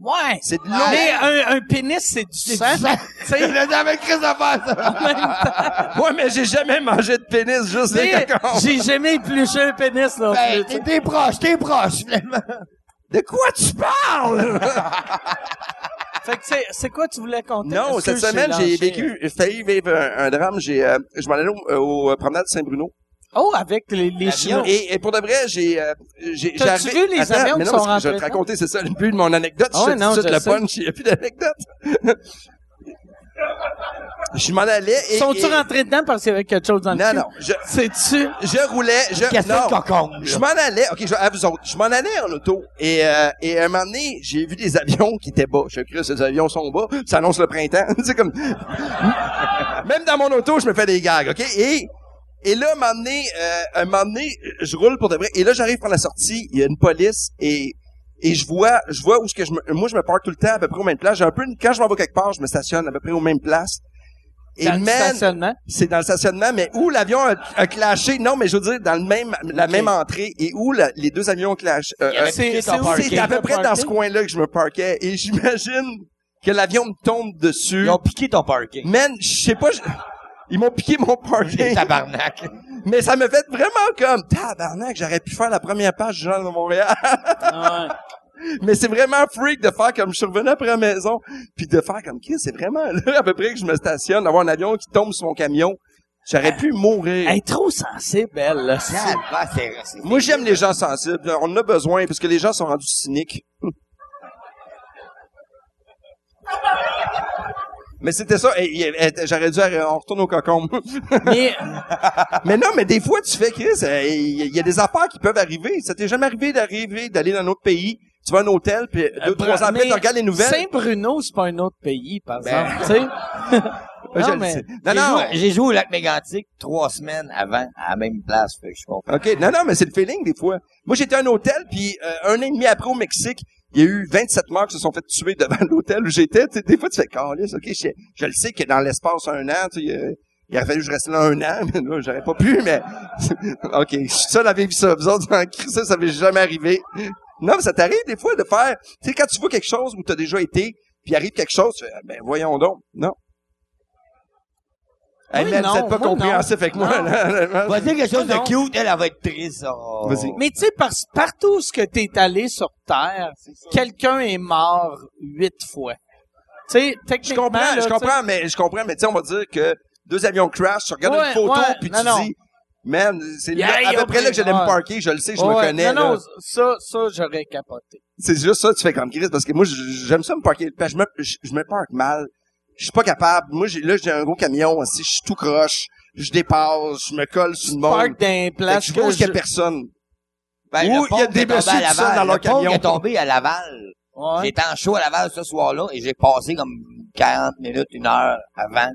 Speaker 2: Ouais.
Speaker 3: C'est de l'eau.
Speaker 2: Mais un, un pénis, c'est du sang. Tu sais,
Speaker 4: Il a dit avec Chris à faire ça.
Speaker 2: en même temps,
Speaker 3: Ouais, mais j'ai jamais mangé de pénis, juste des
Speaker 2: mais
Speaker 3: cocons.
Speaker 2: j'ai jamais épluché un pénis non
Speaker 4: Ben,
Speaker 2: plus. tu
Speaker 4: t'es- T'es proche, t'es proche, finalement.
Speaker 3: De quoi tu parles?
Speaker 2: sais. Fait que c'est- c'est quoi tu voulais compter?
Speaker 3: Non,
Speaker 2: Est-ce que
Speaker 3: cette semaine,
Speaker 2: je
Speaker 3: j'ai
Speaker 2: suis lâché?
Speaker 3: vécu, j'ai failli vivre un, un drame. J'ai, euh, je m'en allais au, euh, au, euh, promenade Saint-Bruno.
Speaker 2: Oh, avec les, les Chinois.
Speaker 3: Et, et pour de vrai, j'ai, euh, j'ai,
Speaker 2: T'as-tu
Speaker 3: j'arrive-
Speaker 2: vu les
Speaker 3: Attends,
Speaker 2: avions
Speaker 3: mais
Speaker 2: qui
Speaker 3: non,
Speaker 2: sont
Speaker 3: parce que Je vais te
Speaker 2: rentrés
Speaker 3: raconter, c'est ça le but de mon anecdote.
Speaker 2: Ah ouais,
Speaker 3: je te
Speaker 2: non,
Speaker 3: dis tout de
Speaker 2: je
Speaker 3: suite le
Speaker 2: sais.
Speaker 3: punch, il n'y a plus d'anecdote. je m'en allais et...
Speaker 2: Sont-tu
Speaker 3: et-
Speaker 2: rentrés dedans parce qu'il y avait quelque chose dans le
Speaker 3: Non,
Speaker 2: cul?
Speaker 3: non. Je,
Speaker 2: C'est-tu?
Speaker 3: je roulais, je,
Speaker 4: Qu'est-ce que
Speaker 3: non.
Speaker 4: le cocon? là?
Speaker 3: Je m'en allais, ok, je, à vous autres, je m'en allais en auto et euh, et à un moment donné, j'ai vu des avions qui étaient bas. Je crois ces avions sont bas, ça annonce le printemps. c'est comme même dans mon auto, je me fais des gags, ok. Et et là, à un moment donné, euh, à un moment donné, je roule pour de vrai. Et là, j'arrive par la sortie, il y a une police et et je vois, je vois où ce que je me, moi je me parque tout le temps à peu près aux mêmes places. J'ai un peu une, quand je m'en vais quelque part, je me stationne à peu près aux mêmes places. Et
Speaker 2: Dans le
Speaker 3: man,
Speaker 2: stationnement?
Speaker 3: c'est dans le stationnement, mais où l'avion a, a clashé, non, mais je veux dire, dans le même, la même entrée, et où la- les deux avions ont clashé. euh, euh,
Speaker 2: C'est c'est où?
Speaker 3: c'est à peu près dans ce coin-là que je me parquais, et j'imagine que l'avion me tombe dessus.
Speaker 4: Ils ont piqué ton parking.
Speaker 3: Man, je sais pas, je- ils m'ont piqué mon
Speaker 4: Les
Speaker 3: parking,
Speaker 4: tabarnak.
Speaker 3: mais ça me fait vraiment comme, tabarnak, j'aurais pu faire la première page du Journal de Montréal.
Speaker 2: Ah ouais.
Speaker 3: Mais c'est vraiment freak de faire comme je suis revenu après la maison, puis de faire comme qui c'est vraiment là à peu près que je me stationne, d'avoir un avion qui tombe sur mon camion. J'aurais pu mourir.
Speaker 2: Elle est trop sensible, elle. là. C'est-
Speaker 4: Ah, bah, c'est- c'est-
Speaker 3: Moi, j'aime les gens sensibles. On en a besoin parce que les gens sont rendus cyniques. Mais c'était ça. Et- et- et- J'aurais dû. arr- On retourne au cocon.
Speaker 2: Mais
Speaker 3: mais non, mais des fois, tu fais Chris. euh, Il y a- il y a des affaires qui peuvent arriver. Ça t'est jamais arrivé d'arriver, d'aller dans un autre pays. Tu vas à un hôtel, puis deux, trois ans après,
Speaker 2: Euh, mais
Speaker 3: tu regardes les nouvelles.
Speaker 2: Saint-Bruno, c'est pas un autre pays, par
Speaker 4: Ben.
Speaker 2: exemple. tu sais.
Speaker 3: Je
Speaker 2: non,
Speaker 3: le
Speaker 2: mais
Speaker 3: sais. Non,
Speaker 4: J'ai
Speaker 3: non.
Speaker 4: joué- J'ai joué au lac Mégantic trois semaines avant, à la même place, fait que je comprends.
Speaker 3: OK. Non, non, mais c'est le feeling, des fois. Moi, j'étais à un hôtel, puis euh, un an et demi après, au Mexique, il y a eu 27 morts qui se sont fait tuer devant l'hôtel où j'étais. Tu sais, Des fois, tu fais « Calisse, OK, je, je le sais que dans l'espace un an, tu sais, euh, il aurait fallu que je reste là un an, mais là, j'aurais pas pu, mais... OK, je suis seul à vivre ça. Vous autres, en crise, ça, ça m'est jamais arrivé. Non, mais ça t'arrive, des fois, de faire... Tu sais, quand tu vois quelque chose où t'as déjà été, puis arrive quelque chose, tu fais « Ben, voyons donc. » Non. Hey,
Speaker 2: Oui,
Speaker 3: man,
Speaker 2: non,
Speaker 3: vous êtes pas
Speaker 2: moi, non.
Speaker 3: compréhensif avec moi.
Speaker 2: Non.
Speaker 3: là, là, là.
Speaker 4: Va dire quelque chose de
Speaker 2: Non.
Speaker 4: cute, elle, elle va être triste. oh.
Speaker 3: Vas-y.
Speaker 2: Mais tu sais, par- partout où ce que t'es allé sur Terre, quelqu'un est mort huit fois. Tu sais,
Speaker 3: Je
Speaker 2: techniquement...
Speaker 3: comprends,
Speaker 2: là,
Speaker 3: je
Speaker 2: tu sais-
Speaker 3: comprends, mais je comprends, mais tu sais, on va dire que deux avions crash, tu regardes
Speaker 2: Ouais,
Speaker 3: une photo,
Speaker 2: ouais,
Speaker 3: puis
Speaker 2: non,
Speaker 3: tu
Speaker 2: non.
Speaker 3: dis, man, c'est
Speaker 2: Yeah,
Speaker 3: là- à peu
Speaker 2: ok,
Speaker 3: près là que j'allais
Speaker 2: ouais.
Speaker 3: me parquer, je le sais, je me
Speaker 2: Ouais,
Speaker 3: connais.
Speaker 2: Non,
Speaker 3: là.
Speaker 2: non, ça, ça, j'aurais capoté.
Speaker 3: C'est juste ça, tu fais comme Chris, parce que moi, j- j'aime ça me parquer. Parce que Je me, je, je me parque mal. Je suis pas capable. Moi, j'ai, là, j'ai un gros camion, aussi, je suis tout croche, je dépasse, je me colle sur le monde.
Speaker 2: Park d'un
Speaker 3: Fait que
Speaker 2: place
Speaker 3: je
Speaker 2: que
Speaker 3: pense qu'il y a
Speaker 2: je...
Speaker 3: personne.
Speaker 4: Ben,
Speaker 3: Ou
Speaker 4: le
Speaker 3: il y a des
Speaker 4: pauvre est tombé
Speaker 3: messieurs
Speaker 4: à
Speaker 3: qui
Speaker 4: Laval.
Speaker 3: sonnent dans leur
Speaker 4: Le pauvre
Speaker 3: camion.
Speaker 4: est tombé à Laval.
Speaker 2: Ouais.
Speaker 4: J'étais en show à Laval ce soir-là et j'ai passé comme 40 minutes, une heure avant.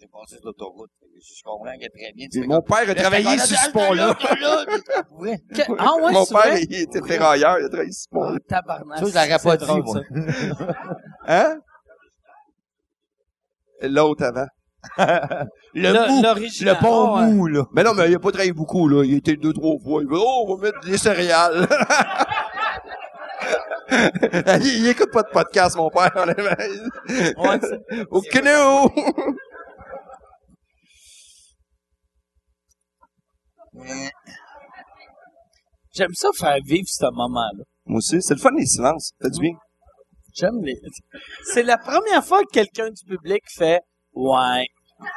Speaker 4: J'ai passé sur l'autoroute. Je comprends que très bien. Tu fais
Speaker 3: Mon père a
Speaker 4: comme-
Speaker 3: travaillé
Speaker 4: Là,
Speaker 3: sur
Speaker 4: t'as-
Speaker 3: ce pont-là.
Speaker 4: t'as- t'as- t'as- t'as- Ouais.
Speaker 2: Que- Ah ouais,
Speaker 3: Mon
Speaker 2: c'est
Speaker 3: père,
Speaker 2: vrai?
Speaker 3: il était ferrailleur, il a travaillé sur ce pont-là.
Speaker 2: Tabarnak.
Speaker 4: Ça, je l'aurais pas
Speaker 2: C'est
Speaker 4: dit,
Speaker 2: drôle,
Speaker 4: moi.
Speaker 2: ça.
Speaker 3: Hein? L'autre avant.
Speaker 4: Le,
Speaker 2: Le-
Speaker 4: mou,
Speaker 2: l'original.
Speaker 4: le pont
Speaker 2: Ah ouais.
Speaker 4: mou, là.
Speaker 3: Mais non, mais il a pas travaillé beaucoup, là. Il était deux, trois fois. Il veut, oh, on va mettre des céréales. il, il écoute pas de podcast, mon père, honnêtement.
Speaker 2: Ouais, c'est-
Speaker 3: Au canot!
Speaker 2: J'aime ça faire vivre ce moment-là.
Speaker 3: Moi aussi, c'est le fun, les silences. Fait du bien.
Speaker 2: J'aime les... C'est la première fois que quelqu'un du public fait « Ouais,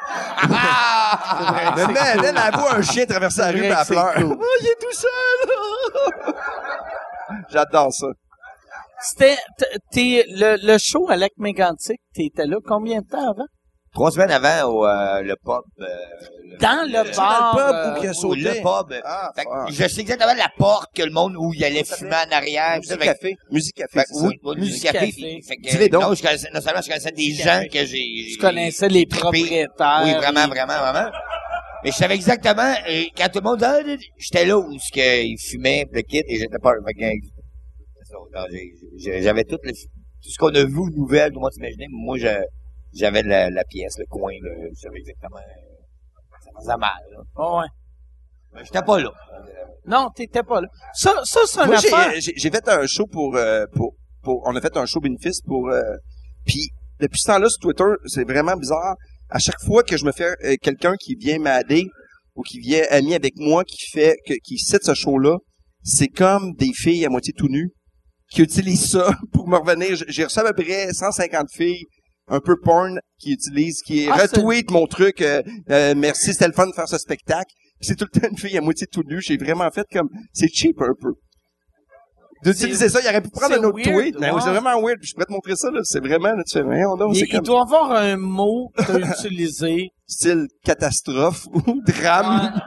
Speaker 2: Ah,
Speaker 3: Mais man, elle, elle voit un chien traverser la rue et elle pleure. Oh, il est tout seul! J'adore ça.
Speaker 2: C'était, t- t'es, le, le show à Lac Mégantic, t'étais là combien de temps avant?
Speaker 4: Trois semaines avant, au, euh, le pub. euh,
Speaker 2: Dans le
Speaker 4: euh,
Speaker 2: bar.
Speaker 3: pub
Speaker 2: euh,
Speaker 3: ou que-
Speaker 4: au- le pub. euh,
Speaker 3: Ah,
Speaker 4: fait que
Speaker 3: fuck.
Speaker 4: je sais exactement la porte que le monde où il allait fumer en arrière. puis ça, fait que-
Speaker 3: café. Musique café,
Speaker 4: Fait
Speaker 3: c'est
Speaker 4: que Ben oui,
Speaker 3: ça.
Speaker 4: musique
Speaker 2: Café.
Speaker 4: café. puis- Fait que,
Speaker 3: Dis-les donc.
Speaker 4: Non, je connaissais, non seulement je connaissais des gens que j'ai...
Speaker 2: tu connaissais les propriétaires.
Speaker 3: Euh,
Speaker 4: Oui, vraiment, vraiment, vraiment. Mais je savais exactement, euh, quand tout le monde disait, Ah, j'étais là où ce qu'ils fumaient, puis le kit, et j'étais pas... Fait que, euh, c'est ça, non, j'ai- j'ai- j'avais tout, le- tout ce qu'on a vu aux nouvelles, tout le monde s'imaginait, mais moi, je- j'avais la, la pièce, le coin, là, je savais exactement... euh, Ça faisait mal, là.
Speaker 2: Ah ouais.
Speaker 4: Mais j'étais pas là.
Speaker 2: Non, t'étais pas là. Ça, ça c'est une
Speaker 3: Moi, j'ai-
Speaker 2: affaire.
Speaker 3: euh, j'ai j'ai fait un show pour, euh, pour, pour, on a fait un show bénéfice pour, euh, puis depuis ce temps-là, sur Twitter, c'est vraiment bizarre. À chaque fois que je me fais euh, quelqu'un qui vient m'aider ou qui vient ami avec moi, qui fait, que, qui cite ce show-là, c'est comme des filles à moitié tout nues qui utilisent ça pour me revenir. J- J'ai reçu à peu près 150 filles un peu porn qui utilisent, qui
Speaker 2: Ah, c'est-
Speaker 3: retweetent mon truc. euh, euh, merci, c'était le fun de faire ce spectacle. Puis c'est tout le temps une fille à moitié tout nue. J'ai vraiment fait comme, c'est cheap un peu. D'utiliser ça, il aurait pu prendre
Speaker 2: c'est
Speaker 3: un autre
Speaker 2: weird,
Speaker 3: tweet. Mais
Speaker 2: ouais.
Speaker 3: c'est vraiment weird. Puis je pourrais te montrer ça, là. C'est vraiment, là, tu fais, voyons donc,
Speaker 2: Il,
Speaker 3: c'est
Speaker 2: il
Speaker 3: comme
Speaker 2: doit avoir un mot que t'as utilisé.
Speaker 3: style catastrophe ou
Speaker 2: Ouais,
Speaker 3: drame.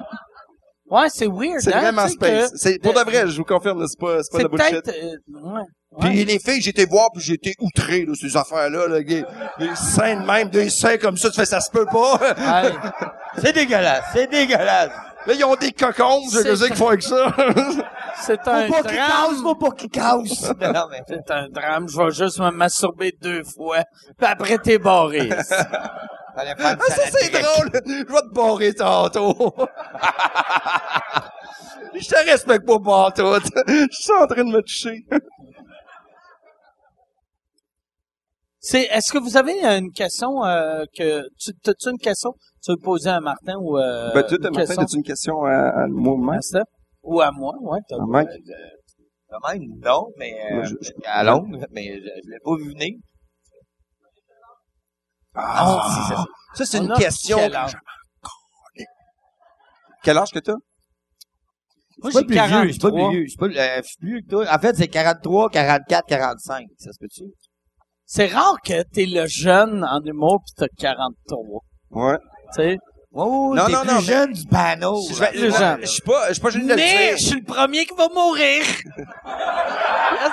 Speaker 2: Ouais, c'est weird,
Speaker 3: C'est
Speaker 2: hein,
Speaker 3: vraiment
Speaker 2: tu sais que
Speaker 3: space. C'est, pour
Speaker 2: de-
Speaker 3: de vrai, je vous confirme, là, c'est pas, c'est pas de
Speaker 2: C'est
Speaker 3: la bullshit.
Speaker 2: peut-être... euh, ouais, ouais.
Speaker 3: Puis les filles, j'étais voir, puis j'étais outré, là, ces affaires-là, là, des, des seins de même, des seins comme ça, tu fais, ça se peut pas.
Speaker 2: Ouais.
Speaker 4: C'est dégueulasse, c'est dégueulasse.
Speaker 3: Là, ils ont des cocombes, je
Speaker 2: C'est
Speaker 3: sais qu'ils font avec ça.
Speaker 2: c'est un
Speaker 4: Faut pas qu'il casse,
Speaker 2: drame.
Speaker 4: faut pas qu'il casse. Non, non, mais...
Speaker 2: C'est un drame. Je vais juste me masturber deux fois. Puis après, t'es barré.
Speaker 4: Fallait prendre
Speaker 3: Ah, ça,
Speaker 4: salade
Speaker 3: c'est
Speaker 4: grecque.
Speaker 3: drôle. Je vais te barrer tantôt. Je te respecte pas pantoute. Je suis en train de me toucher.
Speaker 2: Euh, C'est, est-ce que vous avez euh, une question euh, que tu as une question tu veux poser à Martin ou euh,
Speaker 3: ben, tu
Speaker 2: une
Speaker 3: t'as Martin,
Speaker 2: question
Speaker 3: t'as-tu une question à, Ah, à moi,
Speaker 2: à
Speaker 3: Max?
Speaker 2: Steph? ou à moi ouais t'as-
Speaker 3: À Mike?
Speaker 4: De même, non, mais euh,
Speaker 3: Moi, je-
Speaker 4: à Londres, mais je, je l'ai pas vu venir.
Speaker 3: Ah,
Speaker 4: c'est ça.
Speaker 3: ça, c'est
Speaker 2: On
Speaker 3: une
Speaker 2: a
Speaker 3: question.
Speaker 2: quel âge?
Speaker 3: Quel âge que t'as?
Speaker 2: moi
Speaker 4: C'est
Speaker 2: j'ai
Speaker 4: pas plus vieux,
Speaker 2: 43
Speaker 4: c'est pas plus vieux, c'est pas euh, je suis plus vieux que toi. En fait, c'est 43, 44, 45, ça se peut-tu?
Speaker 2: c'est rare que t'es le jeune en humour pis t'as 43
Speaker 3: Ouais.
Speaker 2: tu sais
Speaker 4: Ouais, ouais,
Speaker 3: Non,
Speaker 4: ouais, Oh, t'es
Speaker 3: non,
Speaker 4: plus
Speaker 3: non, mais-
Speaker 4: jeune du panneau.
Speaker 3: Je
Speaker 4: là.
Speaker 3: vais-
Speaker 2: le genre.
Speaker 3: je suis pas, je suis pas gêné de le
Speaker 2: mais
Speaker 3: dire.
Speaker 2: je suis le premier qui va mourir yes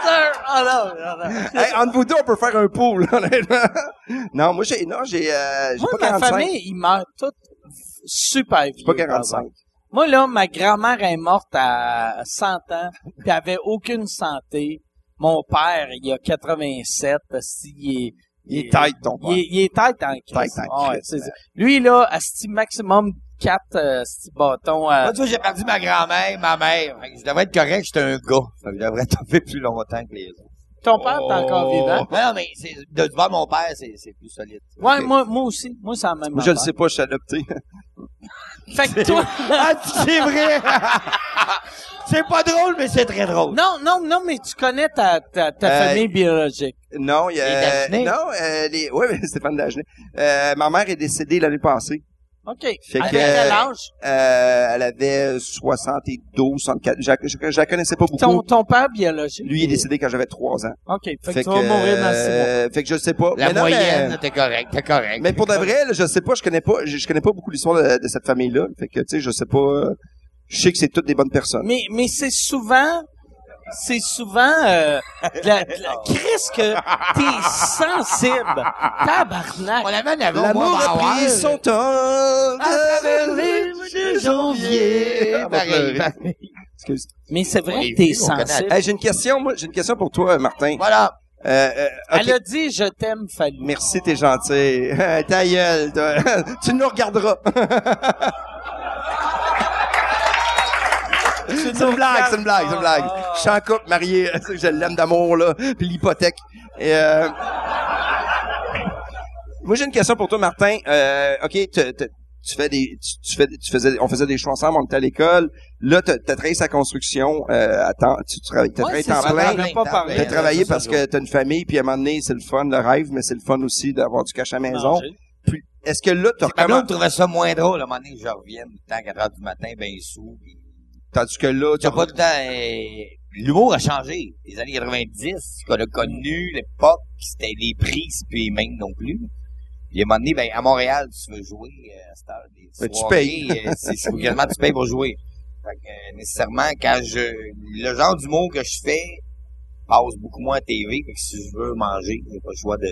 Speaker 2: sir oh non, oh non.
Speaker 3: Hey, entre vous deux, on peut faire un pool, là, honnêtement. Non, moi, j'ai, non, j'ai, euh, j'ai
Speaker 2: moi
Speaker 3: pas
Speaker 2: ma
Speaker 3: 45.
Speaker 2: famille ils meurent tous super vieux
Speaker 3: J'ai pas
Speaker 2: par
Speaker 3: 45.
Speaker 2: Moi, là, ma grand-mère est morte à 100 ans, puis elle avait aucune santé. Mon père, il a 87, asti, il est...
Speaker 3: Il est tight, ton père.
Speaker 2: Il est, il est tête en crise.
Speaker 3: Tête en
Speaker 2: Ouais,
Speaker 3: crise,
Speaker 2: c'est
Speaker 3: ouais.
Speaker 2: ça. Lui, là, asti maximum 4 asti bâtons. euh,
Speaker 4: Moi, tu vois, j'ai perdu ma grand-mère, ma mère. Fait que Je devrais être correct, j'étais un gars. Fait que je devrais tomber plus longtemps que les autres.
Speaker 2: Ton père, t'es encore
Speaker 3: Oh.
Speaker 2: vivant?
Speaker 4: Oh. Non, non, mais c'est, de de voir mon père, c'est, c'est plus solide.
Speaker 2: Ouais,
Speaker 3: Ok.
Speaker 2: moi, moi aussi. Moi, c'est la même
Speaker 3: Moi, je le
Speaker 2: affaire.
Speaker 3: sais pas, je suis adopté.
Speaker 2: Fait que toi...
Speaker 4: Ah, c'est vrai! c'est pas drôle, mais c'est très drôle.
Speaker 2: non, non, non, mais tu connais ta, ta, ta
Speaker 3: Euh,
Speaker 2: famille biologique.
Speaker 3: Non, il y a,
Speaker 4: Les Dagenet.
Speaker 3: non, euh, les, ouais, mais Stéphane Dagenet. Euh, ma mère est décédée l'année passée.
Speaker 2: OK.
Speaker 3: Fait
Speaker 2: Avec
Speaker 3: que-
Speaker 2: quel âge?
Speaker 3: Euh, elle avait 72, 64. Je, la- je- je la connaissais pas beaucoup.
Speaker 2: Ton, ton père biologique?
Speaker 3: Lui, il est décédé quand j'avais 3 ans.
Speaker 2: OK. Fait, que tu vas mourir dans 6 mois.
Speaker 3: euh, Fait que je sais pas.
Speaker 4: La
Speaker 3: mais non,
Speaker 4: moyenne,
Speaker 3: mais-
Speaker 4: euh, t'es correct, t'es correct.
Speaker 3: Mais pour de vrai, là, je sais pas, je connais pas, je, je connais pas beaucoup l'histoire de, de cette famille-là. Fait que, tu sais, je sais pas, euh, je sais que c'est toutes des bonnes personnes.
Speaker 2: Mais, mais c'est souvent, c'est souvent, euh, de la, de la- Chris, que t'es sensible. Tabarnak.
Speaker 4: On l'amène avant
Speaker 3: L'amour a pris son temps de
Speaker 4: janvier.
Speaker 3: Ah, bah, pleurer.
Speaker 4: Pareil.
Speaker 3: Excuse.
Speaker 2: Mais c'est
Speaker 4: On
Speaker 2: vrai
Speaker 4: est
Speaker 2: que t'es
Speaker 4: vieux, on connaît.
Speaker 2: sensible.
Speaker 3: Hey, j'ai une question, moi, j'ai une question pour toi, Martin.
Speaker 4: Voilà.
Speaker 3: Euh, euh, ok.
Speaker 2: Elle a dit, je t'aime, Fallu.
Speaker 3: Merci, t'es gentil. Ta gueule, toi. tu nous regarderas. C'est une blague, c'est une blague, c'est une blague.
Speaker 2: Ah.
Speaker 3: Je suis en couple, marié, tu sais, je l'aime d'amour, là, puis l'hypothèque. Et, euh, Moi, j'ai une question pour toi, Martin. Euh, OK, tu- tu- tu fais des... Tu, tu fais, tu faisais, on faisait des choix ensemble, on était à l'école. Là, t'as as travaillé sa construction. Euh, attends, tu travailles... T'as travaillé
Speaker 2: Ouais, c'est
Speaker 3: temps
Speaker 2: ça,
Speaker 3: Ah, plein.
Speaker 2: on en a pas parlé.
Speaker 3: T'as
Speaker 4: Ben,
Speaker 3: travaillé
Speaker 4: c'est ça,
Speaker 3: parce que t'as une famille, puis à un moment donné, c'est le fun, le rêve, mais c'est le fun aussi d'avoir du cash à la maison. Puis, est-ce que là, t'as
Speaker 4: Ma blonde
Speaker 3: recommencé,
Speaker 4: trouvait ça moins drôle. À un moment donné, je reviens tout le temps, 4 heures du matin, ben sous. pis-
Speaker 3: tandis que là,
Speaker 4: T'as
Speaker 3: t'as
Speaker 4: pas tout le temps... euh, L'humour a changé. Les années 90, qu'on a connu, l'époque, c'était les prises, puis même non plus. Puis à un moment donné, ben, à Montréal, tu veux jouer euh, à cette heure des
Speaker 3: Ben, tu
Speaker 4: soirées,
Speaker 3: payes.
Speaker 4: euh, c'est- c'est également, tu payes pour jouer. Fait que, euh, nécessairement, quand je... Le genre d'humour que je fais passe beaucoup moins à TV, fait que si je veux manger, j'ai pas le choix de...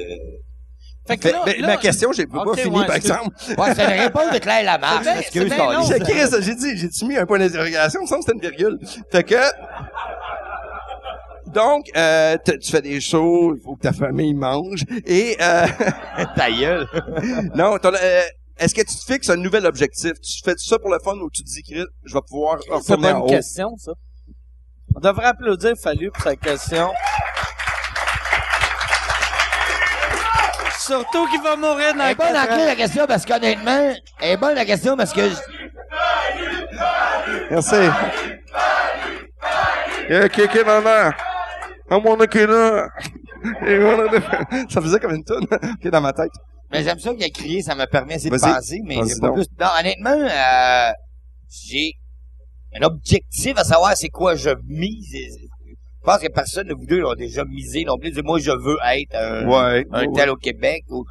Speaker 2: Fait que
Speaker 3: Fait-
Speaker 2: là,
Speaker 3: mais
Speaker 2: là,
Speaker 3: ma question, j'ai
Speaker 2: Ok,
Speaker 3: pas fini,
Speaker 2: ouais,
Speaker 3: par
Speaker 2: excuse.
Speaker 3: exemple.
Speaker 4: Ouais, c'est une réponse de Claire Lamarche.
Speaker 2: C'est bien-
Speaker 4: excuse,
Speaker 2: c'est bien
Speaker 4: Carlis.
Speaker 2: long.
Speaker 3: J'ai écrit ça, j'ai dit, j'ai-tu mis un point d'interrogation? Il me semble que c'était une virgule. Fait que... Donc, euh, t'as- tu fais des shows, il faut que ta famille mange, et... Euh,
Speaker 4: Ta gueule.
Speaker 3: non, t'en as- euh, est-ce que tu te fixes un nouvel objectif? Tu fais ça pour le fun ou tu te dis, Chris, je vais pouvoir
Speaker 2: c'est
Speaker 3: retourner
Speaker 2: pas
Speaker 3: en
Speaker 2: une
Speaker 3: haut?
Speaker 2: question, ça. On devrait applaudir Fallu pour sa question.
Speaker 5: Surtout qu'il va mourir dans
Speaker 4: Elle est bonne en
Speaker 5: quatre ans.
Speaker 4: clé, la question, parce qu'honnêtement, elle est bonne la question, parce que... je-
Speaker 3: Merci. Yeah, kick it on that. I'm gonna kill her. You wanna do- Ça faisait comme une toune qui est dans ma tête.
Speaker 4: Mais j'aime ça qu'il a crié, ça me permet assez de
Speaker 3: Vas-y.
Speaker 4: penser, mais
Speaker 3: Vas-y
Speaker 4: j'ai pas
Speaker 3: donc.
Speaker 4: plus. Non, honnêtement, euh, j'ai un objectif à savoir c'est quoi je mise. Je pense que personne de vous deux l'ont déjà misé non plus. Moi, je veux être un,
Speaker 3: Ouais.
Speaker 4: un
Speaker 3: Ouais.
Speaker 4: tel au Québec. ou-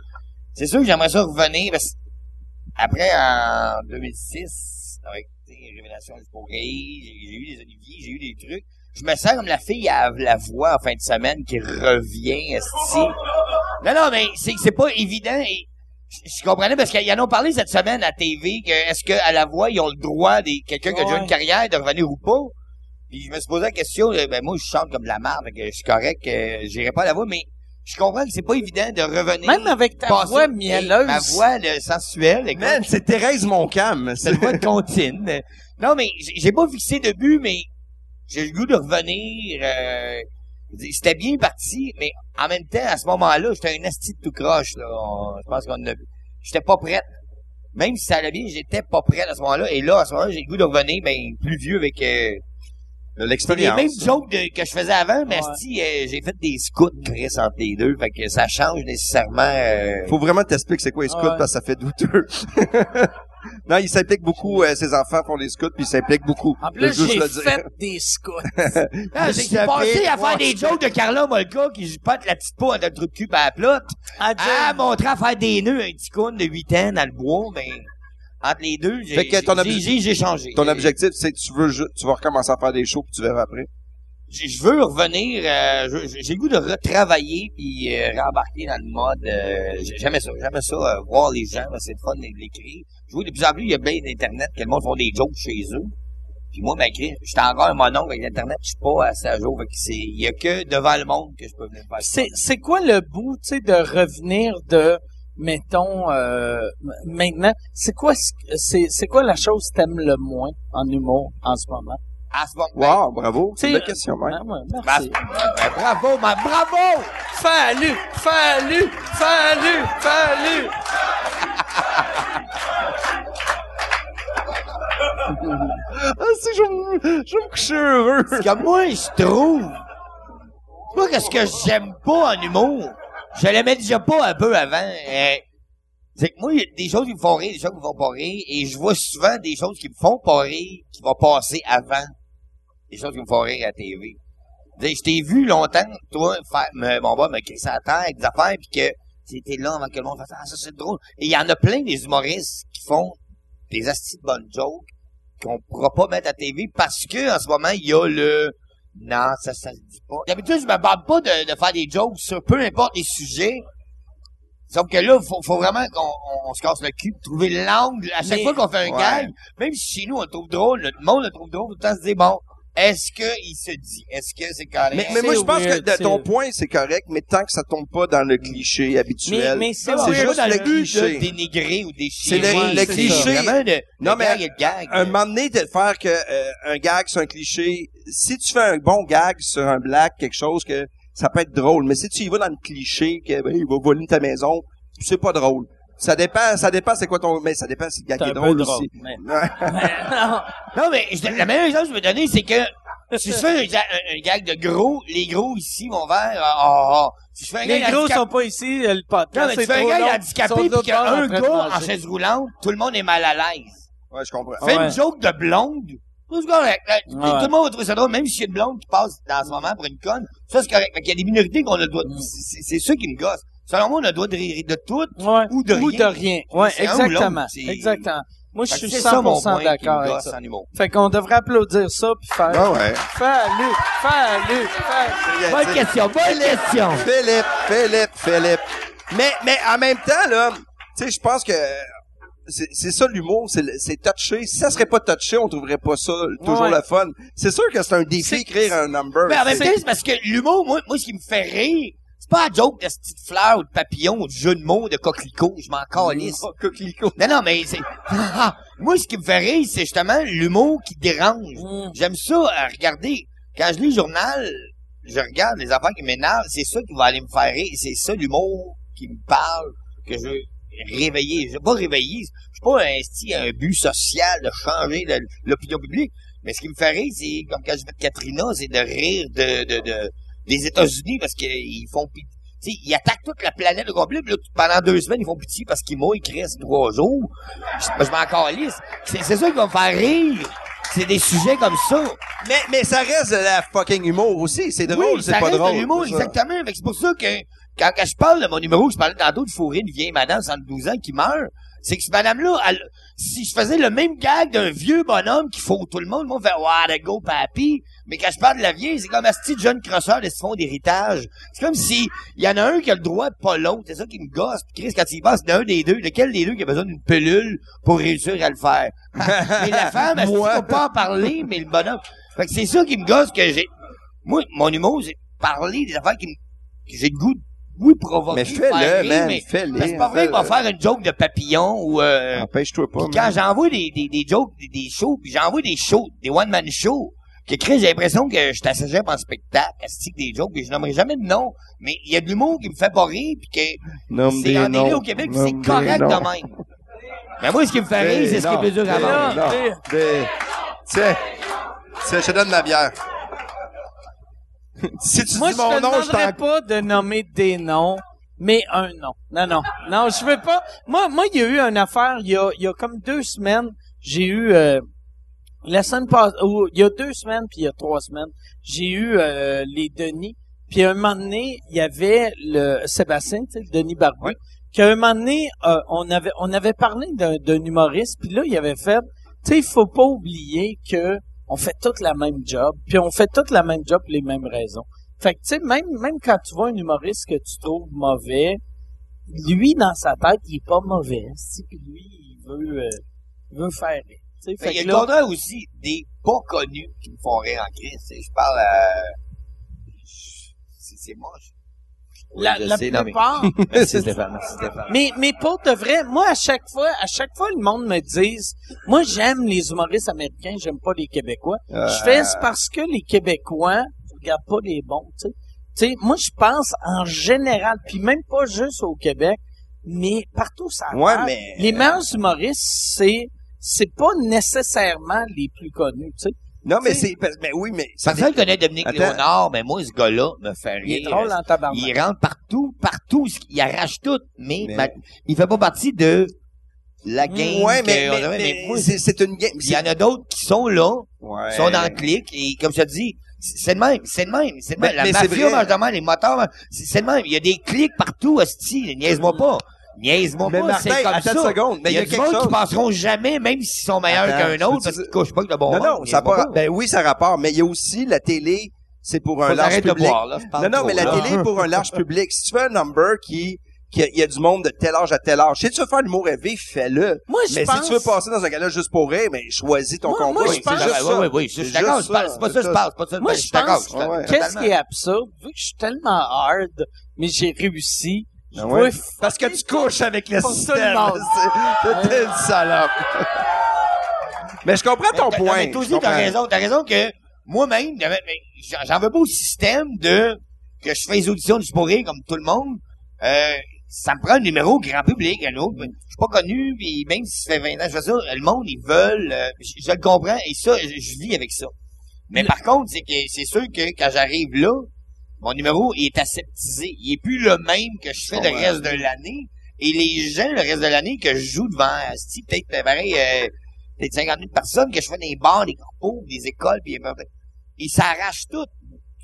Speaker 4: C'est sûr que j'aimerais ça revenir. parce- Après, en 2006, avec tu sais, Révélation du Progrès, j'ai j'ai eu des oliviers, j'ai eu des trucs. Je me sens comme la fille à la voix en fin de semaine qui revient, esti. Non, non, mais c'est c'est pas évident. Et je- je comprenais parce qu'ils en ont parlé cette semaine à TV que est-ce qu'à la voix, ils ont le droit des quelqu'un qui a déjà
Speaker 2: Ouais.
Speaker 4: une carrière de revenir ou pas? Puis je me suis posé la question, euh, ben moi je chante comme de la merde, fait que je suis correct, euh, j'irai pas à la voix, mais je comprends que c'est pas évident de revenir.
Speaker 2: Même avec ta
Speaker 4: passer-
Speaker 2: voix mielleuse.
Speaker 4: Ma voix le, sensuelle, écoute,
Speaker 3: Man, c'est Thérèse Moncam.
Speaker 4: c'est une voix de comptine. Non, mais j'ai j'ai pas fixé de but, mais j'ai le goût de revenir. euh, C'était bien parti, mais en même temps, à ce moment-là, j'étais un asti de tout croche. là. On- Je pense qu'on a... J'étais pas prête. Même si ça allait bien, j'étais pas prête à ce moment-là. Et là, à ce moment-là, j'ai le goût de revenir, ben, plus vieux avec... euh, les mêmes
Speaker 3: L'expérience.
Speaker 4: jokes de- que je faisais avant, mais
Speaker 2: Ouais.
Speaker 4: asti, euh, j'ai fait des scouts, Chris, entre les deux. Fait que ça change nécessairement... euh,
Speaker 3: Faut vraiment t'expliquer c'est quoi les scouts
Speaker 2: Ouais.
Speaker 3: parce que ça fait douteux. non, il s'implique beaucoup. euh, ses enfants font des scouts puis il s'implique beaucoup.
Speaker 2: En
Speaker 3: Je veux
Speaker 2: plus, j'ai
Speaker 3: le dire.
Speaker 2: fait des scouts.
Speaker 4: Ah,
Speaker 3: Je
Speaker 4: j'ai
Speaker 3: savais
Speaker 4: passé à
Speaker 3: pas.
Speaker 4: faire des jokes de Carla Molka qui se pote la petite peau à notre trou de cul par la plotte,
Speaker 2: À
Speaker 4: à
Speaker 3: Ah,
Speaker 2: Jane.
Speaker 4: montrer Ah, à faire des nœuds à un petit con de 8 ans dans le bois, mais entre les deux, j'ai
Speaker 3: Fait que ton
Speaker 4: j'ai-
Speaker 3: obje-
Speaker 4: j'ai- j'ai changé.
Speaker 3: Ton objectif, c'est que tu veux, ju- tu vas recommencer à faire des shows puis tu verras après.
Speaker 4: Euh, J'ai- Je veux revenir, euh, je- j'ai le goût de retravailler puis euh, rembarquer dans le mode. euh, j'ai- j'aimais ça, j'aimais ça, euh, voir les gens, ben, c'est le fun de l'écrire. Je vois de plus en plus, il y a bien d'Internet, que le monde font des jokes chez eux. Puis moi, ben, Chris, j'étais encore mon oncle avec l'Internet, je suis pas assez à jour. Fait que c'est- il y a que devant le monde que je peux venir faire ça.
Speaker 2: C'est, c'est quoi le bout, tu sais, de revenir de, mettons, euh, m- maintenant? C'est quoi, ce- c'est, c'est quoi la chose que t'aimes le moins en humour en ce moment?
Speaker 4: À ce moment
Speaker 3: Wow, bravo. C'est une
Speaker 2: t'sais,
Speaker 3: belle question, Mike.
Speaker 2: Ah ouais,
Speaker 4: Ben,
Speaker 2: merci.
Speaker 4: ben, bravo, ma, bravo!
Speaker 2: Fallu, fallu, fallu, fallu.
Speaker 3: Ah, si, je vais me- je vais me coucher heureux.
Speaker 4: C'est que moi, je trouve. Moi, qu'est-ce que j'aime pas en humour? Je l'aimais déjà pas un peu avant. euh, c'est que moi, il y a des choses qui me font rire, des choses qui me font pas rire, et je vois souvent des choses qui me font pas rire, qui vont passer avant. Des choses qui me font rire à TV. Je veux dire, Je t'ai vu longtemps, toi, faire, me- mon boy me crisser à terre avec des affaires, puis que t'étais là avant que le monde fasse « Ah, ça, c'est drôle! » Et il y en a plein des humoristes qui font des astis de bonnes jokes, qu'on pourra pas mettre à TV parce que en ce moment, il y a le non, ça, ça se dit pas. D'habitude, je me barre pas de, de faire des jokes sur peu importe les sujets. Sauf que là, faut, faut vraiment qu'on on se casse le cul, de trouver l'angle à chaque
Speaker 2: Mais-
Speaker 4: fois qu'on fait un
Speaker 3: Ouais.
Speaker 4: gag. Même si chez nous, on le trouve drôle, le monde le trouve drôle, tout le temps se dit, bon, est-ce que il se dit? Est-ce que c'est correct?
Speaker 3: Mais, mais moi, je
Speaker 2: C'est
Speaker 3: pense
Speaker 2: weird,
Speaker 3: que de
Speaker 2: c'est-
Speaker 3: ton point, c'est correct, mais tant que ça tombe pas dans le cliché
Speaker 2: Mais,
Speaker 3: habituel.
Speaker 2: mais c'est
Speaker 4: Non,
Speaker 3: c'est
Speaker 2: weird
Speaker 3: juste
Speaker 2: dans
Speaker 3: le
Speaker 2: le-
Speaker 4: de
Speaker 3: cliché.
Speaker 4: dénigrer ou
Speaker 3: C'est
Speaker 4: déchirer.
Speaker 3: le,
Speaker 2: Ouais,
Speaker 3: le
Speaker 2: c'est
Speaker 3: cliché.
Speaker 4: Vraiment, le,
Speaker 3: Non,
Speaker 4: non,
Speaker 3: mais
Speaker 4: mais gag est le gag.
Speaker 3: Un moment donné, de faire que euh, un gag sur un cliché, si tu fais un bon gag sur un black, quelque chose que ça peut être drôle, mais si tu y vas dans le cliché que ben, il va voler ta maison, c'est pas drôle. Ça dépend, ça dépend c'est quoi ton mais ça dépend si le gag
Speaker 2: C'est un
Speaker 3: est
Speaker 2: peu
Speaker 3: drôle,
Speaker 2: drôle,
Speaker 3: aussi.
Speaker 2: mais-
Speaker 3: Ouais.
Speaker 4: Non, mais je- la meilleure exemple que je me donner, c'est que si je fais un, ga- un- un gag de gros, les gros ici vont vers. ah, ah, ah. Si je fais un
Speaker 2: Les
Speaker 4: gag
Speaker 2: gros
Speaker 4: handicap-
Speaker 2: sont pas ici, euh, le
Speaker 4: Non,
Speaker 2: podcast.
Speaker 4: mais tu
Speaker 2: c'est
Speaker 4: fais un
Speaker 2: trop long.
Speaker 4: gag
Speaker 2: Ils sont
Speaker 4: handicapé
Speaker 2: de
Speaker 4: puis
Speaker 2: l'autre
Speaker 4: qu'il y a
Speaker 2: bord
Speaker 4: un
Speaker 2: en train de
Speaker 4: gars en
Speaker 2: manger.
Speaker 4: chaise roulante, tout le monde est mal à l'aise.
Speaker 3: Ouais, je comprends.
Speaker 4: Fais
Speaker 2: Ouais.
Speaker 4: une joke de blonde. Ça, c'est correct. Là, Tout
Speaker 2: Ouais.
Speaker 4: tout le monde va trouver ça drôle, même s'il y a une blonde qui passe dans ce moment pour une conne. Ça, c'est correct. Fait qu'il y a des minorités qu'on a le droit.
Speaker 2: Mm.
Speaker 4: C'est c'est ça qui me gosse. Selon moi, on a le droit de rire de tout.
Speaker 2: Ouais.
Speaker 4: ou de rien.
Speaker 2: Ouais,
Speaker 4: C'est un ou l'autre,
Speaker 2: exactement.
Speaker 4: c'est-
Speaker 2: Exactement. Moi, je
Speaker 4: Fait que
Speaker 2: suis
Speaker 4: C'est ça mon
Speaker 2: 100%
Speaker 4: point qui
Speaker 2: d'accord
Speaker 4: me
Speaker 2: avec
Speaker 4: gosse
Speaker 2: ça.
Speaker 4: en humour.
Speaker 2: Fait qu'on devrait applaudir ça puis faire.
Speaker 3: Ah ouais.
Speaker 2: Fallu, fallu, fallu.
Speaker 3: Bonne
Speaker 2: question, bonne question.
Speaker 3: Philippe, Philippe, Philippe. Mais, mais en même temps, là, tu sais, je pense que c'est c'est ça l'humour, c'est le- c'est touché. Si ça serait pas touché, on trouverait pas ça toujours
Speaker 2: Ouais.
Speaker 3: le fun. C'est sûr que c'est un défi
Speaker 2: C'est-
Speaker 3: écrire un number.
Speaker 4: Mais en même
Speaker 3: C'est-
Speaker 4: temps, c'est parce que l'humour, moi, moi, ce qui me fait rire, c'est pas un joke de petite fleur ou de papillon ou de jeu de mots de coquelicot, je m'en calisse.
Speaker 3: Oh, coquelicot.
Speaker 4: Non, non, mais c'est... ah, moi, ce qui me fait rire, c'est justement l'humour qui dérange. J'aime ça, euh, regarder. Quand je lis le journal, je regarde les affaires qui m'énervent, c'est ça qui va aller me faire rire, c'est ça l'humour qui me parle, que je veux réveiller. Je veux pas réveiller, je suis pas un, esti à un but social de changer le- l'opinion publique, mais ce qui me fait rire, c'est comme quand je vais de Katrina, c'est de rire de, de, de- des États-Unis parce qu'ils font pitié. Tu sais, ils attaquent toute la planète au complet, puis là, tout- pendant deux semaines, ils font pitié parce qu'ils mouillent, ils restent trois jours. Je, je m'en calisse. C'est c'est ça qui va me faire rire. C'est des sujets comme ça.
Speaker 3: Mais, mais ça reste de la fucking humour aussi. C'est drôle,
Speaker 4: Oui,
Speaker 3: c'est
Speaker 4: ça
Speaker 3: pas
Speaker 4: reste
Speaker 3: drôle.
Speaker 4: de l'humour,
Speaker 3: c'est ça.
Speaker 4: exactement. Fait que c'est pour ça que quand, quand je parle de mon numéro, que je parlais tantôt de fourrer une vieille madame de 72 ans qui meurt, c'est que cette madame-là, elle- si je faisais le même gag d'un vieux bonhomme qui fourre tout le monde, le monde fait « What a go, papi! » Mais quand je parle de la vieille, c'est comme un petit jeune crosseur de ce fonds d'héritage. C'est comme si il y en a un qui a le droit, pas l'autre. C'est ça qui me gosse. Puis Chris, quand il passe d'un des deux, lequel des deux qui a besoin d'une pilule pour réussir à le faire? mais la femme, elle ne
Speaker 3: Moi.
Speaker 4: peut pas en parler, mais le bonhomme... Fait que c'est ça qui me gosse que j'ai... Moi, mon humour, c'est parler des affaires qui me... que j'ai le goût de... Oui, provoquer,
Speaker 3: Mais
Speaker 4: faire
Speaker 3: fais-le,
Speaker 4: rire,
Speaker 3: man.
Speaker 4: mais-
Speaker 3: Fais-le.
Speaker 4: mais C'est pas vrai
Speaker 3: fais-le.
Speaker 4: qu'on va faire une joke de papillon ou... euh,
Speaker 3: Empêche-toi Ah, pas,
Speaker 4: puis
Speaker 3: man.
Speaker 4: quand j'envoie des, des, des jokes, des, des shows, puis j'envoie des shows, des one-man shows, que Chris, j'ai l'impression que je t'assagère en spectacle, à stick des jokes, puis je nommerai jamais de nom, mais il y a de l'humour qui me fait pas rire, puis que
Speaker 3: Nomme
Speaker 4: c'est
Speaker 3: des
Speaker 4: en
Speaker 3: noms.
Speaker 4: au Québec, puis
Speaker 3: Nomme
Speaker 4: c'est
Speaker 3: des
Speaker 4: correct
Speaker 3: noms.
Speaker 4: de même. Mais moi, ce qui me fait rire, c'est ce qui est plus dur à
Speaker 3: Des
Speaker 4: vendre.
Speaker 3: noms,
Speaker 2: Des-
Speaker 3: des- Tiens, Tiens, je te donne la bière. si tu
Speaker 2: Moi,
Speaker 3: dis
Speaker 2: je
Speaker 3: mon
Speaker 2: te
Speaker 3: nom, je t'en
Speaker 2: demanderais pas de nommer des noms, mais un nom. Non, non. Non, je veux pas. Moi, moi, il y a eu une affaire, il y a, il y a comme deux semaines, j'ai eu, euh, la semaine passée, ou il y a deux semaines, puis il y a trois semaines, j'ai eu euh, les Denis. Puis à un moment donné, il y avait le Sébastien, tu sais, le Denis Barbu, qu'à un moment donné, euh, on, avait, on avait parlé d'un d'un humoriste, puis là, il avait fait, tu sais, il faut pas oublier que on fait toute la même job, puis on fait toute la même job pour les mêmes raisons. Fait que, tu sais, même, même quand tu vois un humoriste que tu trouves mauvais, lui, dans sa tête, il est pas mauvais. c'est-tu, Puis lui, il veut, euh, il veut faire. rire. Tu sais, fait
Speaker 4: Fait qu'il Ben, y a
Speaker 2: que
Speaker 4: le
Speaker 2: là-
Speaker 4: contraire aussi des pas connus qui me font rire en Chris. tu sais, Je parle à... C'est c'est moche. Oui,
Speaker 2: la,
Speaker 4: je
Speaker 2: la
Speaker 4: sais, non, mais-
Speaker 2: plupart.
Speaker 4: Merci Stéphane, merci Stéphane.
Speaker 2: mais, mais pour de vrai, moi, à chaque fois, à chaque fois, le monde me dit, moi, j'aime les humoristes américains, j'aime pas les Québécois. Je fais, c'est parce que les Québécois, regardent pas les bons, tu sais. Tu sais, moi, je pense en général, puis même pas juste au Québec, mais partout ça.
Speaker 3: Ouais, mais-
Speaker 2: Les meilleurs humoristes, c'est, c'est pas nécessairement les plus connus, tu sais.
Speaker 3: Non, mais
Speaker 2: Tu sais-
Speaker 3: c'est. parce- Mais oui, mais. ça
Speaker 4: Personne connaît Dominique
Speaker 3: Attends.
Speaker 4: Léonard, mais moi, ce gars-là me fait
Speaker 2: Il
Speaker 4: rire.
Speaker 2: est drôle en tabarnak.
Speaker 4: Il rentre partout, partout, ce qui- il arrache tout, mais,
Speaker 3: Mais-
Speaker 4: ma- il fait pas partie de la game.
Speaker 3: Ouais, mais,
Speaker 4: que on
Speaker 3: mais-
Speaker 4: aurait, mais
Speaker 3: mais
Speaker 4: moi,
Speaker 3: c'est c'est une game.
Speaker 4: il y en a d'autres qui sont là,
Speaker 3: Ouais.
Speaker 4: qui sont dans le clic, et comme je te dis, c'est c'est le même, c'est le même, c'est le
Speaker 3: Mais-
Speaker 4: même. La
Speaker 3: mais c'est
Speaker 4: mafia
Speaker 3: vrai.
Speaker 4: mange de même, les moteurs, mangent- c'est c'est le même. Il y a des clics partout, hostie, niaise-moi pas. Niaise-moi
Speaker 3: Mais
Speaker 4: pas,
Speaker 3: Martin,
Speaker 4: c'est comme
Speaker 3: attends
Speaker 4: ça.
Speaker 3: une seconde, mais il y a
Speaker 4: du
Speaker 3: quelque
Speaker 4: monde
Speaker 3: chose.
Speaker 4: qui passeront jamais, même s'ils sont meilleurs
Speaker 3: Attends,
Speaker 4: qu'un
Speaker 3: je
Speaker 4: autre,
Speaker 3: veux
Speaker 4: parce
Speaker 3: dire-
Speaker 4: qu'ils couchent pas que de bon
Speaker 3: Non,
Speaker 4: monde,
Speaker 3: non, ça a
Speaker 4: niaise-moi
Speaker 3: pas, ben oui, ça rapporte, mais il y a aussi la télé, c'est pour un
Speaker 4: Faut
Speaker 3: large
Speaker 4: arrêter de
Speaker 3: public.
Speaker 4: boire, là, je parle
Speaker 3: non, non,
Speaker 4: trop,
Speaker 3: mais la
Speaker 4: là.
Speaker 3: télé est pour un large public. Si tu fais un number qui, qui il y a du monde de tel âge à tel âge, si tu veux faire l'humour rêvé, fais-le.
Speaker 2: Moi, je
Speaker 3: Mais
Speaker 2: pense...
Speaker 3: si tu veux passer dans un gala juste pour rire, mais choisis ton
Speaker 2: Moi-
Speaker 3: combat.
Speaker 2: moi, je
Speaker 3: C'est
Speaker 2: pense-
Speaker 3: juste
Speaker 4: Ouais,
Speaker 3: ça.
Speaker 4: ouais, ouais, je suis
Speaker 3: C'est
Speaker 4: d'accord,
Speaker 3: juste
Speaker 4: c'est pas- c'est pas ça, je parle, c'est pas ça,
Speaker 2: Moi,
Speaker 4: je
Speaker 2: je
Speaker 4: suis d'accord,
Speaker 2: pense-
Speaker 4: je suis d'accord.
Speaker 3: Ouais.
Speaker 2: Qu'est-ce qui est absurde? Vu que je suis tellement hard, mais j'ai réussi, je
Speaker 3: Ah ouais?
Speaker 2: veux f-
Speaker 3: Parce que tu couches avec le
Speaker 2: Pas
Speaker 3: système.
Speaker 2: tout le
Speaker 3: C'est- T'es une salope. mais je comprends ton
Speaker 4: Mais-
Speaker 3: point.
Speaker 4: mais toi
Speaker 3: je
Speaker 4: aussi,
Speaker 3: comprends.
Speaker 4: t'as raison. T'as raison que moi-même, j'avais- mais j'en- j'en veux pas au système de que je fais les auditions du pourri comme tout le monde. Euh, ça me prend un numéro grand public, un
Speaker 3: Mm.
Speaker 4: autre. Je suis pas connu, puis même si ça fait 20 ans que je fais ça, le monde, ils veulent. euh, je, je le comprends, et ça, je, je vis avec ça. Mais par contre, c'est que c'est sûr que quand j'arrive là, mon numéro il est aseptisé. Il est plus le même que je fais le reste de l'année. Et les gens, le reste de l'année, que je joue devant, asti, peut-être, euh, pareil, euh, peut-être 50 000 personnes que je fais dans les bars, des corpos, des écoles, puis ils s'arrachent tout.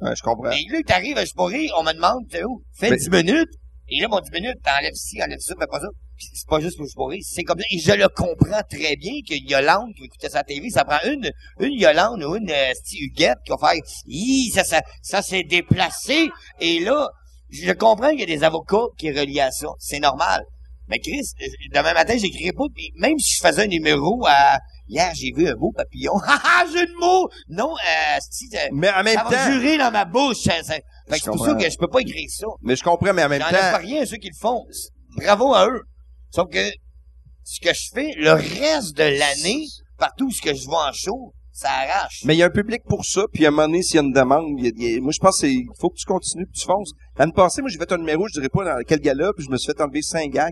Speaker 3: Ouais, je comprends.
Speaker 4: Et là, t'arrives à Juporé, on me demande, t'es où? Fais
Speaker 3: Mais-
Speaker 4: 10 minutes. Et là, mon 10 minutes, t'enlèves ci, enlèves ça, fais pas ça. Puis C'est pas juste pour Juporé, c'est comme ça. Et je le comprends très bien que Yolande qui écoutait sa TV, ça prend une, une Yolande ou une euh, sti Huguette qui va faire, hi, ça, ça, ça s'est déplacé. Et là, je comprends qu'il y a des avocats qui est relié à ça. C'est normal. Mais Chris, euh, demain matin, j'écrirai pas, puis même si je faisais un numéro à, hier, j'ai vu un beau papillon. Ha ha, jeu de mots! Non, euh, sti, euh,
Speaker 3: Mais en même
Speaker 4: ça va
Speaker 3: temps,
Speaker 4: jurer dans ma bouche. hein, ça- ça- Fait
Speaker 3: Je
Speaker 4: que c'est pour ça
Speaker 3: comprends.
Speaker 4: que je peux pas écrire ça.
Speaker 3: mais je comprends, mais en même
Speaker 4: J'en pas
Speaker 3: temps,
Speaker 4: rien à ceux qui le font. Bravo à eux. Sauf que ce que je fais, le reste de l'année, partout où ce que je vois en show, ça arrache.
Speaker 3: mais il y a un public pour ça, puis à un moment donné, s'il y a une demande, il y a- il y a- moi, je pense que c'est- faut que tu continues, puis tu fonces. L'année passée, moi, j'ai fait un numéro, je dirais pas dans quel gala, puis je me suis fait enlever cinq gags,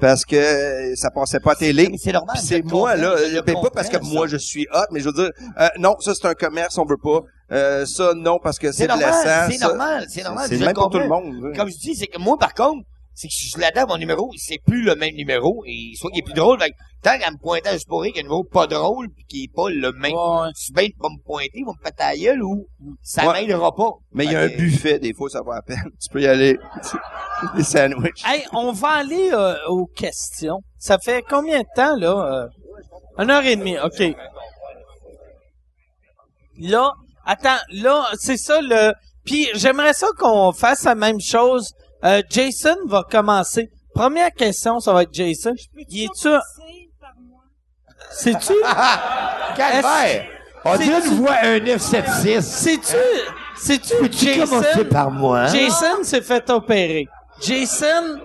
Speaker 3: parce que euh, ça passait pas à télé.
Speaker 4: Mais c'est normal.
Speaker 3: Puis
Speaker 4: je
Speaker 3: c'est
Speaker 4: le
Speaker 3: moi,
Speaker 4: comprends,
Speaker 3: là.
Speaker 4: je le
Speaker 3: euh, ben, pas parce que
Speaker 4: comprends,
Speaker 3: moi,
Speaker 4: ça.
Speaker 3: je suis hot, mais je veux dire, euh, non, ça, c'est un commerce, on veut pas. Euh, ça, non, parce que
Speaker 4: C'est
Speaker 3: c'est
Speaker 4: normal,
Speaker 3: blessant.
Speaker 4: c'est
Speaker 3: ça.
Speaker 4: normal, c'est normal.
Speaker 3: C'est
Speaker 4: je
Speaker 3: le même pour tout
Speaker 4: comprends.
Speaker 3: le monde. hein.
Speaker 4: Comme je dis, c'est que moi, par contre, c'est que je suis là-dedans, mon numéro, c'est plus le même numéro, et soit qu'il est plus drôle, fait que tant qu'à me pointer à Juporé qu'il y a un numéro pas drôle, puis qui est pas le même
Speaker 2: Ouais.
Speaker 4: tu bien de pas me pointer, ils vont me péter la gueule ou ça
Speaker 3: Ouais.
Speaker 4: m'aidera pas.
Speaker 3: Mais il y a un
Speaker 4: Fait
Speaker 2: Ben,
Speaker 4: que-
Speaker 3: buffet, des fois, ça va à peine. Tu peux y aller. des sandwichs.
Speaker 2: Hey, on va aller euh, aux questions. Ça fait combien de temps, là? Euh, une heure et demie, OK. Là, attends, là, c'est ça le... Puis j'aimerais ça qu'on fasse la même chose. Euh, Jason va commencer. Première question, ça va être Jason. Il est-tu... C'est-tu...
Speaker 4: Calvaire! On
Speaker 2: dirait une
Speaker 4: voit un 976.
Speaker 2: C'est-tu... C'est-tu Jason...
Speaker 4: par moi? hein?
Speaker 2: Jason s'est fait opérer. Jason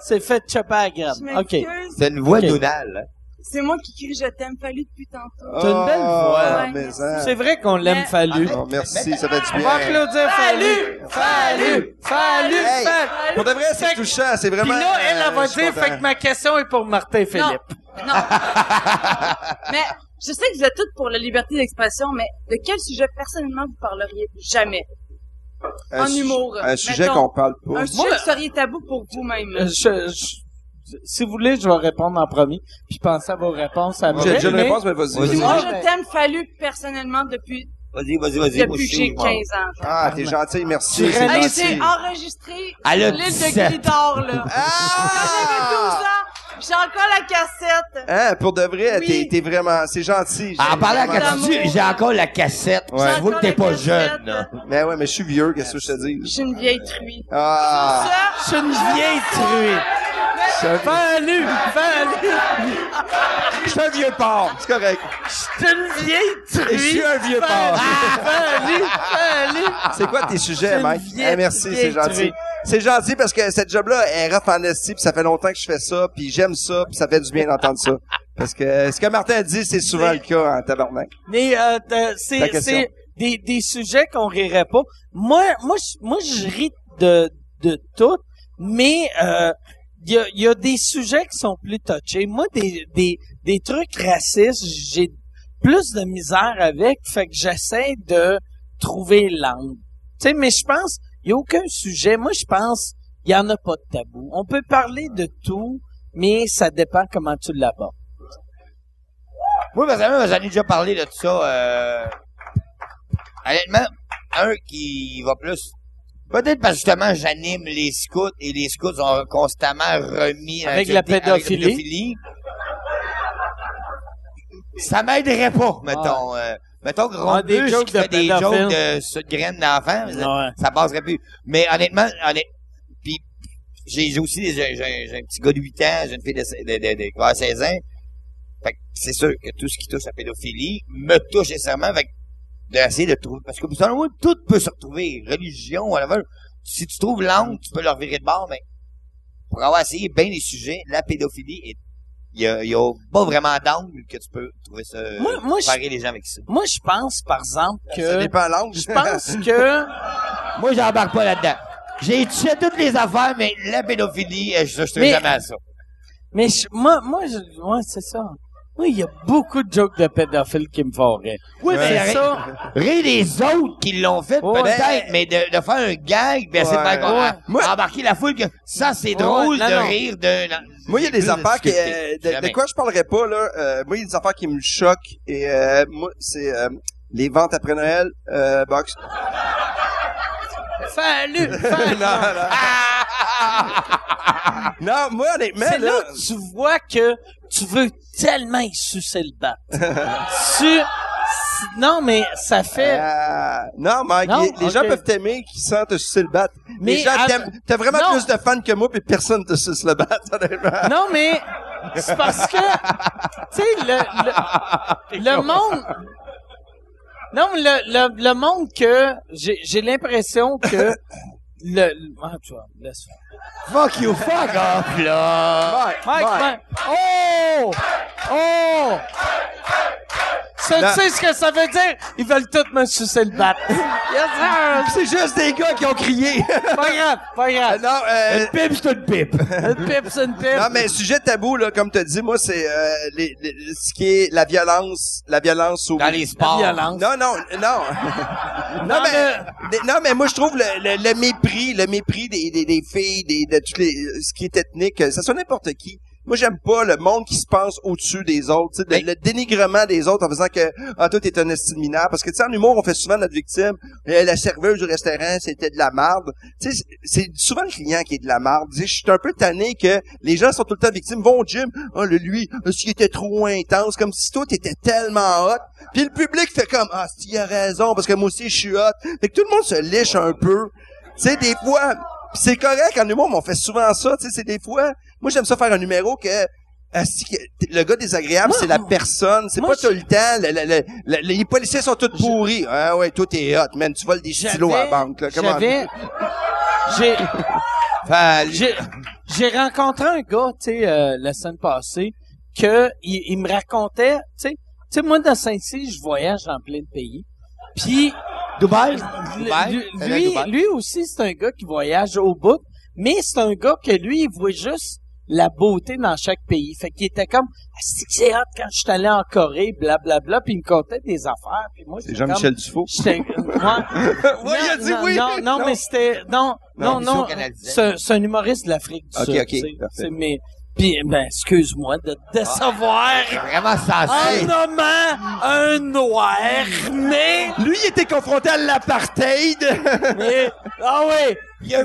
Speaker 2: s'est fait choper à la graine. OK.
Speaker 6: OK.
Speaker 4: C'est une voix hein?
Speaker 2: Ok.
Speaker 4: donale.
Speaker 6: C'est moi qui crie je t'aime fallu depuis tantôt.
Speaker 2: T'as une belle
Speaker 4: Ah,
Speaker 2: voix.
Speaker 3: mais, hein.
Speaker 2: C'est vrai qu'on l'aime,
Speaker 6: Mais-
Speaker 2: Fallu.
Speaker 3: Oh, merci, ça fait du
Speaker 2: On va
Speaker 3: bien.
Speaker 2: applaudir Fallu! Fallu! Fallu!
Speaker 3: Hey,
Speaker 2: Fallu!
Speaker 3: Pour de vrai, c'est touchant. C'est
Speaker 2: Puis
Speaker 3: vraiment...
Speaker 2: là, elle, elle
Speaker 3: euh,
Speaker 2: va
Speaker 3: je suis
Speaker 2: dire,
Speaker 3: content.
Speaker 2: fait que ma question est pour Martin Philippe.
Speaker 6: Non. non. mais je sais que vous êtes toutes pour la liberté d'expression, mais de quel sujet personnellement vous parleriez jamais?
Speaker 3: Un
Speaker 6: en
Speaker 3: su-
Speaker 6: humour,
Speaker 3: Un sujet
Speaker 6: mettons.
Speaker 3: qu'on parle pas.
Speaker 6: Un sujet
Speaker 2: Moi-
Speaker 6: qui serait tabou pour vous-même.
Speaker 2: Euh, je- je- si vous voulez, je vais répondre en premier, puis pensez à vos réponses à
Speaker 3: J'ai déjà une
Speaker 2: mais-
Speaker 3: réponse, mais vas-y.
Speaker 6: Puis
Speaker 3: vas-y.
Speaker 6: moi,
Speaker 2: Ouais,
Speaker 6: je
Speaker 2: mais-
Speaker 6: t'aime fallu personnellement depuis,
Speaker 4: Vas-y, vas-y, vas-y. moi, je
Speaker 6: depuis que
Speaker 4: suis
Speaker 6: j'ai
Speaker 4: ouvert.
Speaker 6: 15 ans. genre.
Speaker 3: Ah, t'es gentil, merci.
Speaker 2: Tu
Speaker 3: C'est
Speaker 6: Hey,
Speaker 3: gentil.
Speaker 6: j'ai enregistré
Speaker 4: Elle a
Speaker 6: l'île
Speaker 4: 17.
Speaker 6: de Glidor, là.
Speaker 3: Ah!
Speaker 6: J'avais 12 ans, j'ai encore la cassette.
Speaker 3: Hein, pour de vrai,
Speaker 6: Oui.
Speaker 3: t'es- t'es vraiment... C'est gentil.
Speaker 4: Ah, En parlant à
Speaker 3: Vraiment.
Speaker 6: D'amour.
Speaker 4: Cassidy, j'ai encore la cassette.
Speaker 3: Ouais.
Speaker 6: J'ai
Speaker 4: Tu vois
Speaker 6: encore
Speaker 4: que t'es
Speaker 6: la
Speaker 4: pas
Speaker 6: cassette.
Speaker 4: jeune. là.
Speaker 3: Mais ouais, mais je suis vieux, qu'est-ce que je te
Speaker 6: Je
Speaker 3: dis?
Speaker 6: suis une vieille truie.
Speaker 3: Ah!
Speaker 6: Ça,
Speaker 2: Je suis une vieille truie. Fallu! Fallu!
Speaker 3: Je suis un vieux porc. C'est correct.
Speaker 2: Je suis une vieille truie.
Speaker 3: Et je suis un vieux porc.
Speaker 2: Fallu! Fallu!
Speaker 3: C'est quoi tes
Speaker 2: C'est
Speaker 3: sujets,
Speaker 2: une
Speaker 3: Mike?
Speaker 2: vieille
Speaker 3: Eh, merci, c'est
Speaker 2: vieille
Speaker 3: gentil.
Speaker 2: truie.
Speaker 3: C'est gentil parce que cette job-là est rough en esti, puis ça fait longtemps que je fais ça, puis j'aime ça, puis ça fait du bien d'entendre ça. Parce que euh, ce que Martin a dit, c'est souvent le cas en tabarnak.
Speaker 2: Mais euh, t'as-
Speaker 3: Ta
Speaker 2: c'est
Speaker 3: question.
Speaker 2: c'est des, des sujets qu'on rirait pas. Moi moi je- moi je ris de de tout, mais euh, il y a, il y a des sujets qui sont plus touchés. Moi des des des trucs racistes, j'ai plus de misère avec, fait que j'essaie de trouver l'angle. Tu sais mais je pense il y a aucun sujet. Moi je pense il y en a pas de tabou. On peut parler de tout, mais ça dépend comment tu l'abordes.
Speaker 4: Moi, personnellement, j'en ai déjà parlé de ça. Euh... Honnêtement, un qui va plus Peut-être parce que justement, j'anime les scouts et les scouts ont constamment remis
Speaker 2: Avec
Speaker 4: un-
Speaker 2: la
Speaker 4: avec
Speaker 2: pédophilie.
Speaker 4: pédophilie. Ça m'aiderait pas, mettons. euh, mettons que
Speaker 2: Ah, des
Speaker 4: Rondeau
Speaker 2: jokes
Speaker 4: qui fait
Speaker 2: de
Speaker 4: des jokes
Speaker 2: pédophiles.
Speaker 4: de sucre graine d'enfant,
Speaker 2: Ouais.
Speaker 4: ça passerait plus. Mais honnêtement, honnêt- puis j'ai j'ai aussi des- j'ai, j'ai- j'ai un petit gars de 8 ans, j'ai une fille de, se- de, de- de- qui va avoir 16 ans. Fait que c'est sûr que tout ce qui touche à la pédophilie me touche nécessairement. Fait que d'essayer de trouver. Parce que selon moi, tout peut se retrouver. Religion, whatever. Si tu trouves l'angle, tu peux leur virer de bord, mais pour avoir essayé bien les sujets, la pédophilie est. Il y a, il y a pas vraiment d'angle que tu peux trouver ça.
Speaker 2: Moi- moi, je-
Speaker 4: parer les gens avec ça.
Speaker 2: Moi, je pense, par exemple,
Speaker 3: Ça
Speaker 2: que...
Speaker 3: dépend l'angle.
Speaker 2: Je pense que...
Speaker 4: Moi, j'embarque pas là-dedans. J'ai touché toutes les affaires, mais la pédophilie, euh, je, je te
Speaker 2: Mais-
Speaker 4: jamais à ça.
Speaker 2: Mais je- moi, moi, je, ouais, c'est ça. Oui, il y a beaucoup de jokes de pédophiles qui me font rire.
Speaker 4: Oui,
Speaker 2: mais
Speaker 4: mais
Speaker 2: ça-
Speaker 4: Rire des autres qui l'ont fait,
Speaker 2: Ouais.
Speaker 4: peut-être, mais de, de faire un gag, ben c'est
Speaker 3: Ouais.
Speaker 4: pas qu'on
Speaker 2: Ouais.
Speaker 3: Moi-
Speaker 4: embarquer la foule que ça c'est drôle
Speaker 2: non,
Speaker 4: de
Speaker 2: non.
Speaker 4: rire de. la-
Speaker 3: Moi, il y a
Speaker 4: Plus
Speaker 3: des
Speaker 4: de
Speaker 3: affaires qui,
Speaker 4: difficultés.
Speaker 3: euh, de, de
Speaker 4: Jamais.
Speaker 3: quoi je parlerai pas, là. Euh, moi, il y a des affaires qui me choquent. Et, euh, moi, c'est, euh, les ventes après Noël, euh, box.
Speaker 2: Fallu!
Speaker 3: non,
Speaker 2: fallu.
Speaker 3: non. non, moi, honnêtement,
Speaker 2: C'est là
Speaker 3: là.
Speaker 2: que tu vois que tu veux tellement y sucer le bat. tu... Non, mais ça fait...
Speaker 3: euh, non, Mike,
Speaker 2: Non?
Speaker 3: les, les gens
Speaker 2: Ok.
Speaker 3: peuvent t'aimer qui sentent te sucer le bat.
Speaker 2: Mais
Speaker 3: les gens
Speaker 2: à-
Speaker 3: t'aiment. T'as vraiment
Speaker 2: Non.
Speaker 3: plus de fans que moi, puis personne te suce le bat, honnêtement.
Speaker 2: Non, mais c'est parce que, tu sais, le, le, le monde... Non, mais le, le, le monde que... J'ai j'ai l'impression que... Le... le- ah, tu vois, laisse faire.
Speaker 4: Fuck you, fuck off là.
Speaker 3: Mike,
Speaker 2: Mike,
Speaker 3: Mike.
Speaker 2: Mike. Oh! Oh! Ça,
Speaker 3: Non.
Speaker 2: tu sais ce que ça veut dire? Ils veulent tous me sucer le bat. yes,
Speaker 3: C'est juste des gars qui ont crié.
Speaker 2: sir! Pas grave, pas
Speaker 3: Euh,
Speaker 2: grave.
Speaker 3: non, euh,
Speaker 4: Pipe, c'est une pipe.
Speaker 2: Une pipe, c'est une pipe.
Speaker 3: Non, mais sujet tabou, là, comme t'as dit, moi, c'est euh, les, les- ce qui est la violence, la violence au...
Speaker 4: Dans les
Speaker 2: La
Speaker 4: sports.
Speaker 2: violence.
Speaker 3: Non, non, non. non, mais, des- non, mais moi, je trouve le, le- le mépris, le mépris des, des, des filles, des, de toutes les, ce qui est ethnique, euh, ça soit n'importe qui. Moi, j'aime pas le monde qui se pense au-dessus des autres, tu sais, le, le dénigrement des autres en faisant que, ah, toi, t'es un estime minable. Parce que, tu sais, en humour, on fait souvent notre victime, Eh, la serveuse du restaurant, c'était de la marde. Tu sais, c'est souvent le client qui est de la marde. Tu sais, Je suis un peu tanné que les gens sont tout le temps victimes, vont au gym, ah, le lui, euh, s'il était trop intense, comme si toi, t'étais tellement hot. Puis le public fait comme, ah, si, il a raison, parce que moi aussi, je suis hot. Fait que tout le monde se lèche un peu. Tu sais, des fois, pis c'est correct, en humour, mais on fait souvent ça, tu sais, c'est des fois, moi, j'aime ça faire un numéro que, asti, que t- le gars désagréable,
Speaker 2: Moi,
Speaker 3: c'est la
Speaker 2: moi-
Speaker 3: personne, c'est
Speaker 2: moi,
Speaker 3: pas tout le temps, le- le- le- le- les policiers sont tous pourris. Ah ouais, toi, t'es hot, man, tu voles des stylos à la banque, là, comment?
Speaker 2: J'avais... J'ai...
Speaker 4: Fallu.
Speaker 2: J'ai- J'ai rencontré un gars, tu sais, euh, la semaine passée, que il, il me racontait, tu sais, tu sais, moi dans Saint-Cy, je voyage dans plein de pays. Puis Dubaï,
Speaker 4: Dubaï, t'es allé à
Speaker 2: lui,
Speaker 4: Dubaï?
Speaker 2: lui aussi c'est un gars qui voyage au bout, mais c'est un gars que lui il voit juste la beauté dans chaque pays. Fait qu'il était comme Ah, c'est que c'est hot quand je suis allé en Corée, blablabla, puis il me contait des affaires, puis moi j'étais comme
Speaker 3: Dufault.
Speaker 2: J'étais. Ouais.
Speaker 3: Ouais, il a dit
Speaker 2: non,
Speaker 3: oui.
Speaker 2: Non, non, mais c'était. Non, non,
Speaker 4: Non,
Speaker 2: non.
Speaker 4: Michel Canadien.
Speaker 2: C'est un- c'est un humoriste de l'Afrique du
Speaker 3: Ok,
Speaker 2: Sud.
Speaker 3: ok,
Speaker 2: tu sais.
Speaker 3: parfait.
Speaker 2: C'est- Mais. Puis, ben, excuse-moi de te décevoir
Speaker 3: Ah.
Speaker 4: Vraiment sensé.
Speaker 2: en nommant un noir, mais.
Speaker 3: Lui, il était confronté à l'apartheid.
Speaker 2: mais- ah oui!
Speaker 4: Il a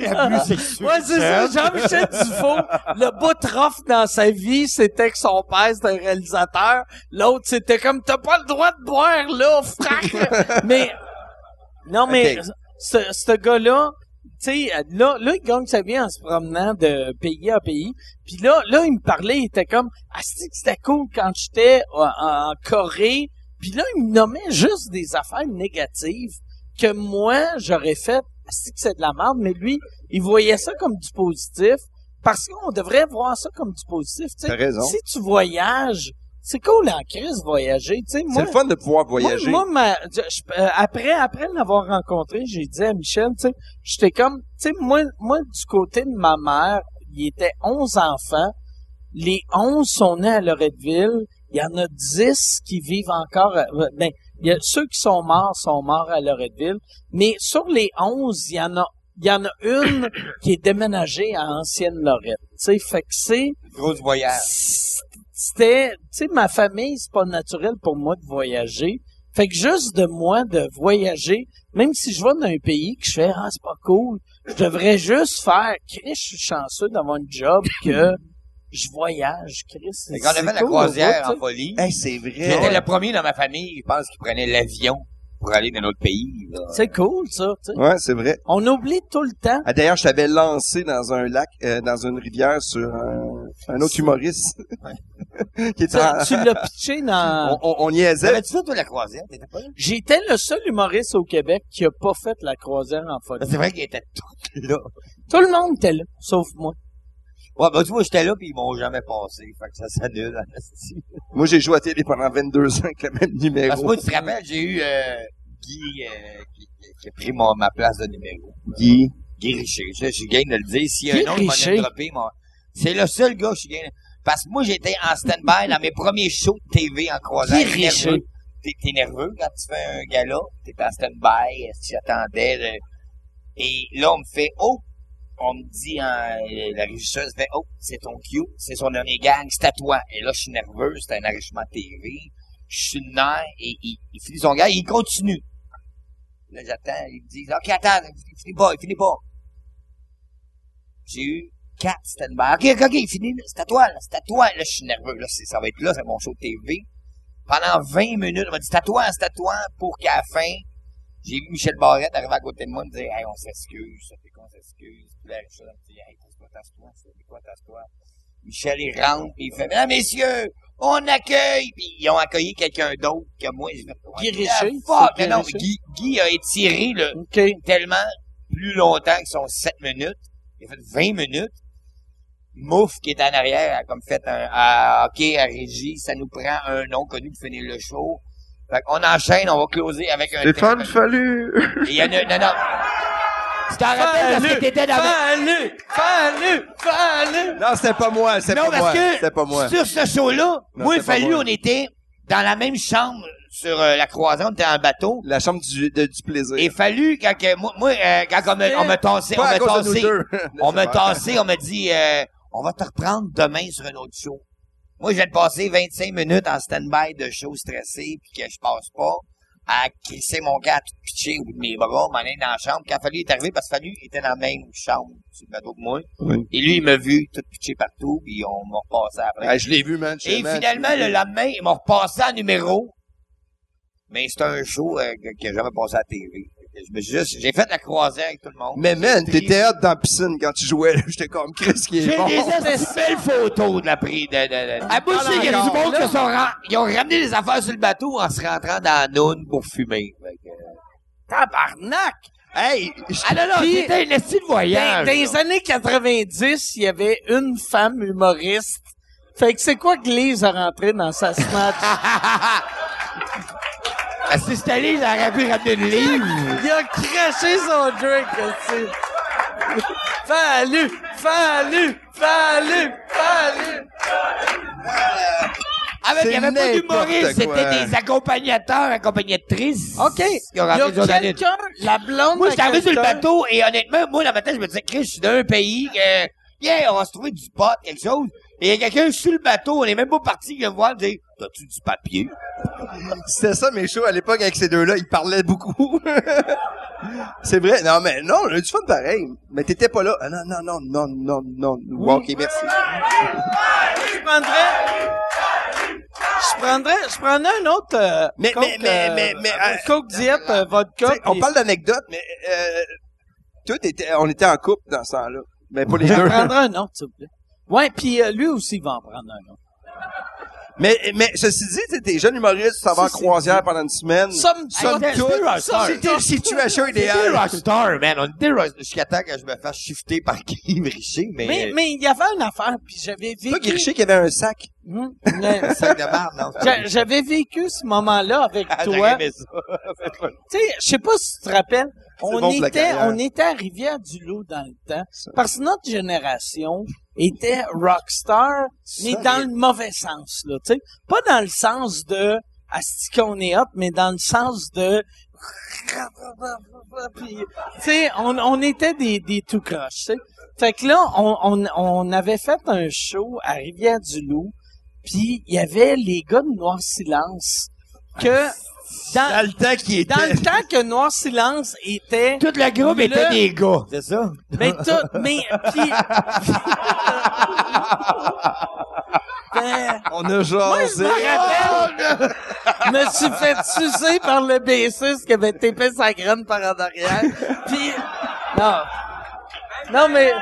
Speaker 4: l'abus sexuel.
Speaker 2: Moi, c'est ça, Jean-Michel Dufault, le bout rough dans sa vie, c'était que son père, c'était un réalisateur. L'autre, c'était comme, t'as pas le droit de boire, là, frère! mais, non, mais,
Speaker 3: Ok.
Speaker 2: ce, ce gars-là, tu sais, là, là, il gagne sa vie en se promenant de pays à pays. Puis là, là, il me parlait, il était comme, ah, c'est que c'était cool quand j'étais en, en Corée. Puis là, il me nommait juste des affaires négatives que moi, j'aurais fait, ah, c'est que c'est de la merde, mais lui, il voyait ça comme du positif. Parce qu'on devrait voir ça comme du positif, tu sais.
Speaker 3: T'as raison.
Speaker 2: Si tu voyages, c'est cool en crise voyager, tu sais.
Speaker 3: C'est
Speaker 2: Moi,
Speaker 3: le fun de pouvoir voyager.
Speaker 2: moi, moi, ma- je- je- euh, après, après l'avoir rencontré, j'ai dit à Michel, tu sais, j'étais comme, tu sais, moi, moi, du côté de ma mère, il était 11 enfants. Les 11 sont nés à Loretteville. Il y en a 10 qui vivent encore, à- euh, ben, il y a, ceux qui sont morts sont morts à Loretteville. Mais sur les 11, il y en a, il y en a une qui est déménagée à Ancienne Lorette. Tu sais, fait que c'est,
Speaker 4: Grosse voyage.
Speaker 2: c'était, tu sais, ma famille, c'est pas naturel pour moi de voyager. Fait que juste de moi, de voyager, même si je vais dans un pays que je fais, ah, c'est pas cool, je devrais juste faire, Chris, je suis chanceux d'avoir un job que je voyage, Chris.
Speaker 4: Fait
Speaker 2: c'est
Speaker 4: qu'on avait la
Speaker 2: cool,
Speaker 4: croisière hein.
Speaker 2: tu sais.
Speaker 4: en folie.
Speaker 3: Hey, c'est vrai.
Speaker 4: J'étais le premier dans ma famille, je pense, qui prenait l'avion pour aller dans notre pays. là.
Speaker 2: C'est cool, ça, tu sais.
Speaker 3: Ouais, c'est vrai.
Speaker 2: On oublie tout le temps.
Speaker 3: Ah, D'ailleurs, je t'avais lancé dans un lac, euh, dans une rivière sur un, un autre humoriste. qui était en-
Speaker 4: Ah.
Speaker 2: Tu, tu l'as pitché
Speaker 3: on,
Speaker 4: Oh.
Speaker 2: dans...
Speaker 3: on, on niaisait.
Speaker 4: T'avais-tu fait, toi, la croisière? T'étais pas là?
Speaker 2: J'étais le seul humoriste au Québec qui a pas fait la croisière en folie.
Speaker 4: C'est vrai qu'ils étaient tous là.
Speaker 2: Tout le monde était là, sauf moi.
Speaker 4: Ouais, ben, tu vois, j'étais là, puis ils m'ont jamais passé. Fait que ça s'annule. asti.
Speaker 3: Moi, j'ai joué à télé pendant 22 ans avec le même
Speaker 4: Parce que
Speaker 3: numéro.
Speaker 4: Ah, moi, tu te rappelles, j'ai eu, euh, Guy, euh, qui, qui- qui a pris mon- ma place de numéro.
Speaker 3: Guy.
Speaker 4: Guy Richer. Je je suis game de le dire. S'il y a
Speaker 2: Guy
Speaker 4: un autre qui
Speaker 2: Richer.
Speaker 4: m'a droppé, moi. C'est le seul gars que je suis game. Parce que moi, j'étais en stand-by dans mes premiers shows de TV en croisant.
Speaker 2: Guy
Speaker 4: T'es
Speaker 2: Richer.
Speaker 4: nerveux. T'es, t'es nerveux quand tu fais un gala. T'es en stand-by. est-ce que J'attendais. le- Et là, on me fait, oh, on me dit, hein, euh, la régisseuse fait, oh, c'est ton cue, c'est son dernier gang, c'est à toi. Et là, je suis nerveux, c'est un enrichissement TV. Je suis le nerf et il, il finit son gars, il continue. Là, j'attends, ils me disent, OK, attends, il finit pas, il finit pas. J'ai eu quatre stand-by. OK, OK, OK, il finit, là, c'est à toi, là, c'est à toi. Là, je suis nerveux, là, c'est- ça va être là, c'est mon show TV. Pendant 20 minutes, on m'a dit, c'est à toi, c'est à toi, pour qu'à la fin, j'ai vu Michel Barrette arriver à côté de moi et me dire Hey, on s'excuse, ça fait qu'on s'excuse. Puis là, Richard me dit Hey, tasse-toi, tasse-toi, ça fait quoi, tasse-toi. Michel, il rentre, puis il fait Mesdames, messieurs, on accueille. Puis ils ont accueilli quelqu'un d'autre que moi. J'ai
Speaker 2: Guy
Speaker 4: fait, What the
Speaker 2: Richer,
Speaker 4: fuck?
Speaker 2: c'est
Speaker 4: Mais non,
Speaker 2: Guy
Speaker 4: mais
Speaker 2: Richer.
Speaker 4: Guy, Guy a étiré le,
Speaker 2: OK.
Speaker 4: tellement plus longtemps que son 7 minutes. Il a fait 20 minutes. Mouf, qui est en arrière, a comme fait un ah, OK à Régie, ça nous prend un nom connu pour finir le show. Fait qu'on enchaîne, on va closer avec un. thème.
Speaker 3: Fallu.
Speaker 4: Et Il y en a, non, non. Tu t'en rappelles parce que t'étais dans
Speaker 2: Fallu! Fallu! Fallu!
Speaker 3: Non, c'était pas moi, c'était
Speaker 4: Non,
Speaker 3: pas moi.
Speaker 4: parce que
Speaker 3: C'était pas moi.
Speaker 4: sur ce show-là,
Speaker 3: Non,
Speaker 4: moi et
Speaker 3: c'était pas
Speaker 4: Fallu,
Speaker 3: moi.
Speaker 4: on était dans la même chambre sur euh, la croisante, on était en bateau.
Speaker 3: La chambre du, de- du plaisir.
Speaker 4: Et Fallu, quand que moi, moi, euh, quand on me, on me tassait, on
Speaker 3: pas à
Speaker 4: me
Speaker 3: cause de nous
Speaker 4: tassait,
Speaker 3: deux.
Speaker 4: On m'a tassé, on m'a dit, euh, on va te reprendre demain sur un autre show. Moi, je viens de passer 25 minutes en stand-by de show stressé, puis que je passe pas, à crisser mon gars à tout pitcher au bout de mes bras, m'en aller dans la chambre. Quand Fallu est arrivé, parce que Fallu était dans la même chambre sur le bateau que moi,
Speaker 3: Oui.
Speaker 4: et lui, il m'a vu tout pitcher partout, puis on m'a repassé après.
Speaker 3: Ah, je l'ai vu, man.
Speaker 4: Et finalement, le lendemain, ils m'ont repassé en numéro. Mais c'est un show euh, que, que j'avais passé à la TV. Je me suis juste, j'ai fait la croisière avec tout le monde.
Speaker 3: Mais man, t'étais hâte dans la piscine quand tu jouais. là. J'étais comme Chris qui est
Speaker 4: J'ai
Speaker 3: bon.
Speaker 4: des esti de belles photos de la prise de, de, de- À bout, c'est qu'il y a du monde qui sont ren- ils ont ramené les affaires sur le bateau en se rentrant dans la noune pour fumer. Fait que, euh,
Speaker 2: Tabarnak!
Speaker 4: Hey! Ah non, non,
Speaker 2: Puis-
Speaker 4: c'était une esti de
Speaker 2: Dans,
Speaker 4: voyage.
Speaker 2: dans les années 90, il y avait une femme humoriste. Fait que c'est quoi que Lise a rentré dans sa snatch?
Speaker 4: Ah, Si c'était allé, ils auraient pu ramener une livre.
Speaker 2: il a craché son drink, aussi. Fallu! Fallu! Fallu! Fallu!
Speaker 4: Ah, mais il n'y
Speaker 3: C'est
Speaker 4: avait pas
Speaker 3: n'importe
Speaker 4: d'humoriste,
Speaker 3: quoi.
Speaker 4: c'était des accompagnateurs, accompagnatrices.
Speaker 2: OK. Il
Speaker 4: Ils
Speaker 2: y
Speaker 4: ont ramené
Speaker 2: a
Speaker 4: Jordan Hill.
Speaker 2: quelqu'un, la blonde...
Speaker 4: Moi,
Speaker 2: de
Speaker 4: j'étais arrivé sur le
Speaker 2: quelqu'un-
Speaker 4: bateau et honnêtement, moi, la matin, je me disais, Chris, je suis d'un pays que, yeah, on va se trouver du pot, quelque chose. Et il y a quelqu'un sur le bateau, on est même pas parti, il vient me voir, il me dit, t'as-tu du papier?
Speaker 3: C'était ça mes shows à l'époque avec ces deux-là, ils parlaient beaucoup. C'est vrai. Non, mais non, on a eu du fun pareil. Mais t'étais pas là. Ah, non, non, non, non, non, non. Wow, ok, merci.
Speaker 2: Je prendrais... Je prendrais, je prendrais un autre... euh,
Speaker 3: Mais-
Speaker 2: Coke,
Speaker 3: mais- mais-
Speaker 2: euh,
Speaker 3: mais- mais, euh,
Speaker 2: Coke Dieppe, euh, vodka.
Speaker 3: T'sais, on
Speaker 2: puis-
Speaker 3: parle d'anecdotes, mais euh, toi, t'étais- on était en couple dans ce temps-là. Mais pas les deux.
Speaker 2: On prendra un autre, s'il vous plaît. Ouais, puis euh, lui aussi il va en prendre un autre.
Speaker 3: Mais, mais ceci dit, t'es- t'es jeune humoriste, tu t'en
Speaker 2: Ça,
Speaker 3: vas en
Speaker 2: c'est-
Speaker 3: croisière pendant une semaine. Ah,
Speaker 2: Somme
Speaker 3: Somme
Speaker 2: toute,
Speaker 3: toute,
Speaker 4: un star.
Speaker 3: c'était une situation
Speaker 4: C'était des
Speaker 3: idéale.
Speaker 4: rockstars, man. On était rockstars jusqu'à temps que je me fasse shifter par Guy Richer, mais,
Speaker 2: Mais, mais il y avait une affaire, puis j'avais
Speaker 3: C'est pas
Speaker 2: vécu...
Speaker 3: Guircher qui avait un sac.
Speaker 2: Hmm, mais-
Speaker 4: sac de marde, non.
Speaker 2: j'a- j'avais vécu ce moment-là avec
Speaker 4: Ah, j'aurais
Speaker 2: toi.
Speaker 4: aimé ça.
Speaker 2: Tu sais, je sais pas si tu te rappelles, on,
Speaker 3: bon pour la
Speaker 2: était,
Speaker 3: carrière.
Speaker 2: on était à Rivière-du-Loup dans le temps, parce que notre génération était rockstar, mais dans le mauvais sens, là, tu sais. Pas dans le sens de « asti qu'on est hot », mais dans le sens de... Puis, Tu sais, on, on était des, des tout croches, tu sais. Fait que là, on, on, on avait fait un show à
Speaker 3: Ah,
Speaker 2: Rivière-du-Loup, puis il y avait les gars de Noir Silence que Dans,
Speaker 3: Dans le temps qui était.
Speaker 2: dans le temps que Noir Silence était...
Speaker 4: Tout le groupe
Speaker 2: Le-
Speaker 4: était des gars. C'est ça?
Speaker 2: Mais tout, mais puis Ben,
Speaker 3: On a jasé.
Speaker 2: me suis fait sucer par le B6 qui avait tapé sa graine par en arrière. Puis non, non mais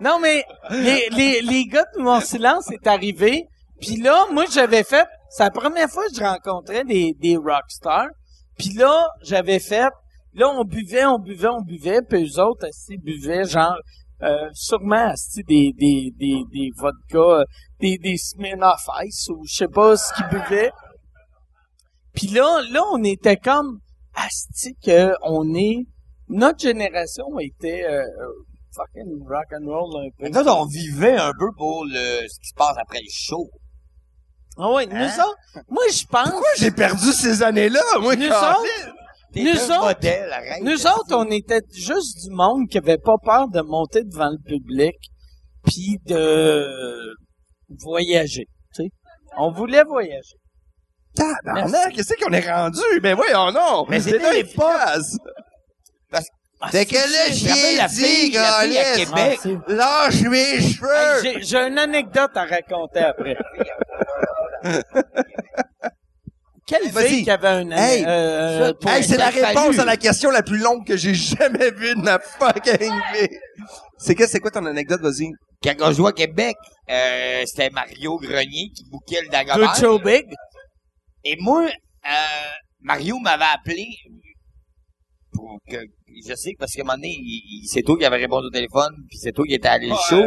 Speaker 2: non mais les les les gars de mon silence est arrivé. Puis là, moi j'avais fait, c'est la première fois que je rencontrais des des rockstars. Puis là, j'avais fait, là on buvait, on buvait, on buvait, puis eux autres ils buvaient genre euh, sûrement asti, des des des des vodka, euh, des des Smirnoff Ice ou je sais pas ce qu'ils buvaient. Puis là, là on était comme asti que on est notre génération était euh, euh, fucking rock and roll un peu.
Speaker 4: Mais quand on vivait un peu pour le, ce qui se passe après le show.
Speaker 2: Ah ouais, nous autres, moi je pense
Speaker 3: J'ai perdu ces années-là, moi,
Speaker 2: Nous
Speaker 3: quand-
Speaker 2: autres,
Speaker 4: T'es
Speaker 2: Nous
Speaker 4: un
Speaker 2: autres-
Speaker 4: modèle, arrête.
Speaker 2: nous autres, on était juste du monde qui avait pas peur de monter devant le public, puis de voyager. tu sais. On voulait voyager.
Speaker 3: Tabarnak, qu'est-ce qu'on est rendu? Ben voyons, non!
Speaker 4: Mais c'était
Speaker 3: là,
Speaker 4: l'époque.
Speaker 3: efficace.
Speaker 4: C'est que là, j'ai la fille, la fille à Québec.
Speaker 2: Ah, c'est-
Speaker 3: Lâche mes
Speaker 2: Hey,
Speaker 3: cheveux!
Speaker 2: j'ai- J'ai une anecdote à raconter après. Quelle
Speaker 3: Vas-y.
Speaker 2: fille qui avait un an?
Speaker 3: Hey,
Speaker 2: euh,
Speaker 4: ça,
Speaker 2: pour-
Speaker 3: Hey, c'est la
Speaker 4: Salut.
Speaker 3: réponse à la question la plus longue que j'ai jamais vue de ma fucking vie. C'est que, c'est quoi ton anecdote, vas-y?
Speaker 4: Quand on jouait à Québec, euh, c'était Mario Grenier qui bouquait le
Speaker 2: Good
Speaker 4: Dagobert.
Speaker 2: Show Big?
Speaker 4: Et moi, euh, Mario m'avait appelé pour que, je sais, parce qu'à un moment donné, il- il- c'est toi qui avait répondu au téléphone, puis c'est toi qui était allé le show.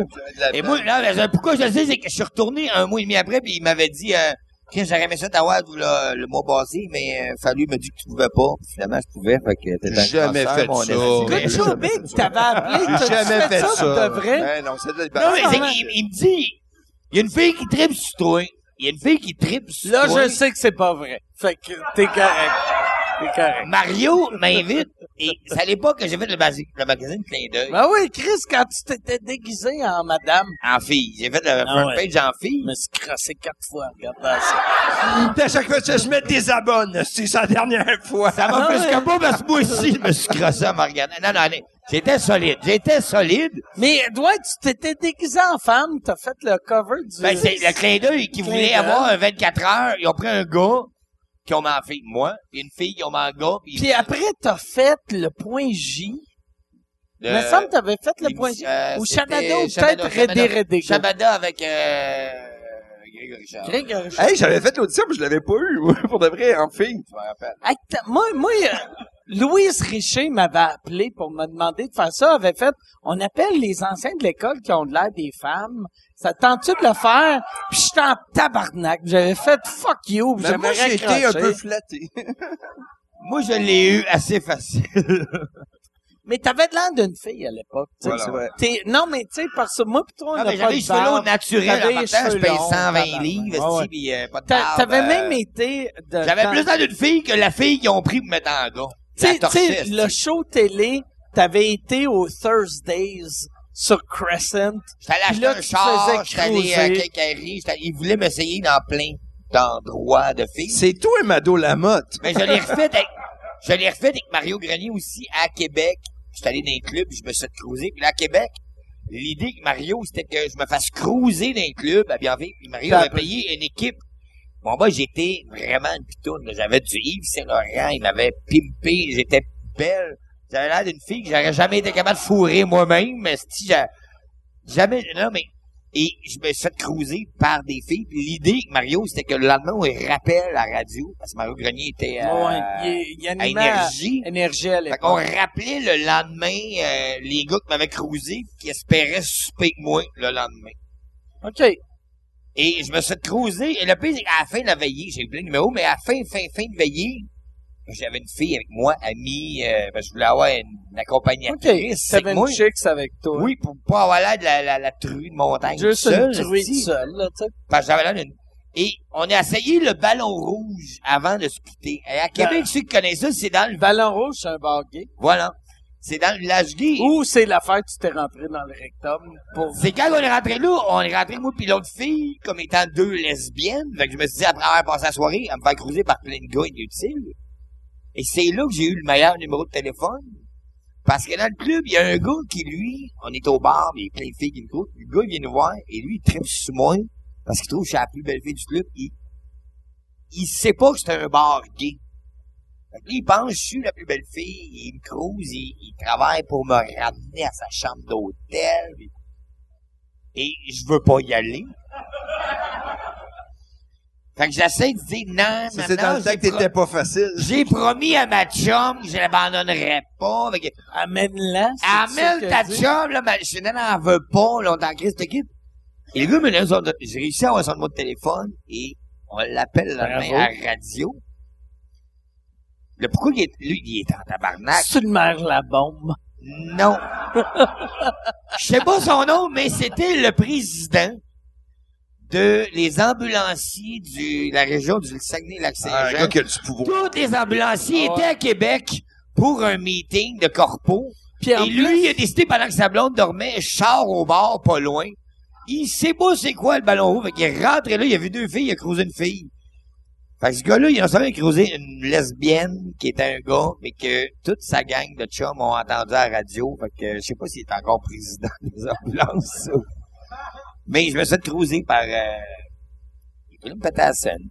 Speaker 4: Et moi, là, ben, je- pourquoi je le sais, c'est que je suis retourné un mois et demi après, puis il m'avait dit, euh, Chris, j'aurais aimé ça t'avoir le, le mois passé, mais euh, fallu il m'a dit que tu pouvais pas. Puis finalement, je pouvais, fait que t'étais un
Speaker 3: Jamais
Speaker 4: cancer,
Speaker 3: fait
Speaker 4: mon
Speaker 3: ça.
Speaker 4: esti.
Speaker 3: Good
Speaker 2: Good Show Big, t'avais appelé,
Speaker 3: J'ai
Speaker 2: t'as-tu
Speaker 3: jamais fait ça.
Speaker 2: pour de vrai?
Speaker 3: Ben non, c'est de la-
Speaker 4: Non, mais c'est
Speaker 2: non.
Speaker 4: qu'il- il, me dit, il y a une fille qui tripe sur toi. Il y a une fille qui tripe sur
Speaker 2: Là,
Speaker 4: toi.
Speaker 2: je sais que c'est pas vrai. Fait que t'es correct. T'es correct.
Speaker 4: Mario m'invite. Et c'est à l'époque que j'ai fait le, basi- le magazine Clin d'œil
Speaker 2: Ben oui, Chris, quand tu t'étais déguisé en madame,
Speaker 4: en fille. J'ai fait le front
Speaker 2: ouais.
Speaker 4: page en
Speaker 2: je
Speaker 4: fille.
Speaker 2: me suis crassé quatre fois en regardant ça.
Speaker 3: À chaque fois que je mets des abonnes, c'est sa dernière fois.
Speaker 4: Ça va
Speaker 2: Ah
Speaker 4: plus
Speaker 2: ouais.
Speaker 4: que moi parce que moi aussi, je me suis crossé en me regardant. Non, non, non. J'étais solide. J'étais solide.
Speaker 2: Mais, Dwight, tu t'étais déguisé en femme, t'as fait le cover du...
Speaker 4: Ben, c'est le clin d'œil qui
Speaker 2: Clin
Speaker 4: voulait
Speaker 2: d'œil.
Speaker 4: avoir un 24 heures. Ils ont pris un gars qui ont mis en fille. Moi, puis une fille qui ont mis en gars. Puis,
Speaker 2: Puis après, t'as fait le point J. Il
Speaker 4: le-
Speaker 2: me semble que t'avais fait le
Speaker 4: L'émission-
Speaker 2: point J.
Speaker 4: euh,
Speaker 2: ou
Speaker 4: c'était
Speaker 2: Shabada, ou
Speaker 4: Shabada,
Speaker 2: peut-être Redé
Speaker 4: Shabada.
Speaker 2: Redé.
Speaker 4: Shabada avec euh, Grégory Richard.
Speaker 2: Greg, euh, je-
Speaker 3: Hey, j'avais fait l'audition, mais je l'avais pas eu, moi, pour de vrai, en fille.
Speaker 2: Hey, t'as- moi, moi, euh, Louise Richer m'avait appelé pour me demander de faire ça. Elle avait fait, on appelle les anciens de l'école qui ont de l'air des femmes. Ça te tente-tu de le faire? Puis j'étais en tabarnak. J'avais fait fuck you. puis
Speaker 3: Mais moi,
Speaker 2: j'aimerais
Speaker 3: j'ai été un
Speaker 2: cracher.
Speaker 3: peu flatté.
Speaker 4: Moi, je l'ai eu assez facile.
Speaker 2: Mais t'avais de l'air d'une fille à l'époque. tu sais.
Speaker 3: Voilà. C'est vrai.
Speaker 2: T'es- Non, mais tu sais, parce que moi pis toi, on
Speaker 4: Non,
Speaker 2: n'a pas
Speaker 4: mais Ah, ben, j'avais les
Speaker 2: de
Speaker 4: cheveux longs
Speaker 2: barbe.
Speaker 4: naturels.
Speaker 2: T'avais
Speaker 4: En
Speaker 2: les
Speaker 4: partant, je
Speaker 2: cheveux
Speaker 4: paye
Speaker 2: longs,
Speaker 4: 120
Speaker 2: tabarnak.
Speaker 4: livres,
Speaker 2: Ouais, ouais.
Speaker 4: esti, puis euh, pas de
Speaker 2: T'a-
Speaker 4: barbe,
Speaker 2: T'avais
Speaker 4: euh,
Speaker 2: même été... de-
Speaker 4: J'avais
Speaker 2: dans-
Speaker 4: plus dans d'une fille que la fille qu'ils ont pris pour mettre en gars.
Speaker 2: Tu
Speaker 4: La
Speaker 2: sais- tu sais,
Speaker 4: torchette.
Speaker 2: le show télé, t'avais été au Thursdays sur Crescent.
Speaker 4: J'étais allé
Speaker 2: Puis
Speaker 4: acheter
Speaker 2: là,
Speaker 4: un
Speaker 2: tu
Speaker 4: char,
Speaker 2: faisais
Speaker 4: j'étais allé euh, à
Speaker 2: creuser.
Speaker 4: Quincaillerie, j'étais- ils voulaient m'essayer dans plein d'endroits de filles.
Speaker 3: C'est toi, Mado Lamotte.
Speaker 4: Mais je l'ai refait avec, je l'ai refait avec Mario Grenier aussi à Québec. J'étais allé dans un club, je me suis fait cruiser. Puis là, à Québec, l'idée que Mario, c'était que je me fasse cruiser dans un club à Bienville. Puis Mario avait payé une équipe. Bon, moi, j'étais vraiment une pitoune. là. J'avais du Yves Saint-Laurent, il m'avait pimpé, j'étais belle. J'avais l'air d'une fille que j'aurais jamais été capable de fourrer moi-même, mais si j'a- jamais, non, mais, et je me suis fait cruiser par des filles. Puis l'idée que Mario, c'était que le lendemain, on les rappelle à la radio, parce que Mario Grenier était, euh,
Speaker 2: Ouais, il, il
Speaker 4: à
Speaker 2: animait à-
Speaker 4: énergie.
Speaker 2: énergie à
Speaker 4: Fait
Speaker 2: l'époque.
Speaker 4: qu'on rappelait le lendemain euh, les gars qui m'avaient cruisé qui espéraient souper que moi le lendemain.
Speaker 2: OK.
Speaker 4: Et je me suis cruisé. Et le pire, c'est qu'à la fin de la veillée, j'ai eu plein de numéros, mais à la fin, fin, fin de veillée, j'avais une fille avec moi, amie, euh, parce que je voulais avoir une, une
Speaker 2: OK.
Speaker 4: accompagnatrice. C'est
Speaker 2: T'avais
Speaker 4: moi.
Speaker 2: une chicks avec toi.
Speaker 4: Oui, pour pas avoir l'air de la, la, la truie de montagne.
Speaker 2: Juste
Speaker 4: seule,
Speaker 2: une truie
Speaker 4: esti.
Speaker 2: seule, là, tu sais.
Speaker 4: Parce que j'avais l'air d'une... Et on a essayé le ballon rouge avant de se quitter. Et à Québec, ceux qui connaissent ça, c'est dans le
Speaker 2: Ballon rouge, c'est un bar gay.
Speaker 4: Voilà. C'est dans le village gay.
Speaker 2: Ou c'est l'affaire que tu t'es rentré dans le rectum pour...
Speaker 4: C'est quand on est rentré là, on est rentré moi puis l'autre fille comme étant deux lesbiennes. Fait que je me suis dit après avoir passé la soirée à me faire cruiser par plein de gars inutiles. Et c'est là que j'ai eu le meilleur numéro de téléphone. Parce que dans le club, il y a un gars qui, lui, on est au bar, mais il y a plein de filles qui me courent. Le gars, il vient nous voir, et lui, il tripe sur moi, parce qu'il trouve que je suis la plus belle fille du club. Il, il sait pas que c'est un bar gay. Fait que lui, il pense que je suis la plus belle fille, il me crouse, il, il travaille pour me ramener à sa chambre d'hôtel. puis- Et je veux pas y aller. Fait que j'essaie de dire
Speaker 3: Ça,
Speaker 4: non,
Speaker 2: Ah,
Speaker 4: non,
Speaker 3: c'est dans
Speaker 4: non,
Speaker 3: le temps
Speaker 4: j'ai
Speaker 3: que t'étais pas facile.
Speaker 4: j'ai promis à ma chum que je l'abandonnerais pas. Fait que,
Speaker 2: Amène-la. c'est ça
Speaker 4: amène
Speaker 2: qu'elle
Speaker 4: ta
Speaker 2: dit.
Speaker 4: chum, là, ma chenille, elle en veut pas, là, on t'en crise, t'es quitte. Et le gars, me donne son- j'ai réussi à avoir son mot de téléphone et on l'appelle le lendemain
Speaker 2: Bravo.
Speaker 4: à la radio. Le pourquoi il est, lui, il est en tabarnak?
Speaker 2: C'est une mère la bombe.
Speaker 4: Non. Je sais pas son nom, mais c'était le président de les ambulanciers du, la région du
Speaker 3: Ah, un
Speaker 4: Saguenay-Lac-Saint-Jean.
Speaker 3: gars qui a du pouvoir.
Speaker 4: Tous les ambulanciers
Speaker 2: Ah ouais.
Speaker 4: étaient à Québec pour un meeting de corpo.
Speaker 2: Puis en
Speaker 4: et lui, il a décidé pendant que sa blonde dormait, char au bord, pas loin. Il sait pas c'est quoi le ballon rouge. Fait qu'il est rentré là, il a vu deux filles, il a croisé une fille. Fait que ce gars-là, il a seulement croisé une lesbienne qui était un gars, mais que toute sa gang de chums ont entendu à la radio. Fait que je sais pas s'il est encore président des ambulances. ou- Mais je me suis fait croiser par... euh, Il voulait me péter la scène.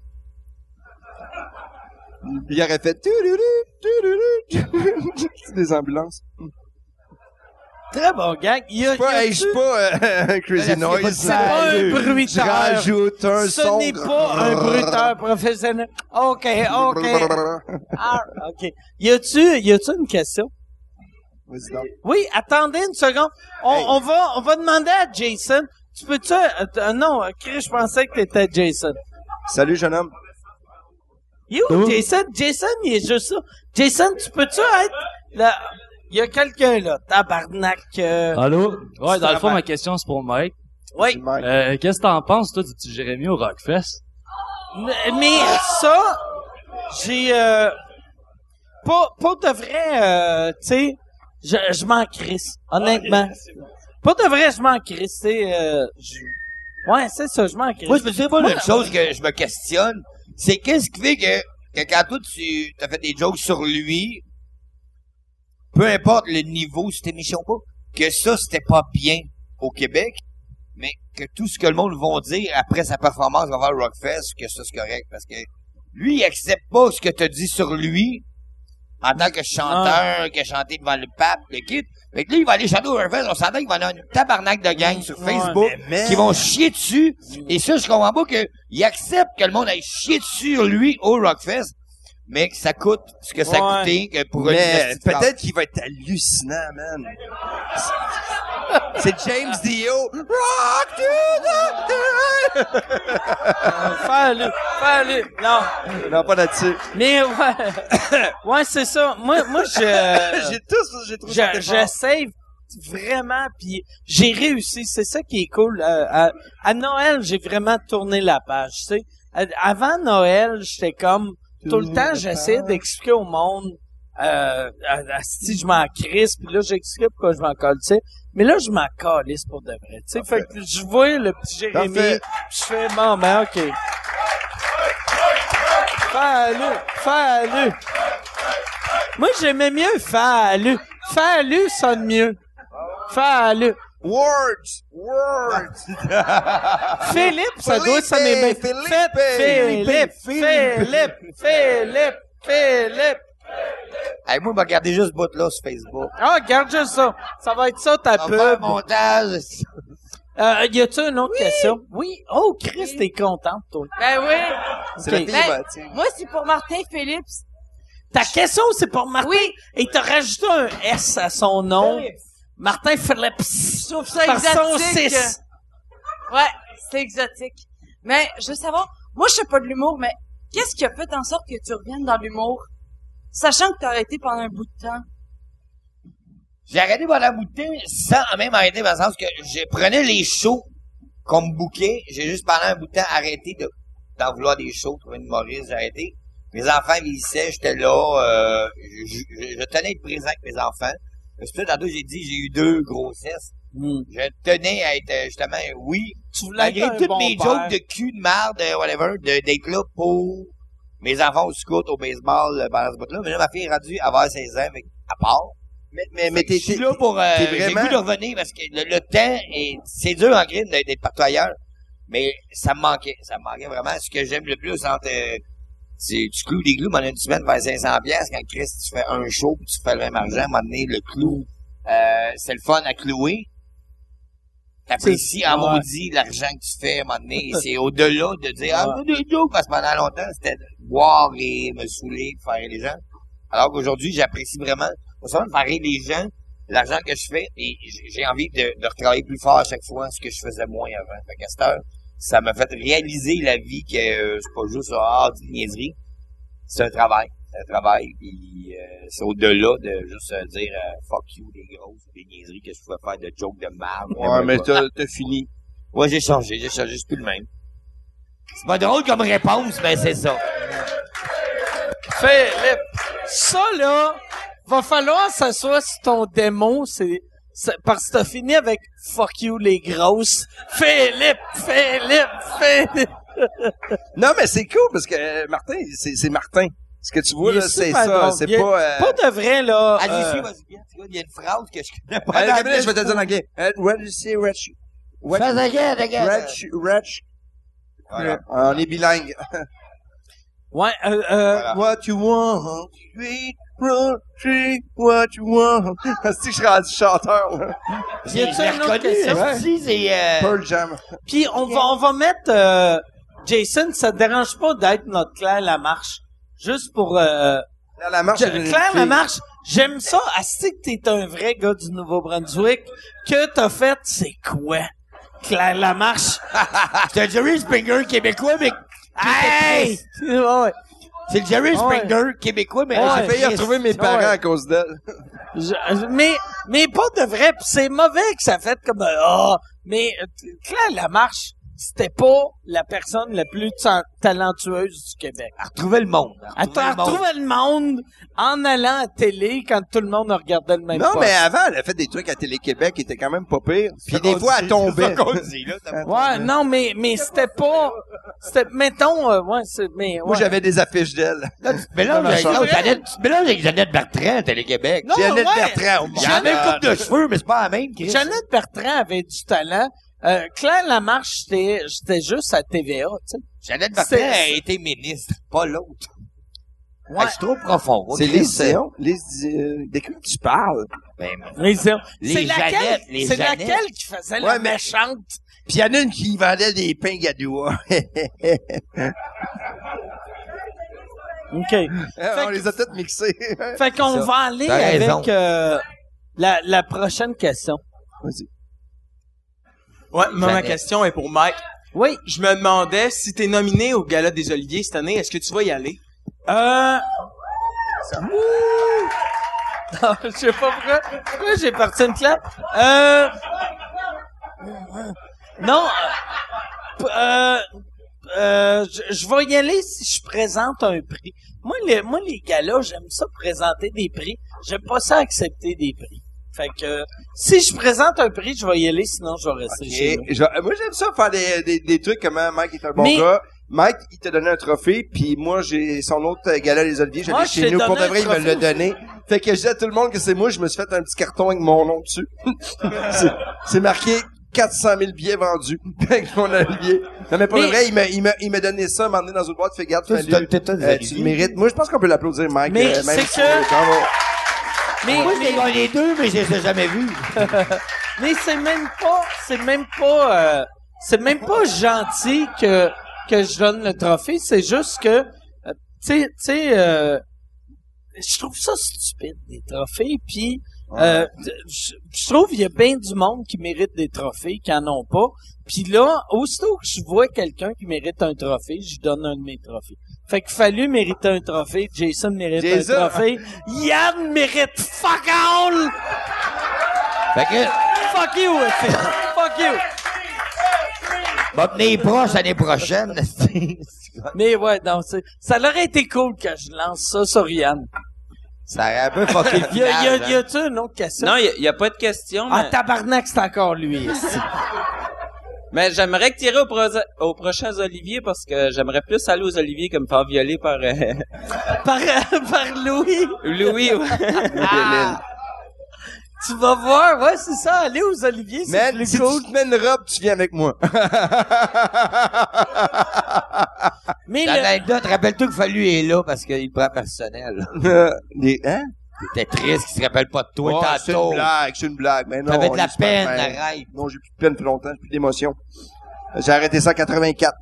Speaker 3: Il aurait fait tu-du-du, tu-du-du. C'est des ambulances.
Speaker 2: Très bon gag. Il y a,
Speaker 3: Pas,
Speaker 2: il y a-
Speaker 3: hey, je suis pas euh, Crazy Noise.
Speaker 2: C'est pas un
Speaker 3: Je
Speaker 2: bruiteur.
Speaker 3: rajoute un
Speaker 2: Ce
Speaker 3: son.
Speaker 2: n'est pas un bruiteur professionnel. OK, OK. Ah, OK. Y a-tu, y a-tu une question?
Speaker 3: Vas-y donc.
Speaker 2: Oui, attendez une seconde. On, on va, on va demander à Jason. Tu peux-tu, euh, t- euh, non, euh, Chris, je pensais que t'étais Jason.
Speaker 3: Salut, jeune homme.
Speaker 2: Il est où, Jason? Jason, il est juste là. Jason, tu peux-tu être là? Il y a quelqu'un, là. Tabarnak. euh,
Speaker 5: Ah,
Speaker 7: Allô? Ouais, dans le fond,
Speaker 2: Tabarnak.
Speaker 7: ma question, c'est pour Mike.
Speaker 2: Oui.
Speaker 3: Mike.
Speaker 7: Euh, qu'est-ce que t'en penses, toi, du petit Jérémy au Rockfest?
Speaker 2: M- Mais ça, j'ai euh, pas pas de vrai, euh, tu sais, je, je m'en crisse, honnêtement. Pas de vrai, je m'en crisse, tu sais, euh, je- ouais, c'est ça, je m'en crisse.
Speaker 4: Moi, je me dirais pas une chose que je me questionne, c'est qu'est-ce qui fait que, que quand toi, tu as fait des jokes sur lui, peu importe le niveau, c'était émission ou pas, que ça, c'était pas bien au Québec, mais que tout ce que le monde va dire après sa performance devant le Rockfest, que ça, c'est correct, parce que lui, il accepte pas ce que t'as dit sur lui, en tant que chanteur, qui a chanté devant le pape, le kid. Fait que lui, il va aller chanter au Rockfest, on s'entend qu'il va avoir une tabarnak de gang sur Facebook,
Speaker 3: mais-
Speaker 4: qui vont chier dessus, et ça, je comprends pas qu'il accepte que le monde aille chier dessus sur lui au Rockfest, mais que ça coûte ce que ça
Speaker 2: Ouais.
Speaker 4: coûtait que pour une
Speaker 3: Mais
Speaker 4: petite
Speaker 3: peut-être qu'il va être hallucinant, man. C'est James Dio. Rock to the
Speaker 2: Fais-le, fais-le, Ah, non.
Speaker 3: day. Non, pas là-dessus.
Speaker 2: Mais ouais, ouais, c'est ça. Moi, moi, je, euh,
Speaker 3: J'ai tous, j'ai trouvé
Speaker 2: je,
Speaker 3: ça
Speaker 2: je
Speaker 3: fort.
Speaker 2: save vraiment, puis j'ai réussi. C'est ça qui est cool. Euh, à, à Noël, j'ai vraiment tourné la page, tu sais. À- Avant Noël, j'étais comme tout le temps, j'essayais d'expliquer au monde euh, si je m'en crisse, puis là, j'explique pourquoi je m'en colle, tu sais. Mais là, je m'en calisse pour de vrai, tu sais. Fait que je vois le petit Jérémy,
Speaker 3: Parfait.
Speaker 2: puis je fais, bon, ben, OK. Fais-le, fais-le. Moi, j'aimais mieux fais-le. Fais-le sonne mieux. Fais-le.
Speaker 3: Words, words.
Speaker 2: Philippe, ça doit
Speaker 3: Philippe,
Speaker 2: sonner bien.
Speaker 3: Philippe,
Speaker 2: Philippe,
Speaker 3: Philippe,
Speaker 2: Philippe, Philippe, Philippe.
Speaker 4: Hey, moi, il m'a regardé juste bout là sur Facebook.
Speaker 2: Ah, regarde juste ça. Ça va être ça, ta
Speaker 4: On va
Speaker 2: pub.
Speaker 4: faire un montage.
Speaker 2: Euh, y a-tu une autre question? Oui. Oh, Chris, t'es contente, toi.
Speaker 6: Ben oui.
Speaker 3: C'est
Speaker 2: Ok.
Speaker 3: la
Speaker 6: Ben,
Speaker 3: thématique.
Speaker 6: moi, c'est pour Martin Phillips.
Speaker 2: Ta question, c'est pour Martin.
Speaker 6: Oui.
Speaker 2: Et t'as rajouté un S à son nom. Martin Phillips.
Speaker 6: Je trouve ça
Speaker 2: Par son
Speaker 6: exotique.
Speaker 2: 6.
Speaker 6: Ouais, c'est exotique. Mais je veux savoir, moi, je sais pas de l'humour, mais qu'est-ce qui a fait en sorte que tu reviennes dans l'humour, sachant que t'as arrêté pendant un bout de temps?
Speaker 4: J'ai arrêté pendant un bout de temps sans même arrêter dans le sens que je prenais les shows qu'on me bouquait. J'ai juste pendant un bout de temps arrêté de, d'en vouloir des shows, trouver une Maurice, j'ai arrêté. Mes enfants vieillissaient, j'étais là, euh, je, je- je tenais à être présent avec mes enfants. Fait Parce que là, tantôt, j'ai dit, j'ai eu deux grossesses. Je tenais à être, euh, justement, oui,
Speaker 2: Hmm. Tu voulais
Speaker 4: malgré
Speaker 2: être un
Speaker 4: toutes
Speaker 2: bon
Speaker 4: mes
Speaker 2: père.
Speaker 4: jokes de cul, de marde, de whatever, de- d'être là pour mes enfants au scout, au baseball, euh, pendant ce bout-là. Mais là, ma fille est rendue à avoir 16 ans, fait, à part.
Speaker 3: Mais, mais,
Speaker 4: Mais
Speaker 3: mais
Speaker 4: je
Speaker 3: t'es,
Speaker 4: suis
Speaker 3: t'es-
Speaker 4: là pour. Euh,
Speaker 3: t'es
Speaker 4: j'ai
Speaker 3: vraiment-
Speaker 4: le goût de revenir parce que le, le temps est. C'est dur en crime d'être d'être partout ailleurs. Mais ça me manquait. Ça me manquait vraiment. Ce que j'aime le plus entre. euh, tu, tu cloues des glous, mais en une semaine, vers 500 pièces quand Chris, tu fais un show puis tu fais le même argent, à un moment donné, le clou, euh, c'est le fun à clouer. T'apprécies en maudit l'argent que tu fais, à un moment donné. C'est au-delà de dire, ah, mais des jokes, parce que pendant longtemps, c'était de boire et me saouler, faire rire les gens. Alors qu'aujourd'hui, j'apprécie vraiment, non seulement de faire rire les gens, l'argent que je fais, et j- j'ai envie de, de retravailler plus fort à chaque fois ce que je faisais moins avant. Fait qu'à cette heure, ça m'a fait réaliser la vie que euh, c'est pas juste ah, des niaiseries. C'est un travail. C'est un travail. Puis euh, c'est au-delà de juste euh, dire euh, fuck you, les grosses, des niaiseries que je pouvais faire de jokes de marbre.
Speaker 3: Ouais, mais t'as, t'as fini.
Speaker 4: Ouais, j'ai changé, j'ai changé, c'est plus le même. C'est pas drôle comme réponse, mais c'est ça.
Speaker 2: Philippe, ça là, va falloir s'asseoir si ton démo, c'est, c'est- parce que t'as fini avec fuck you les grosses. Philippe, Philippe, Philippe.
Speaker 3: Non, mais c'est cool parce que euh, Martin, c'est, c'est Martin. Ce que tu vois,
Speaker 2: Il est
Speaker 3: là, c'est
Speaker 2: super
Speaker 3: ça.
Speaker 2: drôle.
Speaker 3: C'est
Speaker 2: Il est-
Speaker 3: pas. euh,
Speaker 2: Pas de vrai là.
Speaker 4: Allez-y,
Speaker 2: euh,
Speaker 4: vas-y, viens, tu vois, il y a une phrase que je connais pas.
Speaker 3: Allez,
Speaker 4: dans
Speaker 3: Euh, Gabriel,
Speaker 4: laquelle-
Speaker 3: je vais te dire en anglais. Euh, What you say, what you- what-
Speaker 4: Fais again, again.
Speaker 3: Ratch, ratch.
Speaker 4: Voilà.
Speaker 3: Euh, On est bilingue.
Speaker 2: ouais, euh, euh,
Speaker 3: What you want, sweet Rosie, what you want. C'est que je suis rendu chanteur, là.
Speaker 2: y a-tu une autre question?
Speaker 3: ouais.
Speaker 4: Si, c'est... euh,
Speaker 3: Pearl Jam.
Speaker 2: Puis on va, on va mettre euh, Jason, ça te dérange pas d'être notre Claire Lamarche, juste pour euh,
Speaker 3: Là, la marche.
Speaker 2: Je-
Speaker 3: c'est une
Speaker 2: Claire
Speaker 3: fille.
Speaker 2: Lamarche, j'aime ça. Asti que t'es un vrai gars du Nouveau-Brunswick. Que t'as fait, c'est quoi? Claire Lamarche.
Speaker 4: Ah, C'est le Jerry Springer québécois, mais.
Speaker 2: Hey! Ouais, ouais.
Speaker 4: C'est le Jerry
Speaker 2: Ouais.
Speaker 4: Springer québécois, mais.
Speaker 2: Ouais.
Speaker 3: J'ai failli retrouver mes parents à cause d'elle.
Speaker 2: Je- mais, mais pas de vrai. Puis c'est mauvais que ça fait comme, euh, ah, mais euh, t- Claire Lamarche, c'était pas la personne la plus ta- talentueuse du Québec.
Speaker 4: Elle retrouvait le monde.
Speaker 2: Elle t'a
Speaker 4: retrouvait
Speaker 2: retrouvé le monde en allant à télé quand tout le monde regardait le même
Speaker 3: Non,
Speaker 2: poste.
Speaker 3: mais avant, elle a fait des trucs à Télé-Québec qui étaient quand même pas pires. Puis des fois, elle tombait.
Speaker 4: C'est ça qu'on dit, là. t'as-
Speaker 2: Ouais, non, mais, mais c'était pas, c'était, mettons, euh, ouais, c'est, mais,
Speaker 3: Moi,
Speaker 2: ouais.
Speaker 3: j'avais des affiches d'elle.
Speaker 4: Mais là,
Speaker 3: Dans ma
Speaker 4: j'ai-
Speaker 3: chambre.
Speaker 4: là, Jeannette- mais là, j'ai Jeannette Bertrand, à Télé-Québec.
Speaker 2: Non,
Speaker 3: Jeannette
Speaker 2: ouais.
Speaker 3: Bertrand, au monde.
Speaker 4: J'ai la même coupe de cheveux, mais c'est pas la même, Chris.
Speaker 2: Jeannette Bertrand avait du talent. Euh, Claire Lamarche, j'étais, j'étais juste à TVA, tu sais.
Speaker 4: Jeannette
Speaker 2: C'est-
Speaker 4: Bertrand a été ministre, pas l'autre. Ouais. C'est trop profond. hein,
Speaker 3: C'est
Speaker 4: Chris.
Speaker 3: les Léon. Les, euh, de quoi tu parles?
Speaker 4: Ben, Les
Speaker 2: c'est laquelle,
Speaker 4: Jeannettes, les
Speaker 2: c'est
Speaker 4: Jeannettes.
Speaker 2: laquelle qui faisait la
Speaker 3: Ouais, mais-
Speaker 2: méchante?
Speaker 3: Puis il y en a une qui vendait des pains gadois.
Speaker 2: OK.
Speaker 3: on les a toutes mixés.
Speaker 2: Fait qu'on
Speaker 4: ça.
Speaker 2: va aller
Speaker 4: T'as raison.
Speaker 2: avec, euh, la, la prochaine question.
Speaker 3: Vas-y.
Speaker 8: Ouais, moi, ma
Speaker 4: Jamais.
Speaker 8: question est pour Mike.
Speaker 2: Oui.
Speaker 8: Je me demandais si t'es nominé au Gala des Oliviers cette année, est-ce que tu vas y aller?
Speaker 2: Euh... Ouh! Non, je sais pas pourquoi. Pourquoi j'ai parti une clap? Euh... Non. euh, p- Euh... euh, je- je vais y aller si je présente un prix. Moi, les, moi, les gars-là, j'aime ça présenter des prix. J'aime pas ça accepter des prix. Fait que, si je présente un prix, je vais y aller, sinon je vais rester chez
Speaker 3: Et
Speaker 2: nous.
Speaker 3: je- moi, j'aime ça faire des, des, des trucs comme hein, Mike est un bon
Speaker 2: Mais-
Speaker 3: gars. Mike, il t'a donné un trophée, puis moi, j'ai son autre euh, gala des Oliviers, je
Speaker 2: Moi,
Speaker 3: l'ai
Speaker 2: je
Speaker 3: chez
Speaker 2: t'ai
Speaker 3: nous. Pour
Speaker 2: donné
Speaker 3: de
Speaker 2: un
Speaker 3: vrai, il me
Speaker 2: trophée
Speaker 3: l'a donné. Fait que je dis à tout le monde que c'est moi, je me suis fait un petit carton avec mon nom dessus. c'est, c'est marqué 400 000 billets vendus avec mon Olivier. Non, mais pour
Speaker 2: Mais-
Speaker 3: le vrai, il m'a, il m'a, il m'a donné ça, m'a emmené dans une boîte, fait garde,
Speaker 4: Toi, tu
Speaker 3: fallait-
Speaker 4: donnes peut-être toi des
Speaker 3: euh, tu
Speaker 4: Oliviers.
Speaker 3: le mérites. Moi, je pense qu'on peut l'applaudir, Mike.
Speaker 2: Mais
Speaker 3: euh, même
Speaker 2: c'est
Speaker 3: si-
Speaker 2: que-
Speaker 3: bravo.
Speaker 2: Mais-
Speaker 4: Moi, je
Speaker 2: mais-
Speaker 4: l'ai gagné deux, mais je les ai jamais vus.
Speaker 2: Mais c'est même pas, c'est même pas, euh, c'est même pas gentil que que je donne le trophée. C'est juste que, euh, tu sais, tu sais, euh, je trouve ça stupide des trophées. Puis, euh, je je trouve qu'il y a bien du monde qui mérite des trophées qui en ont pas. Puis là, aussitôt que je vois quelqu'un qui mérite un trophée, je lui donne un de mes trophées. Fait qu'il fallu mériter un trophée. Jason mérite
Speaker 3: Jason.
Speaker 2: un trophée. Yann mérite fuck all.
Speaker 4: Fait que,
Speaker 2: Fuck you, esti. Fuck you.
Speaker 4: va venir proche l'année prochaine.
Speaker 2: Mais ouais, non, c'est- ça aurait été cool que je lance ça sur Yann.
Speaker 4: Ça aurait un peu fucké le
Speaker 2: Y a, y a,
Speaker 4: final,
Speaker 2: y
Speaker 4: hein.
Speaker 2: a-tu une autre question?
Speaker 1: Non, il y, a- y a pas de question,
Speaker 2: ah,
Speaker 1: mais,
Speaker 2: tabarnak, c'est encore lui. esti.
Speaker 1: mais j'aimerais que tirer au, pro- au prochain Olivier parce que j'aimerais plus aller aux Olivier que me faire violer par euh,
Speaker 2: par, euh, par Louis.
Speaker 1: Louis. ou-
Speaker 2: Tu vas voir, ouais, c'est ça, allez aux Oliviers, c'est
Speaker 3: Man,
Speaker 2: plus
Speaker 3: si
Speaker 2: cool.
Speaker 3: tu te mets une robe, tu viens avec moi.
Speaker 2: Mais le...
Speaker 4: L'anecdote, rappelle-toi que Fallu est là parce qu'il prend personnel.
Speaker 3: Des- hein?
Speaker 4: T'étais triste qu'il se rappelle pas de toi
Speaker 3: Ouais, c'est une
Speaker 4: tantôt.
Speaker 3: blague, c'est une blague. Mais non,
Speaker 4: T'avais de
Speaker 3: on
Speaker 4: la
Speaker 3: est super
Speaker 4: peine,
Speaker 3: fin.
Speaker 4: arrête.
Speaker 3: Non, j'ai plus de peine depuis longtemps, j'ai plus d'émotion. J'ai arrêté ça en 84.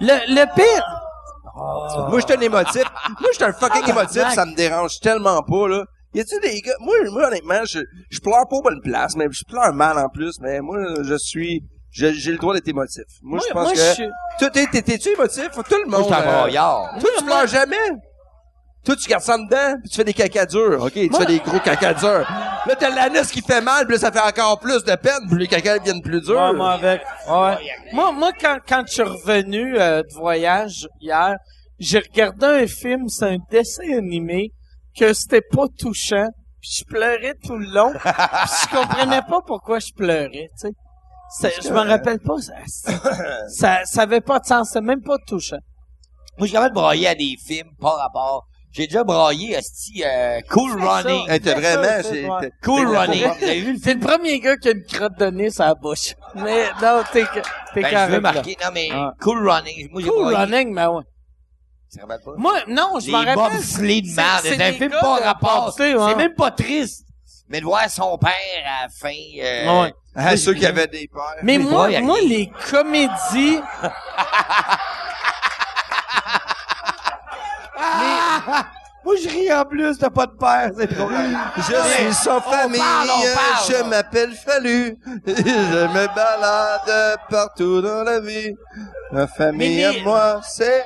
Speaker 2: Le, le pire,
Speaker 3: Ah, Moi, j'étais un émotif. Moi, j'étais un fucking émotif, ça me dérange tellement pas, là. Y a-tu des gars? Moi, moi honnêtement, je, je pleure pas aux bonnes places, mais je pleure mal en plus, mais moi, je suis, je- j'ai le droit d'être émotif. Moi, je pense
Speaker 2: moi,
Speaker 3: que...
Speaker 2: je suis...
Speaker 3: Toi, t'es- t'es- T'es-tu émotif? Tout le
Speaker 4: Moi,
Speaker 3: monde...
Speaker 4: j'étais un
Speaker 3: euh,
Speaker 4: broyard.
Speaker 3: Toi, tu pleures jamais. Toi, tu gardes ça en dedans, puis tu fais des caca durs, OK? Tu fais des gros caca durs. Là, t'as l'anus qui fait mal, puis là, ça fait encore plus de peine, puis les caca viennent plus durs.
Speaker 2: Ouais, moi avec. Ouais. Moi, moi quand, quand je suis revenu euh, de voyage hier, j'ai regardé un film, c'est un dessin animé, que c'était pas touchant, puis je pleurais tout le long, puis je comprenais pas pourquoi je pleurais, tu sais. C'est-
Speaker 4: euh,
Speaker 2: Je me rappelle pas, ça, ça, ça avait pas de sens, c'est même pas touchant.
Speaker 4: Moi, j'ai quand même broyé à des films, par rapport. J'ai déjà broyé, esti, euh, Cool Running.
Speaker 3: Hey, t'es
Speaker 2: C'est ça,
Speaker 3: vraiment...
Speaker 2: c'est
Speaker 3: c'est-
Speaker 2: vrai.
Speaker 3: t'es-
Speaker 4: Cool
Speaker 3: t'es-
Speaker 4: Running. Vous avez vu le
Speaker 2: C'est le premier gars qui a une crotte de nez sur la bouche. Mais non, t'es t'es
Speaker 4: Ben, je
Speaker 2: correct,
Speaker 4: veux
Speaker 2: là.
Speaker 4: marquer. Non, mais
Speaker 2: Ah.
Speaker 4: Cool Running. Moi, j'ai
Speaker 2: Cool
Speaker 4: broyé.
Speaker 2: running, mais ouais.
Speaker 4: Tu te rappelles pas?
Speaker 2: Moi, non, je
Speaker 4: Des
Speaker 2: m'en rappelle.
Speaker 4: bobsleighs de
Speaker 2: C'est-
Speaker 4: merde.
Speaker 2: c'est
Speaker 4: C'est un
Speaker 2: des
Speaker 4: film
Speaker 2: gars
Speaker 4: pas
Speaker 2: de
Speaker 4: rapport.
Speaker 2: portée,
Speaker 4: C'est
Speaker 2: ouais.
Speaker 4: même pas triste. Mais de voir son père à la fin, euh,
Speaker 2: Ouais.
Speaker 3: Ah, ceux qui avaient des pères.
Speaker 2: Mais
Speaker 4: Les
Speaker 2: moi,
Speaker 4: boys,
Speaker 2: moi, les comédies.
Speaker 4: Moi, je ris en plus, t'as pas de père, c'est drôle.
Speaker 3: Je suis sans famille,
Speaker 4: parle, on parle.
Speaker 3: je m'appelle Fallu, je me balade partout dans la vie. Ma famille
Speaker 2: Mais- mais-
Speaker 3: à moi, c'est...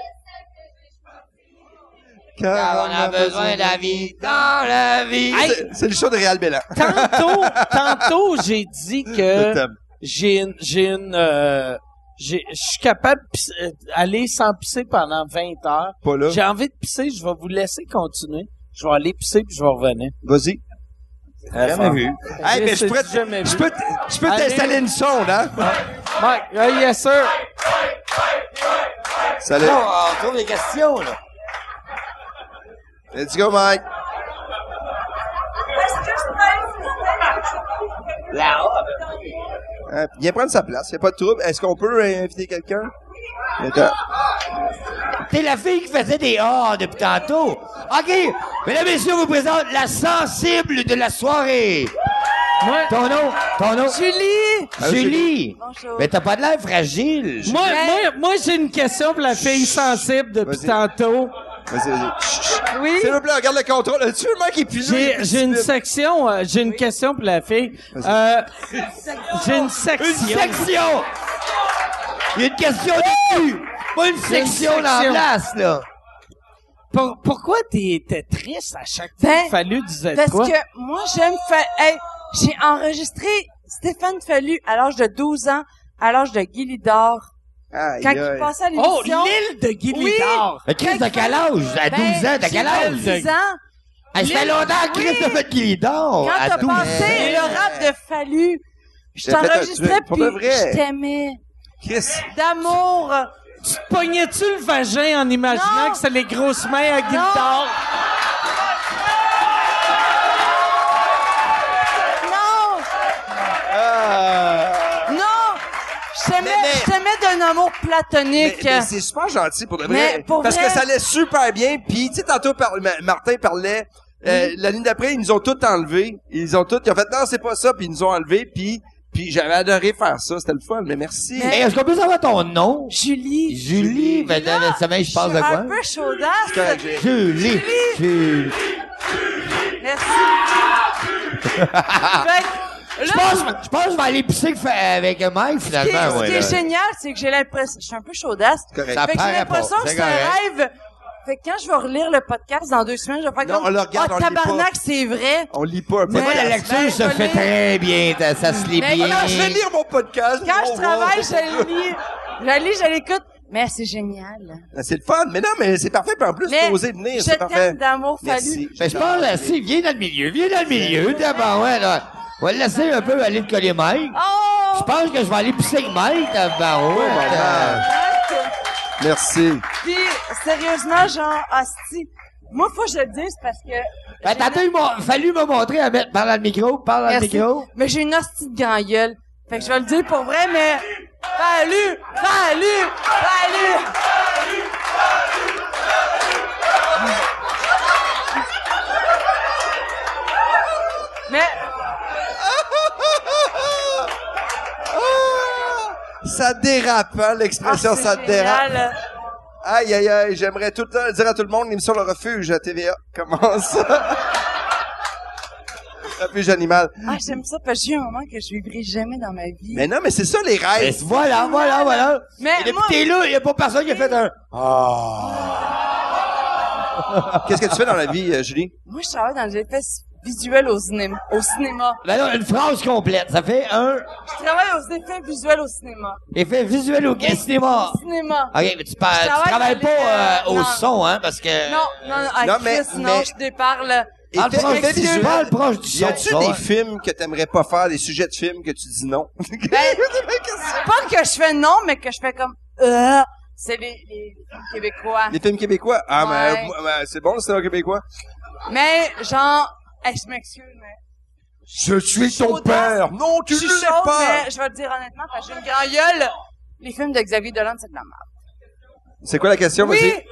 Speaker 4: Car on a besoin de la vie dans la vie.
Speaker 3: C'est- C'est le show de Réal Bélan.
Speaker 2: Tantôt, tantôt, j'ai dit
Speaker 4: Euh.
Speaker 3: Je
Speaker 2: que
Speaker 3: t'aime.
Speaker 2: j'ai une, j'ai une, euh, j'ai- je suis capable d'aller sans pisser pendant 20 heures.
Speaker 3: Pas là.
Speaker 2: J'ai envie de pisser, je vais vous laisser continuer. Je vais aller pisser puis je vais revenir.
Speaker 3: Vas-y. Jamais vu. Hey, mais je
Speaker 2: C'est
Speaker 3: pourrais
Speaker 2: du
Speaker 3: te-
Speaker 2: jamais
Speaker 3: je
Speaker 2: vu.
Speaker 3: peux, te- je peux
Speaker 2: Allez.
Speaker 3: t'installer une sonde, hein?
Speaker 2: Mike, ah, yes sir.
Speaker 3: Salut.
Speaker 4: Bon, Oh, on trouve des questions, là.
Speaker 3: Let's go, Mike. Hein, viens prendre sa place, y a pas de trouble. Est-ce qu'on peut euh, inviter quelqu'un? Attends.
Speaker 4: T'es la fille qui faisait des hors depuis tantôt. OK. Mesdames et messieurs, on vous présente la sensible de la soirée.
Speaker 2: Moi,
Speaker 4: Ton nom, ton nom.
Speaker 2: Julie.
Speaker 3: Allô,
Speaker 4: Julie.
Speaker 6: Bonjour.
Speaker 4: Ah, Mais t'as pas de l'air fragile.
Speaker 2: Moi, moi, moi, j'ai une question pour la fille sensible depuis
Speaker 3: Vas-y.
Speaker 2: tantôt.
Speaker 3: Vas-y, vas-y. Chut, chut.
Speaker 2: Oui.
Speaker 3: S'il vous plaît, regarde le contrôle. As-tu le mec épuisé?
Speaker 2: J'ai, j'ai une section, euh, j'ai une question pour la fille. Euh, j'ai une section.
Speaker 4: Une section! Il y a une question dessus! Pas une section
Speaker 2: section.
Speaker 4: dans la place, là!
Speaker 2: Pour- pourquoi t'étais triste à chaque fois
Speaker 6: Ben,
Speaker 2: qu'il fallait disait
Speaker 6: Parce
Speaker 2: quoi?
Speaker 6: que moi, j'aime faire... Hey, j'ai enregistré Stéphane Fallu à l'âge de 12 ans, à l'âge de Guy Lidor.
Speaker 3: Aïe,
Speaker 6: Quand
Speaker 3: aïe.
Speaker 6: il passait à
Speaker 2: Oh,
Speaker 6: l'émission...
Speaker 2: l'île de Guy
Speaker 6: Oui. Ben,
Speaker 2: Lidard.
Speaker 4: Mais Chris, t'as quel âge? À 12 ans, t'as quel âge?
Speaker 2: de-
Speaker 6: 10 ans.
Speaker 4: Hey, ça fait longtemps que Chris
Speaker 6: Oui.
Speaker 4: t'a fait
Speaker 3: Oh,
Speaker 4: guilidor!
Speaker 6: Quand
Speaker 4: À
Speaker 6: t'as
Speaker 4: 12
Speaker 6: passé
Speaker 4: ans!
Speaker 6: le rap de Fallu, je
Speaker 3: J'ai fait un
Speaker 6: t'enregistrais
Speaker 3: truc, pour
Speaker 6: puis
Speaker 3: de vrai.
Speaker 6: je t'aimais.
Speaker 3: Chris.
Speaker 6: D'amour.
Speaker 2: Tu te pognais-tu le vagin en imaginant
Speaker 6: Non.
Speaker 2: que c'est les grosses mains à Guy
Speaker 6: Non.
Speaker 2: Lidard?
Speaker 6: Non! Non! Je t'aimais,
Speaker 3: Euh. Mais- mais-
Speaker 6: je t'aimais d'un amour
Speaker 3: Mais,
Speaker 6: platonique.
Speaker 3: mais c'est super gentil pour de vrai.
Speaker 6: euh, Mais pour
Speaker 3: parce
Speaker 6: vrai-
Speaker 3: que ça allait super bien. Puis, tu sais, tantôt, par- Ma- Martin parlait. euh, La nuit d'après, ils nous ont tout enlevé. Ils ont tout. Ils ont fait non, c'est pas ça. Puis ils nous ont enlevé. Puis, puis j'avais adoré faire ça. C'était le fun. Mais merci.
Speaker 4: Hey, est-ce qu'on peut savoir ton nom?
Speaker 6: Julie,
Speaker 4: Julie, mais dans le sommeil, je parle de
Speaker 6: suis un
Speaker 4: quoi?
Speaker 6: peu chaudasse.
Speaker 3: Correct, j'ai-
Speaker 4: Julie! Julie!
Speaker 6: Merci. Fait que
Speaker 4: Je
Speaker 6: là,
Speaker 4: pense, je pense que je vais aller pisser que fait- avec Mike,
Speaker 6: ce qui est,
Speaker 4: finalement,
Speaker 6: ce
Speaker 4: ouais,
Speaker 6: qui
Speaker 4: là.
Speaker 6: est génial, c'est que j'ai l'impression... Je suis un peu chaudasse.
Speaker 3: Correct.
Speaker 4: Ça
Speaker 6: Fait que j'ai
Speaker 4: paraît pas,
Speaker 6: l'impression que
Speaker 4: c'est
Speaker 6: c'est un
Speaker 4: correct.
Speaker 6: rêve. Fait que quand je vais relire le podcast dans deux semaines, je vais faire
Speaker 3: Non,
Speaker 6: comme...
Speaker 3: on le regarde, on
Speaker 6: Ah,
Speaker 3: le lit pas.
Speaker 6: tabarnak, c'est vrai.
Speaker 3: On lit pas un
Speaker 4: Mais moi,
Speaker 3: podcast.
Speaker 4: la
Speaker 6: Ben,
Speaker 4: lecture se
Speaker 6: je
Speaker 4: fait
Speaker 6: l'ai.
Speaker 4: très bien, ça, ça se lit
Speaker 6: Mais
Speaker 4: bien.
Speaker 6: quand
Speaker 3: Je vais lire mon podcast.
Speaker 6: Quand
Speaker 3: on
Speaker 6: je
Speaker 3: va voir.
Speaker 6: travaille, je lis. Je lis, je l'écoute. Mais c'est génial.
Speaker 3: C'est le fun. Mais non, mais c'est parfait. Puis en plus,
Speaker 6: Mais
Speaker 3: t'as osé venir.
Speaker 6: Je
Speaker 3: C'est parfait.
Speaker 6: t'aime d'amour
Speaker 3: Merci.
Speaker 6: fallu.
Speaker 5: Ben, je pense, là, si, viens dans le milieu, viens dans le milieu, d'abord, ouais, là. On va le laisser un peu aller le coller Mike.
Speaker 6: Oh!
Speaker 5: Je pense que je vais aller pisser avec Mike, d'abord, ouais. euh.
Speaker 3: Merci.
Speaker 6: Puis, sérieusement, genre, hostie. Moi, faut que je le dise parce que...
Speaker 5: Ben, tantôt, il m'a fallu me montrer à mettre, parle dans le micro, parle dans le
Speaker 6: Merci.
Speaker 5: micro.
Speaker 6: Mais j'ai une hostie de grand gueule. Fait que je vais le dire pour vrai, mais... Fallu! Fallu! Fallu! Mais... ah,
Speaker 3: Ah! Ça dérape, hein, l'expression,
Speaker 6: Ah, c'est
Speaker 3: ça dérape.
Speaker 6: génial.
Speaker 3: Aïe, aïe, aïe, j'aimerais tout le temps dire à tout le monde, l'émission Le Refuge à TVA commence. Refuge animal.
Speaker 6: Ah, j'aime ça parce que j'ai eu un moment que je vivrai jamais dans ma vie.
Speaker 3: Mais non, mais c'est ça, les
Speaker 5: Et
Speaker 3: rêves.
Speaker 5: voilà, voilà, voilà.
Speaker 6: Mais
Speaker 5: Et depuis
Speaker 6: moi-
Speaker 5: que t'es là, il y a pas personne qui a fait un...
Speaker 3: Qu'est-ce que tu fais dans la vie, euh, Julie?
Speaker 6: Moi, je travaille dans les effets visuels au cinéma. Au cinéma.
Speaker 5: Ben non, une phrase complète. Ça fait un
Speaker 6: Je travaille aux effets visuels au cinéma.
Speaker 5: effet visuel au guest cinéma.
Speaker 6: Au cinéma.
Speaker 5: OK, mais tu, par- tu
Speaker 6: Je travaille
Speaker 5: travailles
Speaker 6: dans
Speaker 5: pas
Speaker 6: les-
Speaker 5: euh, au
Speaker 6: non.
Speaker 5: son, hein, parce que...
Speaker 6: Non, non, non, ah,
Speaker 3: Non, mais-
Speaker 6: Chris, non,
Speaker 3: mais-
Speaker 6: je déparle.
Speaker 5: Parle
Speaker 3: Effet-
Speaker 5: proche,
Speaker 3: effet
Speaker 5: du-
Speaker 3: visuel.
Speaker 5: parle proche du son.
Speaker 3: Y a-tu
Speaker 5: ça,
Speaker 3: des
Speaker 5: ouais.
Speaker 3: films que t'aimerais pas faire, des sujets de films que tu dis non?
Speaker 6: Ben, Pas que je fais non, mais que je fais comme, euh, c'est les, les Québécois.
Speaker 3: Des films québécois? Ah, mais,
Speaker 6: Ouais.
Speaker 3: euh, ben, c'est bon, le cinéma québécois?
Speaker 6: Mais, genre, hey, je m'excuse, mais.
Speaker 3: Je suis
Speaker 6: ton père.
Speaker 3: Non,
Speaker 6: je suis chaude, mais je vais le dire honnêtement parce que j'ai une grande gueule. Les films de Xavier Dolan, c'est de la merde.
Speaker 3: C'est quoi la question?
Speaker 6: Oui!
Speaker 3: Vas-y.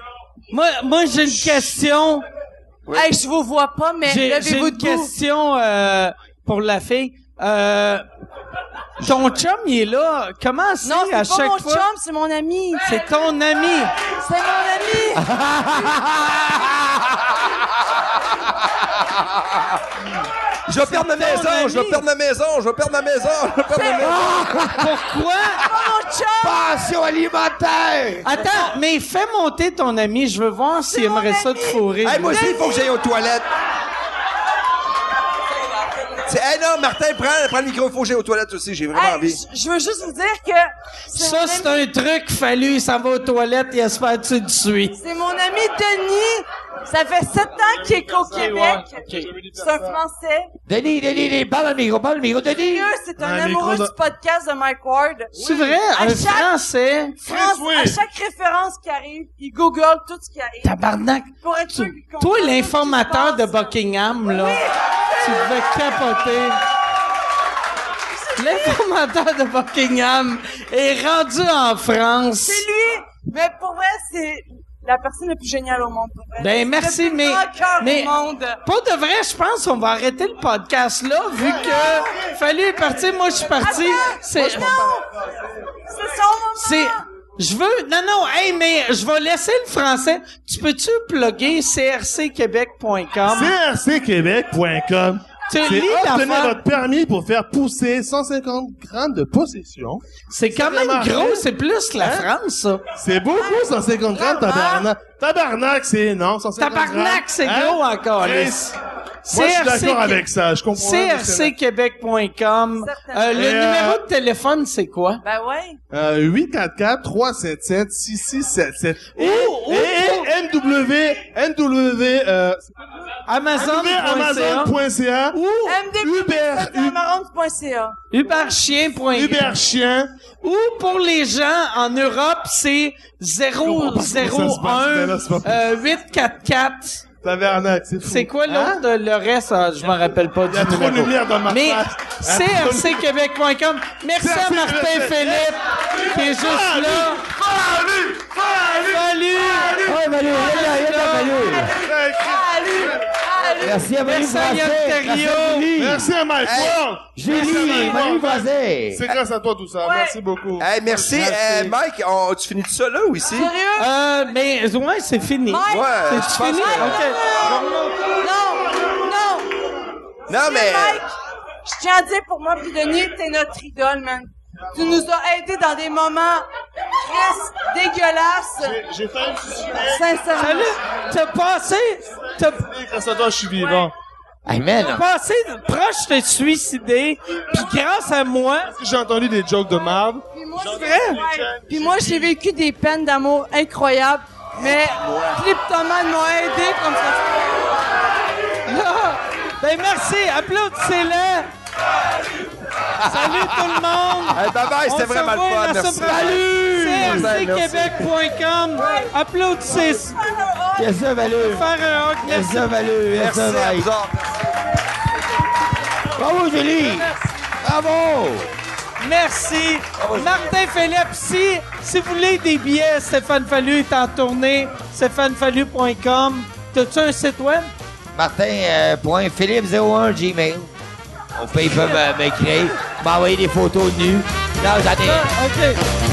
Speaker 2: Moi, moi j'ai une question.
Speaker 3: Oui.
Speaker 6: Hey, Eh, je vous vois pas, mais
Speaker 2: J'ai j'ai
Speaker 6: levez-vous
Speaker 2: une
Speaker 6: de
Speaker 2: question euh, pour la fille. Euh, ton chum, il est là. Comment c'est
Speaker 6: Non,
Speaker 2: à
Speaker 6: c'est pas
Speaker 2: chaque
Speaker 6: mon
Speaker 2: fois?
Speaker 6: chum, c'est mon ami.
Speaker 2: C'est ton ami.
Speaker 6: C'est mon ami.
Speaker 3: Je vais perdre ma maison, je vais perdre ma maison, je vais perdre ma maison, je vais perdre ma maison.
Speaker 2: Pourquoi?
Speaker 6: mon chum.
Speaker 5: Pension alimentaire!
Speaker 2: Attends, mais fais monter ton ami. Je veux voir s'il
Speaker 6: Ah. mon
Speaker 2: aimerait ça te
Speaker 6: ami.
Speaker 2: fourrer.
Speaker 3: Hey, moi aussi, il faut que j'aille aux toilettes. C'est- Hey, non, Martin, prends, prends le micro, il faut que j'aille aux toilettes aussi, j'ai vraiment
Speaker 6: Hey,
Speaker 3: envie.
Speaker 6: je- je veux juste vous dire que c'est mon
Speaker 2: Ça, c'est
Speaker 6: ami-
Speaker 2: un truc fallu. Il s'en va aux toilettes. Il espère que tu le suis.
Speaker 6: c'est mon ami Denis. Ça fait sept ans qu'il est au Québec. C'est un Français.
Speaker 5: Denis, Denis, Denis, parle dans le micro, parle dans le micro, Denis!
Speaker 6: Sérieux, c'est un amoureux du podcast de Mike Ward.
Speaker 2: C'est vrai?
Speaker 6: À
Speaker 2: un
Speaker 6: chaque-
Speaker 2: Français?
Speaker 6: France, à chaque référence qui arrive, il google tout ce qui arrive.
Speaker 2: Tabarnak.
Speaker 6: Pour être sûr qu'il comprend
Speaker 2: Toi,
Speaker 6: tout ce qui se
Speaker 2: l'informateur de
Speaker 6: passe.
Speaker 2: Buckingham, là, tu devais capoter. L'informateur de Buckingham est rendu en France.
Speaker 6: C'est lui. Mais pour vrai, c'est la personne la plus géniale au monde. Pour vrai.
Speaker 2: Ben,
Speaker 6: C'est
Speaker 2: merci,
Speaker 6: le plus
Speaker 2: mais-
Speaker 6: grand cœur
Speaker 2: mais-
Speaker 6: au monde.
Speaker 2: Pour de vrai, je pense qu'on va arrêter le podcast là, vu que Fallu est parti, moi je suis parti.
Speaker 6: Attends,
Speaker 2: C'est,
Speaker 6: Non! C'est son moment!
Speaker 2: c'est, je veux, non, non, hey, mais je vais laisser le français. Tu peux-tu plugger crcquebec.com?
Speaker 9: crcquebec.com.
Speaker 2: Tu
Speaker 9: C'est
Speaker 2: lis
Speaker 9: obtenez
Speaker 2: l'affaire.
Speaker 9: votre permis pour faire pousser 150 grammes de possession.
Speaker 2: C'est quand
Speaker 9: C'est
Speaker 2: même
Speaker 9: vraiment
Speaker 2: gros,
Speaker 9: vrai.
Speaker 2: c'est plus que la France, ça.
Speaker 9: C'est beaucoup, 150 grammes,
Speaker 6: Vraiment?
Speaker 9: tabarnak. Tabarnak, c'est énorme, 150 grammes.
Speaker 2: Tabarnak, c'est
Speaker 9: Hein?
Speaker 2: gros encore.
Speaker 9: Hey, Moi, je suis d'accord avec ça, je comprends.
Speaker 2: crcquebec.com.
Speaker 6: Certainement.
Speaker 2: Euh, le
Speaker 9: Et, euh,
Speaker 2: numéro de téléphone, c'est quoi?
Speaker 6: Ben ouais.
Speaker 9: Euh, 844-377-6677. Et,
Speaker 2: Ouh, ouh,
Speaker 9: et, et MW, MW, euh,
Speaker 2: Amazon.ca,
Speaker 9: Amazon.ca ou Uber,
Speaker 6: mdp.marron.ca.
Speaker 2: Uberchien.ca.
Speaker 9: Uber Chien.
Speaker 2: Ou pour les gens en Europe, c'est
Speaker 9: comment ça se passe, mais
Speaker 2: 001
Speaker 9: là, c'est pas-
Speaker 2: euh, 844.
Speaker 9: Tabarnak, c'est fou.
Speaker 2: C'est quoi
Speaker 9: Hein?
Speaker 2: l'autre? Le reste, ah, je m'en rappelle pas
Speaker 9: Il y a
Speaker 2: du
Speaker 9: trop de
Speaker 2: numéro.
Speaker 9: lumière dans ma
Speaker 2: Mais
Speaker 9: face.
Speaker 2: crcquebec.com. Merci à
Speaker 9: Ah,
Speaker 2: Martin
Speaker 9: Merci, Martin.
Speaker 2: Philippe qui est juste là.
Speaker 9: Salut! Salut!
Speaker 2: Salut!
Speaker 5: Ouais, Manu, viens là, viens là, Manu.
Speaker 6: Salut! Salut!
Speaker 5: Merci à Manu
Speaker 2: Merci à Yann
Speaker 5: Français!
Speaker 2: Terriot.
Speaker 5: Merci à
Speaker 9: Merci à Mike Ward!
Speaker 5: Julie! Julie,
Speaker 9: Merci à
Speaker 5: Manu
Speaker 9: Mike Ward.
Speaker 5: Français!
Speaker 9: C'est grâce à toi tout ça, merci beaucoup.
Speaker 3: Hey, merci. Euh, Mike, on- tu finis tout ça là ou ici?
Speaker 6: Sérieux?
Speaker 5: Ah,
Speaker 2: Euh, mais ouais, c'est fini.
Speaker 6: Mike?
Speaker 3: Ouais,
Speaker 2: C'est
Speaker 3: je pense
Speaker 2: fini? OK.
Speaker 6: Non! Non!
Speaker 3: Non, Ah, mais.
Speaker 6: Mike, je tiens à dire pour moi, puis Denis, t'es notre idole, man. Tu nous as aidés dans des moments tristes, dégueulasses,
Speaker 9: J'ai fait un petit sujet,
Speaker 6: sincèrement.
Speaker 2: Salut! T'as passé... T'as...
Speaker 9: grâce à toi je suis vivant.
Speaker 4: Hey, man, hein.
Speaker 5: Passé proche de te suicider, puis grâce à moi,
Speaker 9: J'ai entendu des jokes de marde.
Speaker 6: Puis moi, c'est vrai. Puis moi, j'ai vécu des peines d'amour incroyables, mais Cliptoman m'a aidé comme ça.
Speaker 5: Là, ben merci, applaudissez-le. Salut tout le monde.
Speaker 3: Hey, bye bye, c'était
Speaker 5: On se
Speaker 3: vraiment le
Speaker 5: revoit
Speaker 3: fun.
Speaker 5: la
Speaker 3: Merci.
Speaker 5: semaine prochaine.
Speaker 3: Salut.
Speaker 5: CRCquebec.com. Applaudissez.
Speaker 6: Oh,
Speaker 4: Qu'est-ce que ça valait?
Speaker 5: Faire un hoc,
Speaker 4: Qu'est-ce
Speaker 5: merci.
Speaker 4: que ça valait? Qu'est-ce que
Speaker 3: Merci
Speaker 4: ça
Speaker 3: à
Speaker 4: valait?
Speaker 3: vous autres.
Speaker 4: Bravo, Julie! Bravo!
Speaker 5: Merci. Martin Philippe, si, si vous voulez des billets, Stéphane Fallu est en tournée. StéphaneFallu.com. T'as-tu un site web?
Speaker 4: euh, Martin.philippe01 Gmail. On peut, ils peuvent euh, m'écrire, m'envoyer des photos nues. Non, j'en ai.
Speaker 5: Ah, OK.